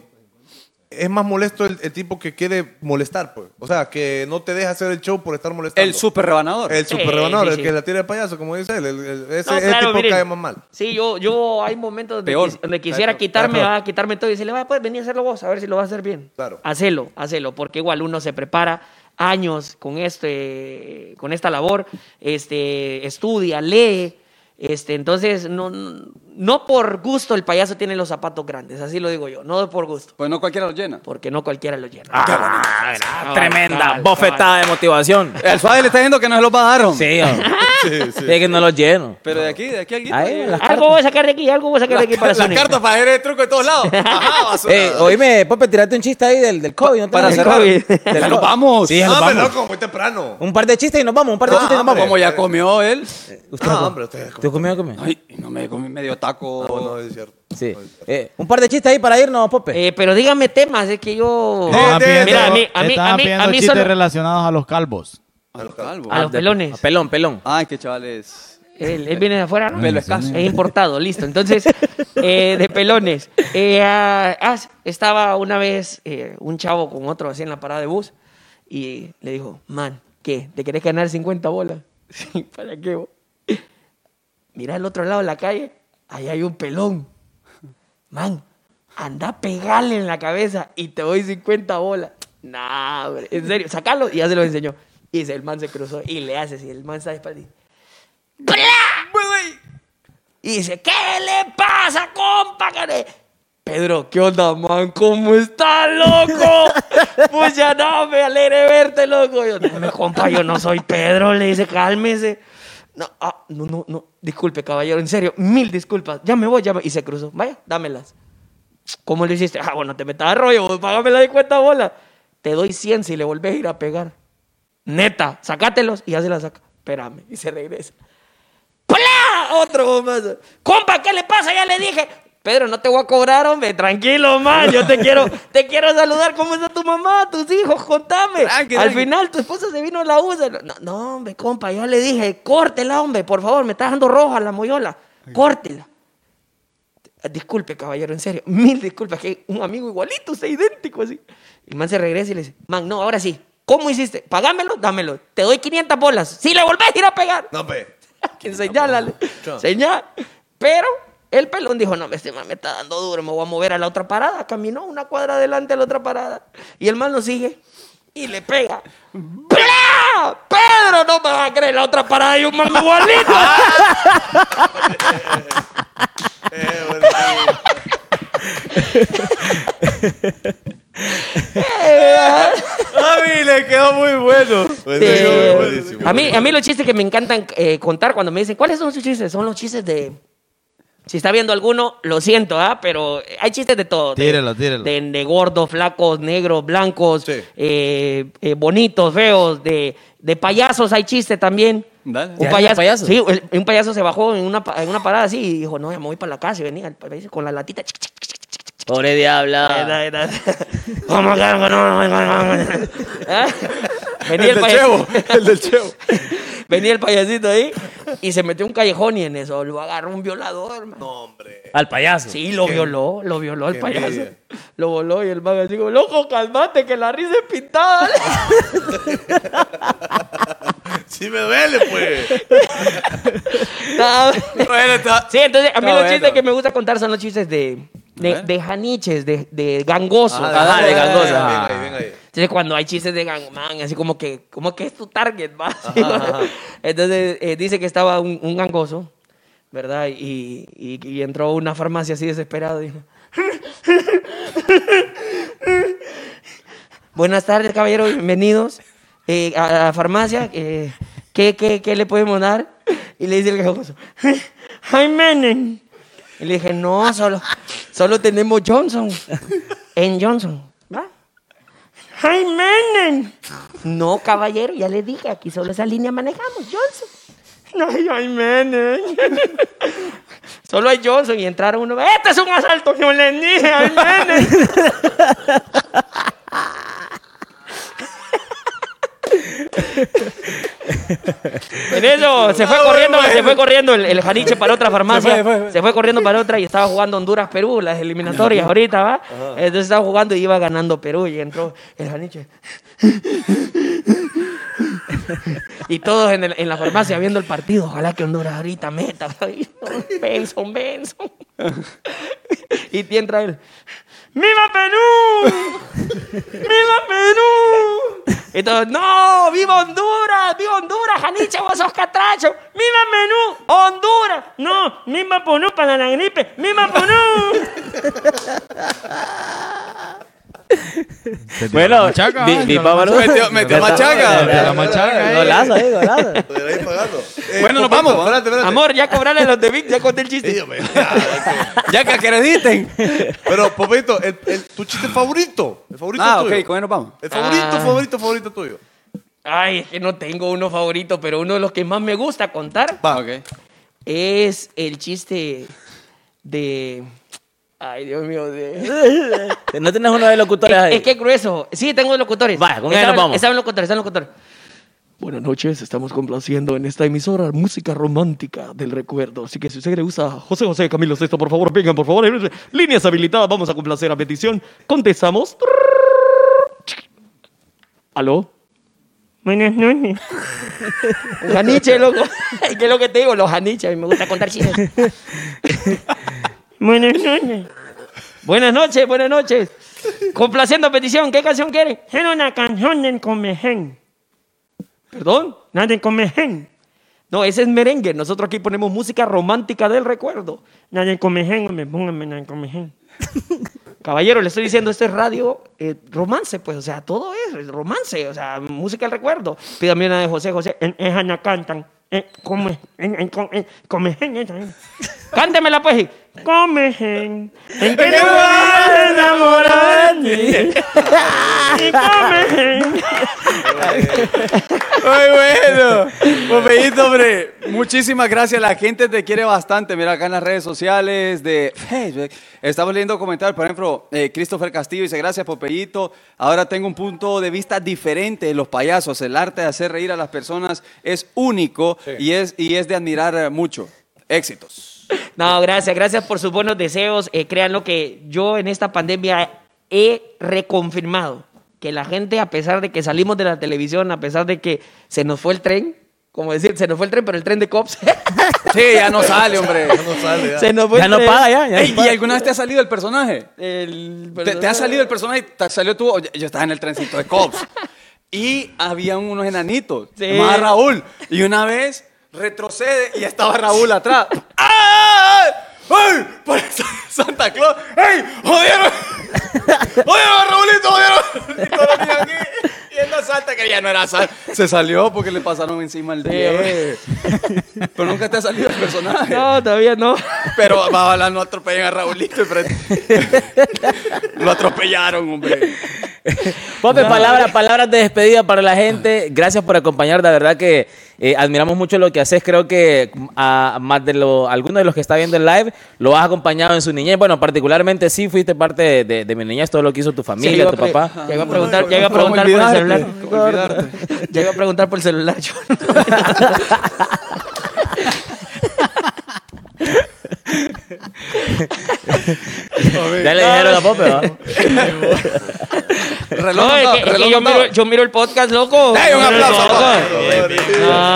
Speaker 1: es más molesto el, el tipo que quiere molestar, pues. O sea, que no te deja hacer el show por estar molestando.
Speaker 2: El super rebanador.
Speaker 1: El
Speaker 3: Sí,
Speaker 1: super rebanador,
Speaker 3: sí,
Speaker 1: el
Speaker 3: sí.
Speaker 1: que la tira de payaso, como dice él. el- el- ese
Speaker 3: No,
Speaker 1: ese
Speaker 3: claro,
Speaker 1: tipo
Speaker 3: miren.
Speaker 1: cae más mal.
Speaker 3: Sí, yo, yo hay momentos donde,
Speaker 2: Peor.
Speaker 3: quis- donde quisiera
Speaker 1: Está peor, está
Speaker 3: quitarme,
Speaker 1: peor.
Speaker 3: va, quitarme todo y decirle, vaya, pues vení a hacerlo vos, a ver si lo vas a hacer bien.
Speaker 1: Claro.
Speaker 3: Hacelo, hacelo, porque igual uno se prepara años con, este, con esta labor, este, estudia, lee. Este, entonces, no, no por gusto el payaso tiene los zapatos grandes, así lo digo yo, no por gusto,
Speaker 2: Pues no cualquiera lo llena.
Speaker 3: porque no cualquiera lo llena.
Speaker 5: Ah, mira,
Speaker 3: Cabal,
Speaker 5: tremenda
Speaker 3: cabal,
Speaker 5: bofetada de motivación.
Speaker 2: El suave le está diciendo que no se lo pagaron.
Speaker 5: Sí, sí, que no lo lleno.
Speaker 2: Pero de aquí, de aquí, aquí.
Speaker 5: Ahí, las
Speaker 3: Algo voy a sacar de aquí, algo voy a sacar de aquí para
Speaker 2: Las
Speaker 3: Sony.
Speaker 2: cartas para ver el truco de todos lados. Ajá, basura.
Speaker 5: Eh, oíme, Pope, tirate un chiste ahí del, del COVID. ¿no
Speaker 2: para
Speaker 5: tenés?
Speaker 2: cerrar.
Speaker 5: Del COVID.
Speaker 2: Ya nos vamos.
Speaker 5: Sí, ya nos
Speaker 1: Ah, pero
Speaker 5: vamos.
Speaker 1: loco, muy temprano.
Speaker 5: Un par de chistes y nos vamos, un par de chistes y
Speaker 2: Ah,
Speaker 5: nos vamos.
Speaker 2: como ya comió él.
Speaker 5: Usted,
Speaker 1: Ah,
Speaker 5: ¿no?
Speaker 1: hombre, usted
Speaker 5: ¿Tú comió, comió?
Speaker 2: Ay, no me comí medio taco.
Speaker 1: No, no, es cierto.
Speaker 5: Sí.
Speaker 1: No, es cierto.
Speaker 5: Eh, un par de chistes ahí para irnos, Pope.
Speaker 3: Eh, pero dígame temas, es que
Speaker 2: Oh.
Speaker 1: No,
Speaker 3: yo...
Speaker 4: Estaban
Speaker 1: de- de-
Speaker 4: pidiendo-
Speaker 3: Mira, a mí, a mí, a
Speaker 4: estaban
Speaker 3: mí,
Speaker 4: pidiendo
Speaker 3: a mí
Speaker 4: chistes
Speaker 3: solo...
Speaker 4: relacionados a los calvos.
Speaker 2: A los calvos.
Speaker 3: a los
Speaker 5: De-
Speaker 3: pelones.
Speaker 5: Pelón, pelón.
Speaker 2: Ay, qué chavales.
Speaker 3: Él, él viene de afuera, ¿no?
Speaker 2: Pelo
Speaker 3: Pelo
Speaker 2: escaso.
Speaker 3: Es importado, listo. Entonces, eh, de pelones. Eh, ah, ah, estaba una vez eh, un chavo con otro así en la parada de bus y le dijo, man, ¿qué? ¿Te querés ganar 50 bolas? Sí, ¿para qué? vos? Mira al otro lado de la calle, ahí hay un pelón. Man, anda a pegarle en la cabeza y te doy 50 bolas. Nah, hombre, en serio, sacalo. Y ya se lo enseñó. Y dice, el man se cruzó y le hace así, el man está de espalda y- ¡Bla! Y dice, ¿qué le pasa, compa? ¿Qué le-?" Pedro, ¿qué onda, man? ¿Cómo estás, loco? Pues ya no, me alegra verte, loco. Yo, "No, no, compa, yo no soy Pedro, le dice, cálmese. No, ah, no, no, no, disculpe, caballero, en serio, mil disculpas. Ya me voy, ya me... Y se cruzó. Vaya, dámelas. ¿Cómo lo hiciste? Ah, bueno, te metas a rollo, vos págame la de cuenta bola. Te doy 100 si le volvés a ir a pegar. Neta, sacátelos y ya se la saca. Espérame, y se regresa. ¡Pla! Otro bombazo. Compa, ¿qué le pasa? Ya le dije. Pedro, no te voy a cobrar, hombre. Tranquilo, man. Yo te quiero, te quiero saludar. ¿Cómo está tu mamá, tus hijos? Contame.
Speaker 2: Tranqui,
Speaker 3: Al
Speaker 2: tranqui.
Speaker 3: final, tu esposa se vino a la USA. No, no, hombre, compa, yo le dije, córtela, hombre. Por favor, me está dando roja la moyola. Córtela. Disculpe, caballero, en serio. Mil disculpas, que un amigo igualito, usted idéntico así. El man se regresa y le dice, man, no, ahora sí. ¿Cómo hiciste? Pagámelo, dámelo. Te doy 500 bolas. Si le volvés a ir a pegar.
Speaker 1: No, pe.
Speaker 3: Que señálale.
Speaker 1: Chao.
Speaker 3: Señal. Pero el pelón dijo, no, este man me está dando duro, me voy a mover a la otra parada. Caminó una cuadra adelante a la otra parada. Y el man lo sigue y le pega. ¡Bla! Pedro, no me vas a creer, la otra parada hay un man igualito.
Speaker 1: Eh, bueno,
Speaker 2: Ay, le quedó muy bueno.
Speaker 1: bueno,
Speaker 3: Eh,
Speaker 1: buenísimo.
Speaker 3: a, mí, a mí los chistes que me encantan eh, contar cuando me dicen, ¿cuáles son sus chistes? Son los chistes de... Si está viendo alguno, lo siento, ¿ah? Pero hay chistes de todo. de-
Speaker 4: Tírelo, tírelo.
Speaker 3: De, de gordos, flacos, negros, blancos,
Speaker 1: Sí.
Speaker 3: eh, eh, bonitos, feos, de, de payasos hay chistes también.
Speaker 2: Dale.
Speaker 3: Un
Speaker 5: ¿Ya
Speaker 3: payaso,
Speaker 5: hay payasos?
Speaker 3: Sí, el- un payaso se bajó en una, pa- en una parada así y dijo, no, ya me voy para la casa y venía al país con la latita. chic, chic, chic, chic, chic.
Speaker 5: Pobre diabla.
Speaker 3: Era- era- ¿Cómo que no? no, no, no, no? ¿Ah? Venía
Speaker 2: El
Speaker 3: el
Speaker 2: del
Speaker 3: payasito.
Speaker 2: Chevo. El del Chevo.
Speaker 3: Venía el payasito ahí y se metió en un callejón y en eso lo agarró un violador, man.
Speaker 5: Al payaso.
Speaker 3: Sí, lo violó, lo violó el
Speaker 1: qué
Speaker 3: payaso.
Speaker 1: envidia.
Speaker 3: Lo voló y el man así como, loco, calmate, que la risa es pintada.
Speaker 1: Sí me duele, pues.
Speaker 3: Nah, sí, entonces
Speaker 2: Está
Speaker 3: a mí los
Speaker 2: bueno.
Speaker 3: chistes que me gusta contar son los chistes de, de,
Speaker 2: ¿Eh?
Speaker 3: de janiches, de, de gangosos.
Speaker 5: Ah, de gangosa.
Speaker 1: Venga ahí, venga ahí.
Speaker 3: Entonces, cuando hay chistes de gangman, así como que, como que es tu target, ¿va? Entonces, eh, dice que estaba un, un gangoso, ¿verdad? Y, y- y entró a una farmacia así desesperado y dijo... Buenas tardes, caballero, bienvenidos eh, a la farmacia. eh, ¿qué, qué, qué le podemos dar? Y le dice el gangoso, ¡Ay, menen! Y le dije, no, solo, solo tenemos Johnson. En Johnson, ¿va? ¡Ay, menen! No, caballero, ya le dije, aquí solo esa línea manejamos, Johnson. ¡Ay, ay, menen! Solo hay Johnson y entraron uno. ¡Este es un asalto! Yo le dije, ¡ay, menen! En eso se fue corriendo, se fue corriendo el, el Janiche para otra farmacia. Se fue, corriendo para otra y estaba jugando Honduras-Perú, las eliminatorias ahorita, ¿va? Entonces estaba jugando y iba ganando Perú y entró el Janiche. Y todos en, el- en la farmacia viendo el partido. Ojalá que Honduras ahorita meta. Benson, Benson. Y entra él. ¡Viva Perú! ¡Viva Perú! Y todos, ¡no! ¡Viva Honduras! ¡Viva Honduras, Janiche, vos sos catracho! ¡Viva Menú! ¡Honduras! ¡No! ¡Viva Perú para la gripe! ¡Viva Perú!
Speaker 5: Bueno,
Speaker 4: machaca,
Speaker 5: vi-
Speaker 4: ay,
Speaker 5: vi
Speaker 4: no la
Speaker 5: Bávaro.
Speaker 2: Metió- metió
Speaker 5: Ya está.
Speaker 2: machaca.
Speaker 5: Ya, ya,
Speaker 1: La
Speaker 5: ya.
Speaker 1: machaca, eh.
Speaker 5: Golazo, eh, golazo.
Speaker 1: Te la ir pagando. Eh,
Speaker 2: Bueno,
Speaker 1: Pupito,
Speaker 2: nos vamos.
Speaker 1: Espérate, espérate.
Speaker 3: Amor, ya cobrale los de Vic, ya conté el
Speaker 1: Sí,
Speaker 3: chiste.
Speaker 1: hombre, ya, ok.
Speaker 2: Ya que acrediten.
Speaker 1: Pero, Popito, el, el- tu chiste favorito. El favorito
Speaker 2: Ah,
Speaker 1: tuyo.
Speaker 2: ok, con él nos vamos.
Speaker 1: El favorito,
Speaker 3: Ah.
Speaker 1: favorito, favorito tuyo.
Speaker 3: Ay, es que no tengo uno favorito, pero uno de los que más me gusta contar
Speaker 1: Va.
Speaker 3: es el chiste de... Ay, Dios mío, de...
Speaker 5: No tenés uno de locutores ahí.
Speaker 3: Es que es grueso. Sí, tengo locutores.
Speaker 5: Vaya, con
Speaker 3: Estaban-
Speaker 5: él nos vamos.
Speaker 3: Estaban locutores, estaban locutores.
Speaker 7: Buenas noches, estamos complaciendo en esta emisora música romántica del recuerdo. Así que si usted le gusta José José Camilo Sexto, por favor, vengan, por favor. Líneas habilitadas, vamos a complacer a petición. Contestamos. ¿Aló?
Speaker 3: Buenas noches. Janiche, loco. ¿Qué es lo que te digo? Los janiches. A mí me gusta contar chistes. buenas noches. Buenas noches, buenas noches. Complaciendo petición, ¿qué canción quieren? Quiero una canción del comején. ¿Perdón? Nada del comején. No, ese es merengue. Nosotros aquí ponemos música romántica del recuerdo. Nada del comején, me pónganme nada del comején. Caballero, le estoy diciendo, esto es radio eh, romance, pues, o sea, todo es romance, o sea, música al recuerdo. Pídame una de José José, en en Ana cantan, eh, come, en, en, con- en- come, en, en, en. Cántemela, pues, y, come, en, en que no vas a enamorar de mí. Y come, en.
Speaker 2: Muy bueno. Popeito, hombre. Muchísimas gracias. La gente te quiere bastante. Mira, acá en las redes sociales de Facebook. Estamos leyendo comentarios. Por ejemplo, eh, Christopher Castillo dice, gracias, Popeito. Ahora tengo un punto de vista diferente de los payasos. El arte de hacer reír a las personas es único y, es, y es de admirar eh, mucho. Éxitos.
Speaker 3: No, gracias, gracias por sus buenos deseos. Eh, créanlo que yo en esta pandemia he reconfirmado que la gente, a pesar de que salimos de la televisión, a pesar de que se nos fue el tren, como decir, se nos fue el tren, pero el tren de cops.
Speaker 2: Sí, ya no sale, hombre.
Speaker 1: No sale, ya.
Speaker 3: se nos fue
Speaker 5: Ya
Speaker 3: el
Speaker 5: no
Speaker 3: tren.
Speaker 5: paga, ya. ya no
Speaker 2: Ey,
Speaker 5: paga.
Speaker 2: ¿Y alguna vez te ha salido el personaje?
Speaker 3: El-
Speaker 2: Te, te ha salido el personaje, te salió tú, oye, yo estaba en el trencito de Cops. y había unos enanitos,
Speaker 3: Sí.
Speaker 2: más Raúl. Y una vez retrocede y estaba Raúl atrás. ¡Ah! ¡Ay! Por eso, Santa Claus. ¡Ey! ¡Jodieron! ¡Jodieron a Raúlito! ¡Jodieron! Y todos los niños aquí, Y él no salta, que ya no era salta. Se salió porque le pasaron encima el día. Pero nunca te ha salido el personaje.
Speaker 3: No, Ah, todavía no.
Speaker 2: Pero Babalá no atropellan a Raulito enfrente. Lo atropellaron, hombre.
Speaker 5: Pope, palabras, palabras de despedida para la gente. Gracias por acompañar. La verdad que eh, admiramos mucho lo que haces. Creo que a, más de lo, algunos de los que está viendo el live lo has acompañado en su niñez. Bueno, particularmente sí fuiste parte de, de- de mi niñez, todo lo que hizo
Speaker 3: Sí,
Speaker 5: tu
Speaker 3: iba
Speaker 5: familia,
Speaker 3: a
Speaker 5: tu
Speaker 3: pre-
Speaker 5: papá.
Speaker 3: Ya iba a preguntar, ya iba a
Speaker 2: ¿Cómo
Speaker 3: preguntar por el
Speaker 2: olvidarte?
Speaker 3: celular.
Speaker 2: ¿Cómo olvidarte?
Speaker 3: Ya iba a preguntar por el celular. yo.
Speaker 5: Ya le dijeron a Pope, ¿va?
Speaker 2: Reloj,
Speaker 3: No, es
Speaker 2: andaba,
Speaker 3: que- es que
Speaker 2: reloj
Speaker 3: yo,
Speaker 2: andaba.
Speaker 3: miro, yo miro el podcast, loco.
Speaker 2: Dale un
Speaker 3: Yo miro el
Speaker 2: aplauso,
Speaker 3: podcast.
Speaker 2: papá.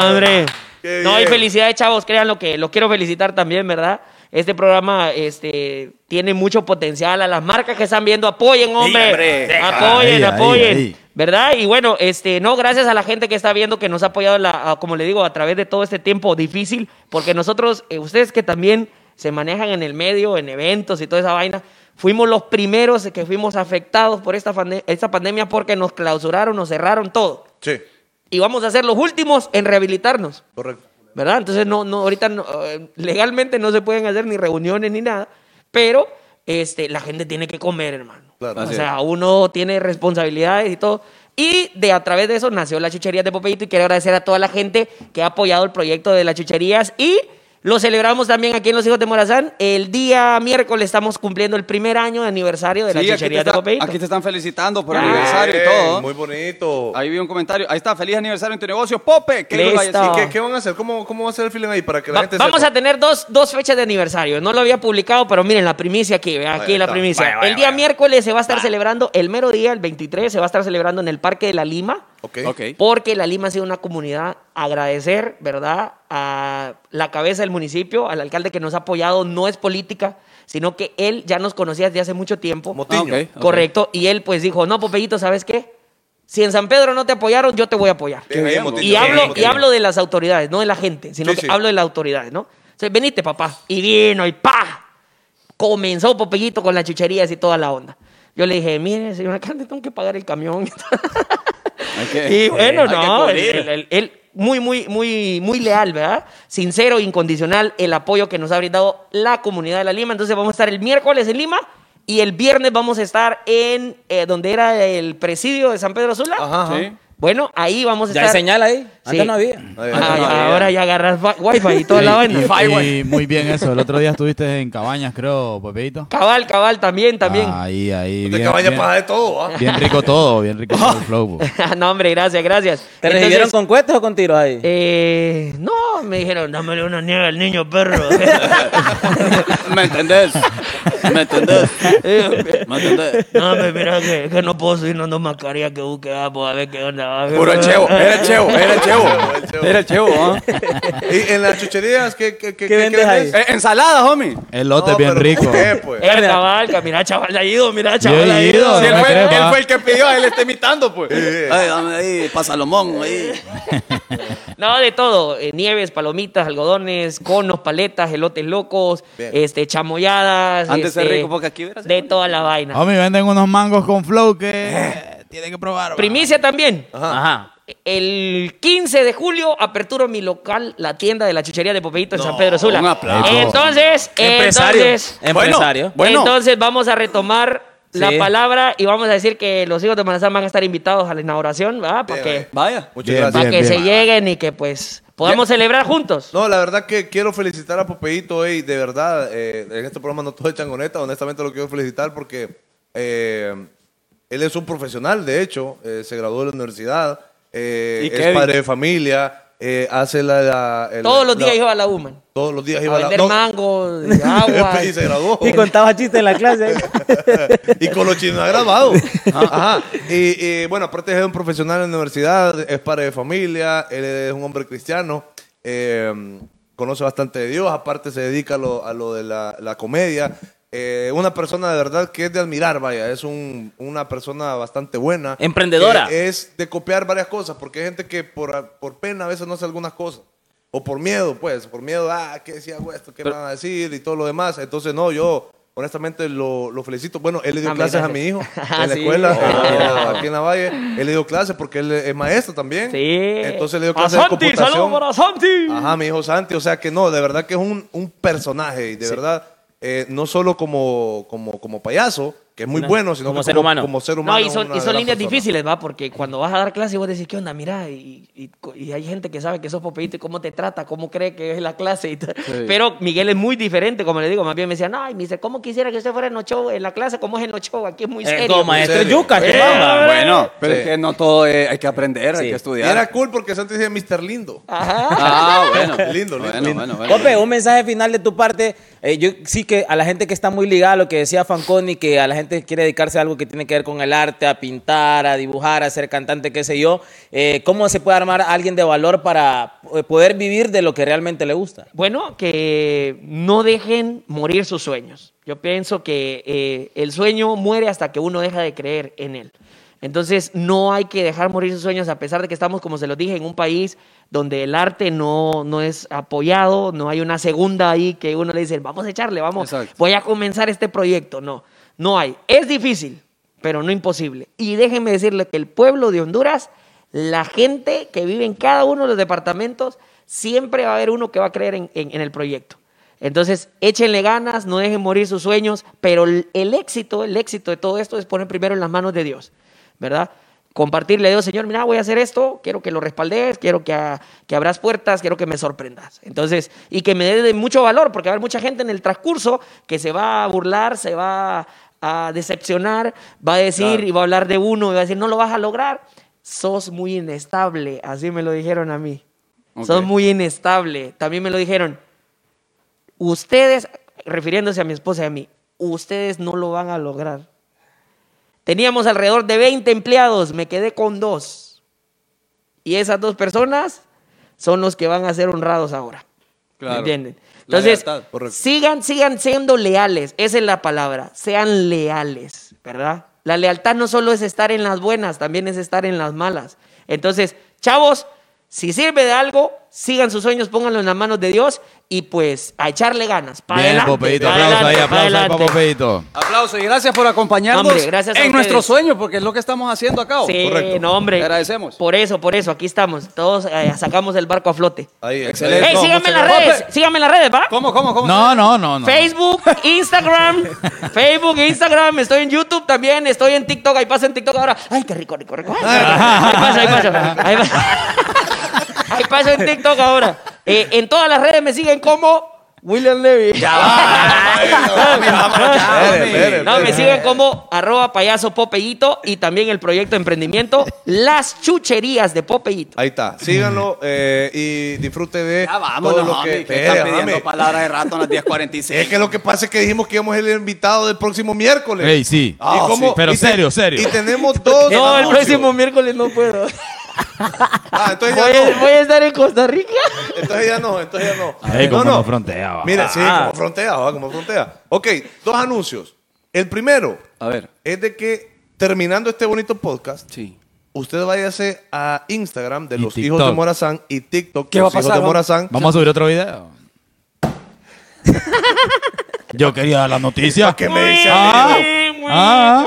Speaker 3: No, hombre.
Speaker 1: Qué
Speaker 3: No, y
Speaker 1: bien.
Speaker 3: felicidades, chavos. Créanlo que los quiero felicitar también, ¿verdad? Este programa este, tiene mucho potencial. A las marcas que están viendo, apoyen, hombre.
Speaker 2: hombre.
Speaker 3: Apoyen,
Speaker 4: Ahí, ahí,
Speaker 3: apoyen.
Speaker 4: ahí.
Speaker 3: ¿Verdad? Y bueno, este, no, gracias a la gente que está viendo, que nos ha apoyado, la- a- como le digo, a través de todo este tiempo difícil, porque nosotros, eh, ustedes que también se manejan en el medio, en eventos y toda esa vaina, fuimos los primeros que fuimos afectados por esta, pande- esta pandemia porque nos clausuraron, nos cerraron todo.
Speaker 1: Sí,
Speaker 3: Y vamos a ser los últimos en rehabilitarnos.
Speaker 1: correcto.
Speaker 3: ¿verdad? Entonces, no, no, ahorita no, eh, legalmente no se pueden hacer ni reuniones ni nada, pero este, la gente tiene que comer, hermano.
Speaker 1: Claro.
Speaker 3: o
Speaker 1: Así
Speaker 3: sea, uno tiene responsabilidades y todo. Y de a través de eso nació la chuchería de Popeito y quiero agradecer a toda la gente que ha apoyado el proyecto de las chucherías y Lo celebramos también aquí en Los Hijos de Morazán. El día miércoles estamos cumpliendo el primer año de aniversario de la
Speaker 2: Sí, aquí te,
Speaker 3: chuchería de
Speaker 2: está-
Speaker 3: Copeito.
Speaker 2: aquí te están felicitando por el aniversario y todo.
Speaker 1: Muy bonito.
Speaker 2: Ahí vi un comentario. Ahí está, feliz aniversario en tu negocio, Pope. Que Dios lo vaya-
Speaker 3: Listo.
Speaker 2: sí,
Speaker 1: ¿Qué, qué van a hacer? ¿Cómo, ¿Cómo va a ser el feeling ahí para que la
Speaker 3: Va-
Speaker 1: gente
Speaker 3: vamos
Speaker 1: sepa?
Speaker 3: a tener dos, dos fechas de aniversario. No lo había publicado, pero miren la primicia aquí. vean, Aquí
Speaker 1: Ahí
Speaker 3: la
Speaker 1: está.
Speaker 3: primicia.
Speaker 1: Vaya, vaya,
Speaker 3: el día
Speaker 1: vaya.
Speaker 3: miércoles se va a estar celebrando, el mero día, el 23, se va a estar celebrando en el Parque de la Lima.
Speaker 2: que-
Speaker 1: Okay.
Speaker 2: Ok.
Speaker 3: Porque la Lima ha sido una comunidad agradecer, ¿verdad? A la cabeza del municipio, al alcalde que nos ha apoyado, no es política, sino que él ya nos conocía desde hace mucho tiempo.
Speaker 2: Ah,
Speaker 1: Motiño.
Speaker 2: ok, ok.
Speaker 3: Correcto. Y él pues dijo, no, Popeyito, ¿sabes qué? Si en San Pedro no te apoyaron, yo te voy a apoyar.
Speaker 1: Bien ahí,
Speaker 2: bien,
Speaker 1: Motiño,
Speaker 3: Y
Speaker 1: bien ahí,
Speaker 3: hablo, y
Speaker 1: Motiño.
Speaker 3: hablo de las autoridades, no de la gente, sino
Speaker 1: Sí,
Speaker 3: que
Speaker 1: sí.
Speaker 3: hablo de las autoridades, ¿no? Entonces, venite, papá. Y vino y pa. Comenzó Popellito con las chucherías y toda la onda. Yo le dije, mire, señor alcalde, tengo que pagar el camión.
Speaker 2: Hay que-
Speaker 3: y bueno,
Speaker 2: hay que
Speaker 3: no,
Speaker 2: cubrir.
Speaker 3: él, él- él muy, muy, muy, muy leal, ¿verdad? Sincero, incondicional, el apoyo que nos ha brindado la comunidad de la Lima. Entonces vamos a estar el miércoles en Lima y el viernes vamos a estar en eh, donde era el presidio de San Pedro Sula.
Speaker 1: Ajá, ajá.
Speaker 2: Sí.
Speaker 3: Bueno, ahí vamos a
Speaker 5: Ya hay
Speaker 3: estar.
Speaker 5: señal ahí. Antes
Speaker 3: Sí.
Speaker 5: no había.
Speaker 1: Ahí
Speaker 3: Ah,
Speaker 1: está.
Speaker 3: ya, ahora ya agarras wi- wifi y toda la vaina.
Speaker 4: y, y muy bien eso. El otro día estuviste en Cabañas, creo, Pepeito.
Speaker 3: Cabal, cabal, también, también.
Speaker 4: Ahí, ahí.
Speaker 1: Te
Speaker 4: Bien,
Speaker 1: cabaña
Speaker 4: bien,
Speaker 1: para de todo, ¿ah?
Speaker 4: bien rico todo, bien rico todo el flow. bo.
Speaker 3: no, hombre, gracias, gracias.
Speaker 5: ¿Te
Speaker 3: Entonces,
Speaker 5: recibieron con cuetes o con tiros ahí?
Speaker 3: eh, no, me dijeron, dámele una nieve al niño perro.
Speaker 2: ¿Me entendés? ¿Me entendés? ¿Me entendés?
Speaker 3: no, me mira que, que no puedo subir, no ando mascarilla que busque, ah, pues a ver qué onda.
Speaker 2: Puro el chevo, era el chevo, era el chevo. Era el chevo, ¿ah?
Speaker 1: Y en las chucherías, ¿qué, qué, qué,
Speaker 5: ¿Qué vendes ahí?
Speaker 2: Eh, Ensalada, homie.
Speaker 4: El
Speaker 1: No,
Speaker 4: lote es bien
Speaker 1: pero
Speaker 4: rico.
Speaker 1: ¿por ¿Qué, pues?
Speaker 3: Eh, chaval, que mira, chaval, ha ido, mira, chaval,
Speaker 4: Yo he
Speaker 3: ha
Speaker 4: ido,
Speaker 3: ido.
Speaker 2: Si él,
Speaker 4: me
Speaker 2: fue,
Speaker 4: crepa.
Speaker 2: él fue el que pidió, él está imitando, pues. Ay, dame ahí, pa' Salomón, ahí.
Speaker 3: No, de todo. eh, nieves, palomitas, algodones, conos, paletas, elotes locos,
Speaker 1: Bien.
Speaker 3: este, chamoyadas.
Speaker 2: Antes
Speaker 3: este,
Speaker 2: es rico, porque aquí hubiera sido
Speaker 3: De
Speaker 2: bonito.
Speaker 3: toda la vaina.
Speaker 4: Homie, venden unos mangos con flow
Speaker 3: Eh.
Speaker 4: que tiene que probar. bo.
Speaker 3: Primicia también.
Speaker 5: Ajá.
Speaker 3: El 15 de julio aperturo mi local, la tienda de la chuchería de Popeito en San Pedro Sula.
Speaker 2: un aplauso.
Speaker 3: Entonces,
Speaker 5: Empresario.
Speaker 3: entonces,
Speaker 5: Empresario.
Speaker 2: Bueno.
Speaker 3: entonces vamos a retomar la
Speaker 5: Sí.
Speaker 3: palabra y vamos a decir que los hijos de Manazán van a estar invitados a la inauguración, ¿verdad? Para
Speaker 1: Bien,
Speaker 3: que,
Speaker 1: bien.
Speaker 2: Vaya.
Speaker 1: Muchas
Speaker 4: Bien,
Speaker 1: gracias.
Speaker 3: para que se
Speaker 4: bien.
Speaker 3: lleguen y que pues podamos celebrar juntos.
Speaker 1: No, la verdad que quiero felicitar a Popeito, ey, de verdad, eh, en este programa no todo es changoneta, honestamente lo quiero felicitar porque eh, él es un profesional, de hecho, eh, se graduó de la universidad, eh, es
Speaker 2: ¿Y Kevin?
Speaker 1: padre de familia, eh, hace la... la- el-
Speaker 3: Todos los
Speaker 1: la-
Speaker 3: días iba a la UMAN.
Speaker 1: Todos los días
Speaker 3: A
Speaker 1: iba a la...
Speaker 3: vender
Speaker 1: no,
Speaker 3: mango, agua.
Speaker 1: y se graduó.
Speaker 5: Y contaba chistes en la clase.
Speaker 1: y con los chinos grabados. Ajá. Y, y, bueno, aparte es un profesional en la universidad, es padre de familia, él es un hombre cristiano, eh, conoce bastante de Dios, aparte se dedica a lo, a lo de la, la comedia. Eh, una persona de verdad que es de admirar, vaya, es un- una persona bastante buena.
Speaker 5: Emprendedora.
Speaker 1: Que es de copiar varias cosas, porque hay gente que por, por pena a veces no hace algunas cosas. O por miedo, pues, por miedo, ah, ¿qué si hago esto? ¿Qué me van a decir? Y todo lo demás. Entonces, no, yo honestamente lo, lo felicito. Bueno, él le dio
Speaker 3: Hombre,
Speaker 1: clases a
Speaker 3: gracias.
Speaker 1: mi hijo
Speaker 3: Ah,
Speaker 1: en la
Speaker 3: sí.
Speaker 1: escuela, eh,
Speaker 3: Oh.
Speaker 1: aquí en la Valle. Él le dio clases porque él es maestro también.
Speaker 3: Sí.
Speaker 1: Entonces le dio
Speaker 3: A
Speaker 1: clases de
Speaker 3: Santi, saludos
Speaker 1: computación.
Speaker 3: para Santi.
Speaker 1: Ajá, mi hijo Santi. O sea que no, de verdad que es un, un personaje. Y de verdad, eh, no solo como, como, como payaso, que es muy
Speaker 5: Una-
Speaker 1: bueno, sino
Speaker 5: como
Speaker 1: que
Speaker 5: ser
Speaker 1: como,
Speaker 5: humano.
Speaker 1: como ser humano.
Speaker 3: No, y
Speaker 1: es
Speaker 3: son,
Speaker 1: una
Speaker 3: y son
Speaker 1: gran
Speaker 3: líneas
Speaker 1: persona.
Speaker 3: difíciles, ¿va? Porque cuando vas a dar clase, vos decís, ¿qué onda? Mira, y, y co- y hay gente que sabe que sos popeíto y cómo te trata, cómo cree que es la clase. y tal. Pero Miguel es muy diferente, como le digo. Más bien me decía, no, y me dice, ¿cómo quisiera que usted fuera en Ochoa en la clase? ¿Cómo es en Ochoa? Aquí es muy
Speaker 5: Eh,
Speaker 3: serio.
Speaker 5: Como maestro
Speaker 1: serio.
Speaker 5: Yuca, que
Speaker 3: Eh,
Speaker 5: mamba.
Speaker 2: Bueno, pero
Speaker 1: Sí.
Speaker 2: es que no todo eh, hay que aprender, hay
Speaker 5: Sí.
Speaker 2: que
Speaker 1: Y
Speaker 2: estudiar.
Speaker 1: era cool porque Santi decía Mr. Lindo.
Speaker 3: Ajá.
Speaker 2: Ah, bueno.
Speaker 1: Lindo, lindo,
Speaker 2: Bueno,
Speaker 1: lindo.
Speaker 2: bueno, bueno.
Speaker 5: Cope, un mensaje final de tu parte. Eh, yo sí que a la gente que está muy ligada a lo que decía Fanconi, que a la gente que quiere dedicarse a algo que tiene que ver con el arte, a pintar, a dibujar, a ser cantante, qué sé yo, eh, ¿cómo se puede armar a alguien de valor para eh, poder vivir de lo que realmente le gusta?
Speaker 3: Bueno, que no dejen morir sus sueños. Yo pienso que eh, el sueño muere hasta que uno deja de creer en él. Entonces, no hay que dejar morir sus sueños, a pesar de que estamos, como se los dije, en un país donde el arte no, no es apoyado, no hay una segunda ahí que uno le dice, vamos a echarle, vamos,
Speaker 2: Exacto.
Speaker 3: voy a comenzar este proyecto. No, no hay. Es difícil, pero no imposible. Y déjenme decirle que el pueblo de Honduras, la gente que vive en cada uno de los departamentos, siempre va a haber uno que va a creer en, en- en el proyecto. Entonces, échenle ganas, no dejen morir sus sueños, pero el, el éxito, el éxito de todo esto es poner primero en las manos de Dios, ¿verdad? compartir. Le digo, señor, mira, voy a hacer esto, quiero que lo respaldes, quiero que, a- que abras puertas, quiero que me sorprendas. Entonces, y que me dé de mucho valor, porque va a haber mucha gente en el transcurso que se va a burlar, se va a decepcionar, va a decir y va a hablar de uno y va a decir, no lo vas a lograr. Sos muy inestable, así me lo dijeron a mí. Sos
Speaker 2: Ok.
Speaker 3: muy inestable. También me lo dijeron, ustedes, refiriéndose a mi esposa y a mí, ustedes no lo van a lograr. Teníamos alrededor de 20 empleados, me quedé con dos. Y esas dos personas son los que van a ser honrados ahora.
Speaker 2: Claro.
Speaker 3: ¿Me entienden?
Speaker 2: La
Speaker 3: Entonces,
Speaker 2: lealtad,
Speaker 1: correcto.
Speaker 3: sigan, sigan siendo leales. Esa es la palabra. Sean leales, ¿verdad? La lealtad no solo es estar en las buenas, también es estar en las malas. Entonces, chavos, si sirve de algo, sigan sus sueños, pónganlo en las manos de Dios y pues a echarle ganas. Pa'
Speaker 4: Bien,
Speaker 3: adelante,
Speaker 4: Popeito.
Speaker 3: pa'
Speaker 4: Aplauso ahí,
Speaker 3: adelante, pa'
Speaker 4: aplauso ahí,
Speaker 3: adelante.
Speaker 4: Popeito.
Speaker 2: Aplausos y gracias por acompañarnos
Speaker 3: Hombre, gracias a
Speaker 2: en
Speaker 3: ustedes.
Speaker 2: nuestro sueño, porque es lo que estamos haciendo acá. ¿o?
Speaker 3: Sí, no, hombre.
Speaker 2: Te agradecemos.
Speaker 3: Por eso, por eso, aquí estamos. Todos eh, sacamos el barco a flote.
Speaker 1: Ahí,
Speaker 2: Excelente.
Speaker 3: ¡Ey,
Speaker 2: No,
Speaker 3: síganme en
Speaker 2: muchas
Speaker 3: las
Speaker 2: gracias.
Speaker 3: redes! Síganme en las redes, ¿va?
Speaker 2: ¿Cómo, cómo, cómo?
Speaker 4: No, no, no, no.
Speaker 3: Facebook, Instagram, Facebook, Instagram, estoy en YouTube también, estoy en TikTok, ahí pasa en TikTok ahora. Ay, qué rico, rico, rico. Ay, Ahí paso, ahí paso. Ahí paso, ahí paso en TikTok ahora. Eh, en todas las redes me siguen como William Levy. No, me siguen como arroba payaso Popeyito y también el proyecto de emprendimiento Las Chucherías de Popeyito.
Speaker 1: Ahí está. Síganlo eh, y disfrute de
Speaker 2: Ya vámonos,
Speaker 1: todo lo que,
Speaker 2: homie, que están
Speaker 1: Espere,
Speaker 2: pidiendo
Speaker 1: homie.
Speaker 2: palabras de rato a las
Speaker 1: Es
Speaker 2: 10.46.
Speaker 1: que lo que pasa es que dijimos que íbamos el invitado del próximo miércoles. Ah,
Speaker 4: Ey, sí.
Speaker 1: ¿Y cómo-
Speaker 4: sí, pero
Speaker 1: y te-
Speaker 4: serio, serio.
Speaker 1: Y tenemos dos.
Speaker 3: No, el
Speaker 1: anuncios.
Speaker 3: próximo miércoles no puedo.
Speaker 1: Ah, entonces
Speaker 3: Voy
Speaker 1: ya
Speaker 3: a,
Speaker 1: no.
Speaker 3: voy a estar en Costa Rica.
Speaker 1: Entonces ya no, entonces ya no.
Speaker 4: Ey,
Speaker 1: no,
Speaker 4: como
Speaker 1: no.
Speaker 4: no Ah. frontea, va.
Speaker 1: Mira, sí, como frontea, va, como frontea. Ok, dos anuncios. El primero
Speaker 2: A ver,
Speaker 1: es de que terminando este bonito podcast,
Speaker 2: sí.
Speaker 1: usted váyase a Instagram de
Speaker 4: Y
Speaker 1: los
Speaker 4: TikTok.
Speaker 1: hijos de Morazán y TikTok
Speaker 2: ¿Qué
Speaker 1: los
Speaker 2: va a
Speaker 1: hijos
Speaker 2: pasar,
Speaker 1: de
Speaker 2: va?
Speaker 1: Morazán.
Speaker 4: Vamos a subir otro video. Yo quería dar la noticia.
Speaker 1: ¿Qué me dice?
Speaker 4: Ah,
Speaker 1: amigo?
Speaker 4: ah,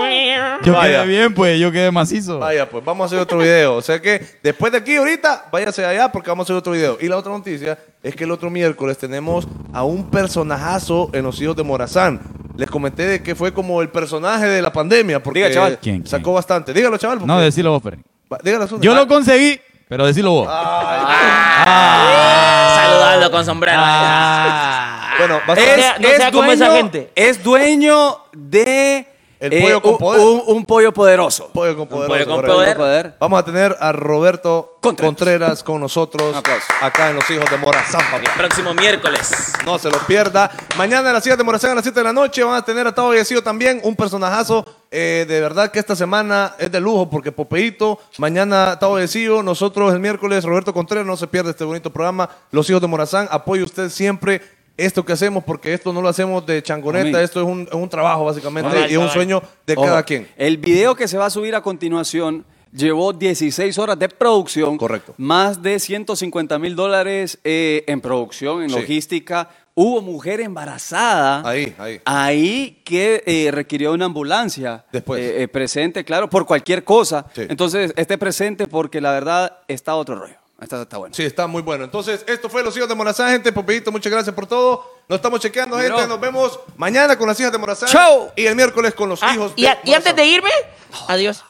Speaker 4: yo
Speaker 1: Vaya.
Speaker 4: quedé bien, pues, yo quedé macizo.
Speaker 1: Vaya, pues vamos a hacer otro video. O sea que después de aquí, ahorita, váyase allá porque vamos a hacer otro video. Y la otra noticia es que el otro miércoles tenemos a un personajazo en Los Hijos de Morazán. Les comenté de que fue como el personaje de la pandemia porque
Speaker 2: Diga, chaval.
Speaker 4: ¿Quién,
Speaker 1: sacó
Speaker 4: quién?
Speaker 1: bastante. Dígalo, chaval.
Speaker 4: No, decilo vos, Perry.
Speaker 1: Dígalo, Ah,
Speaker 4: Yo lo conseguí, pero decilo vos.
Speaker 5: Saludando con sombrero.
Speaker 1: Bueno, va a
Speaker 3: Es-
Speaker 2: Eh,
Speaker 1: ser-
Speaker 3: sea- no sea como esa gente.
Speaker 2: Es dueño de eh,
Speaker 1: El pollo con
Speaker 2: un-
Speaker 1: poder.
Speaker 2: Un, un pollo poderoso.
Speaker 1: Pollo con
Speaker 5: pollo
Speaker 1: poderoso,
Speaker 5: con
Speaker 1: correcto.
Speaker 5: poder.
Speaker 2: Poder.
Speaker 1: Vamos a tener a Roberto Contreras,
Speaker 2: Contreras.
Speaker 1: con nosotros
Speaker 2: Un aplauso.
Speaker 1: acá en Los Hijos de Morazán, papá.
Speaker 5: Próximo miércoles.
Speaker 1: No se lo pierda. Mañana a las 7 de Morazán, a las 7 de la noche, van a tener a Tavo Yesido también, un personajazo. Eh, de verdad que esta semana es de lujo porque Popeito, mañana Tavo Yesido, nosotros el miércoles, Roberto Contreras, no se pierde este bonito programa. Los hijos de Morazán, apoye usted siempre esto que hacemos porque esto no lo hacemos de changoneta,
Speaker 2: Amigo.
Speaker 1: esto es un, es un trabajo básicamente
Speaker 5: Correcto,
Speaker 1: y es un sueño de
Speaker 2: Ojo,
Speaker 1: cada quien.
Speaker 2: El video que se va a subir a continuación llevó 16 horas de producción.
Speaker 1: Correcto.
Speaker 2: Más de 150 mil dólares eh, en producción, en
Speaker 1: Sí.
Speaker 2: logística. Hubo mujer embarazada.
Speaker 1: Ahí, ahí.
Speaker 2: Ahí que eh, requirió una ambulancia.
Speaker 1: Después.
Speaker 2: Eh, eh, presente, claro, por cualquier cosa.
Speaker 1: Sí.
Speaker 2: Entonces, esté presente porque la verdad está otro rollo. Está, está bueno.
Speaker 1: Sí, está muy bueno. Entonces, esto fue Los Hijos de Morazán, gente. Popeito, muchas gracias por todo. Nos estamos chequeando,
Speaker 2: Miró.
Speaker 1: gente. Nos vemos mañana con las hijas de Morazán.
Speaker 2: Chau.
Speaker 1: Y el miércoles con los
Speaker 3: Ah,
Speaker 1: hijos
Speaker 3: y, a- y
Speaker 1: Morazán.
Speaker 3: antes de irme, adiós.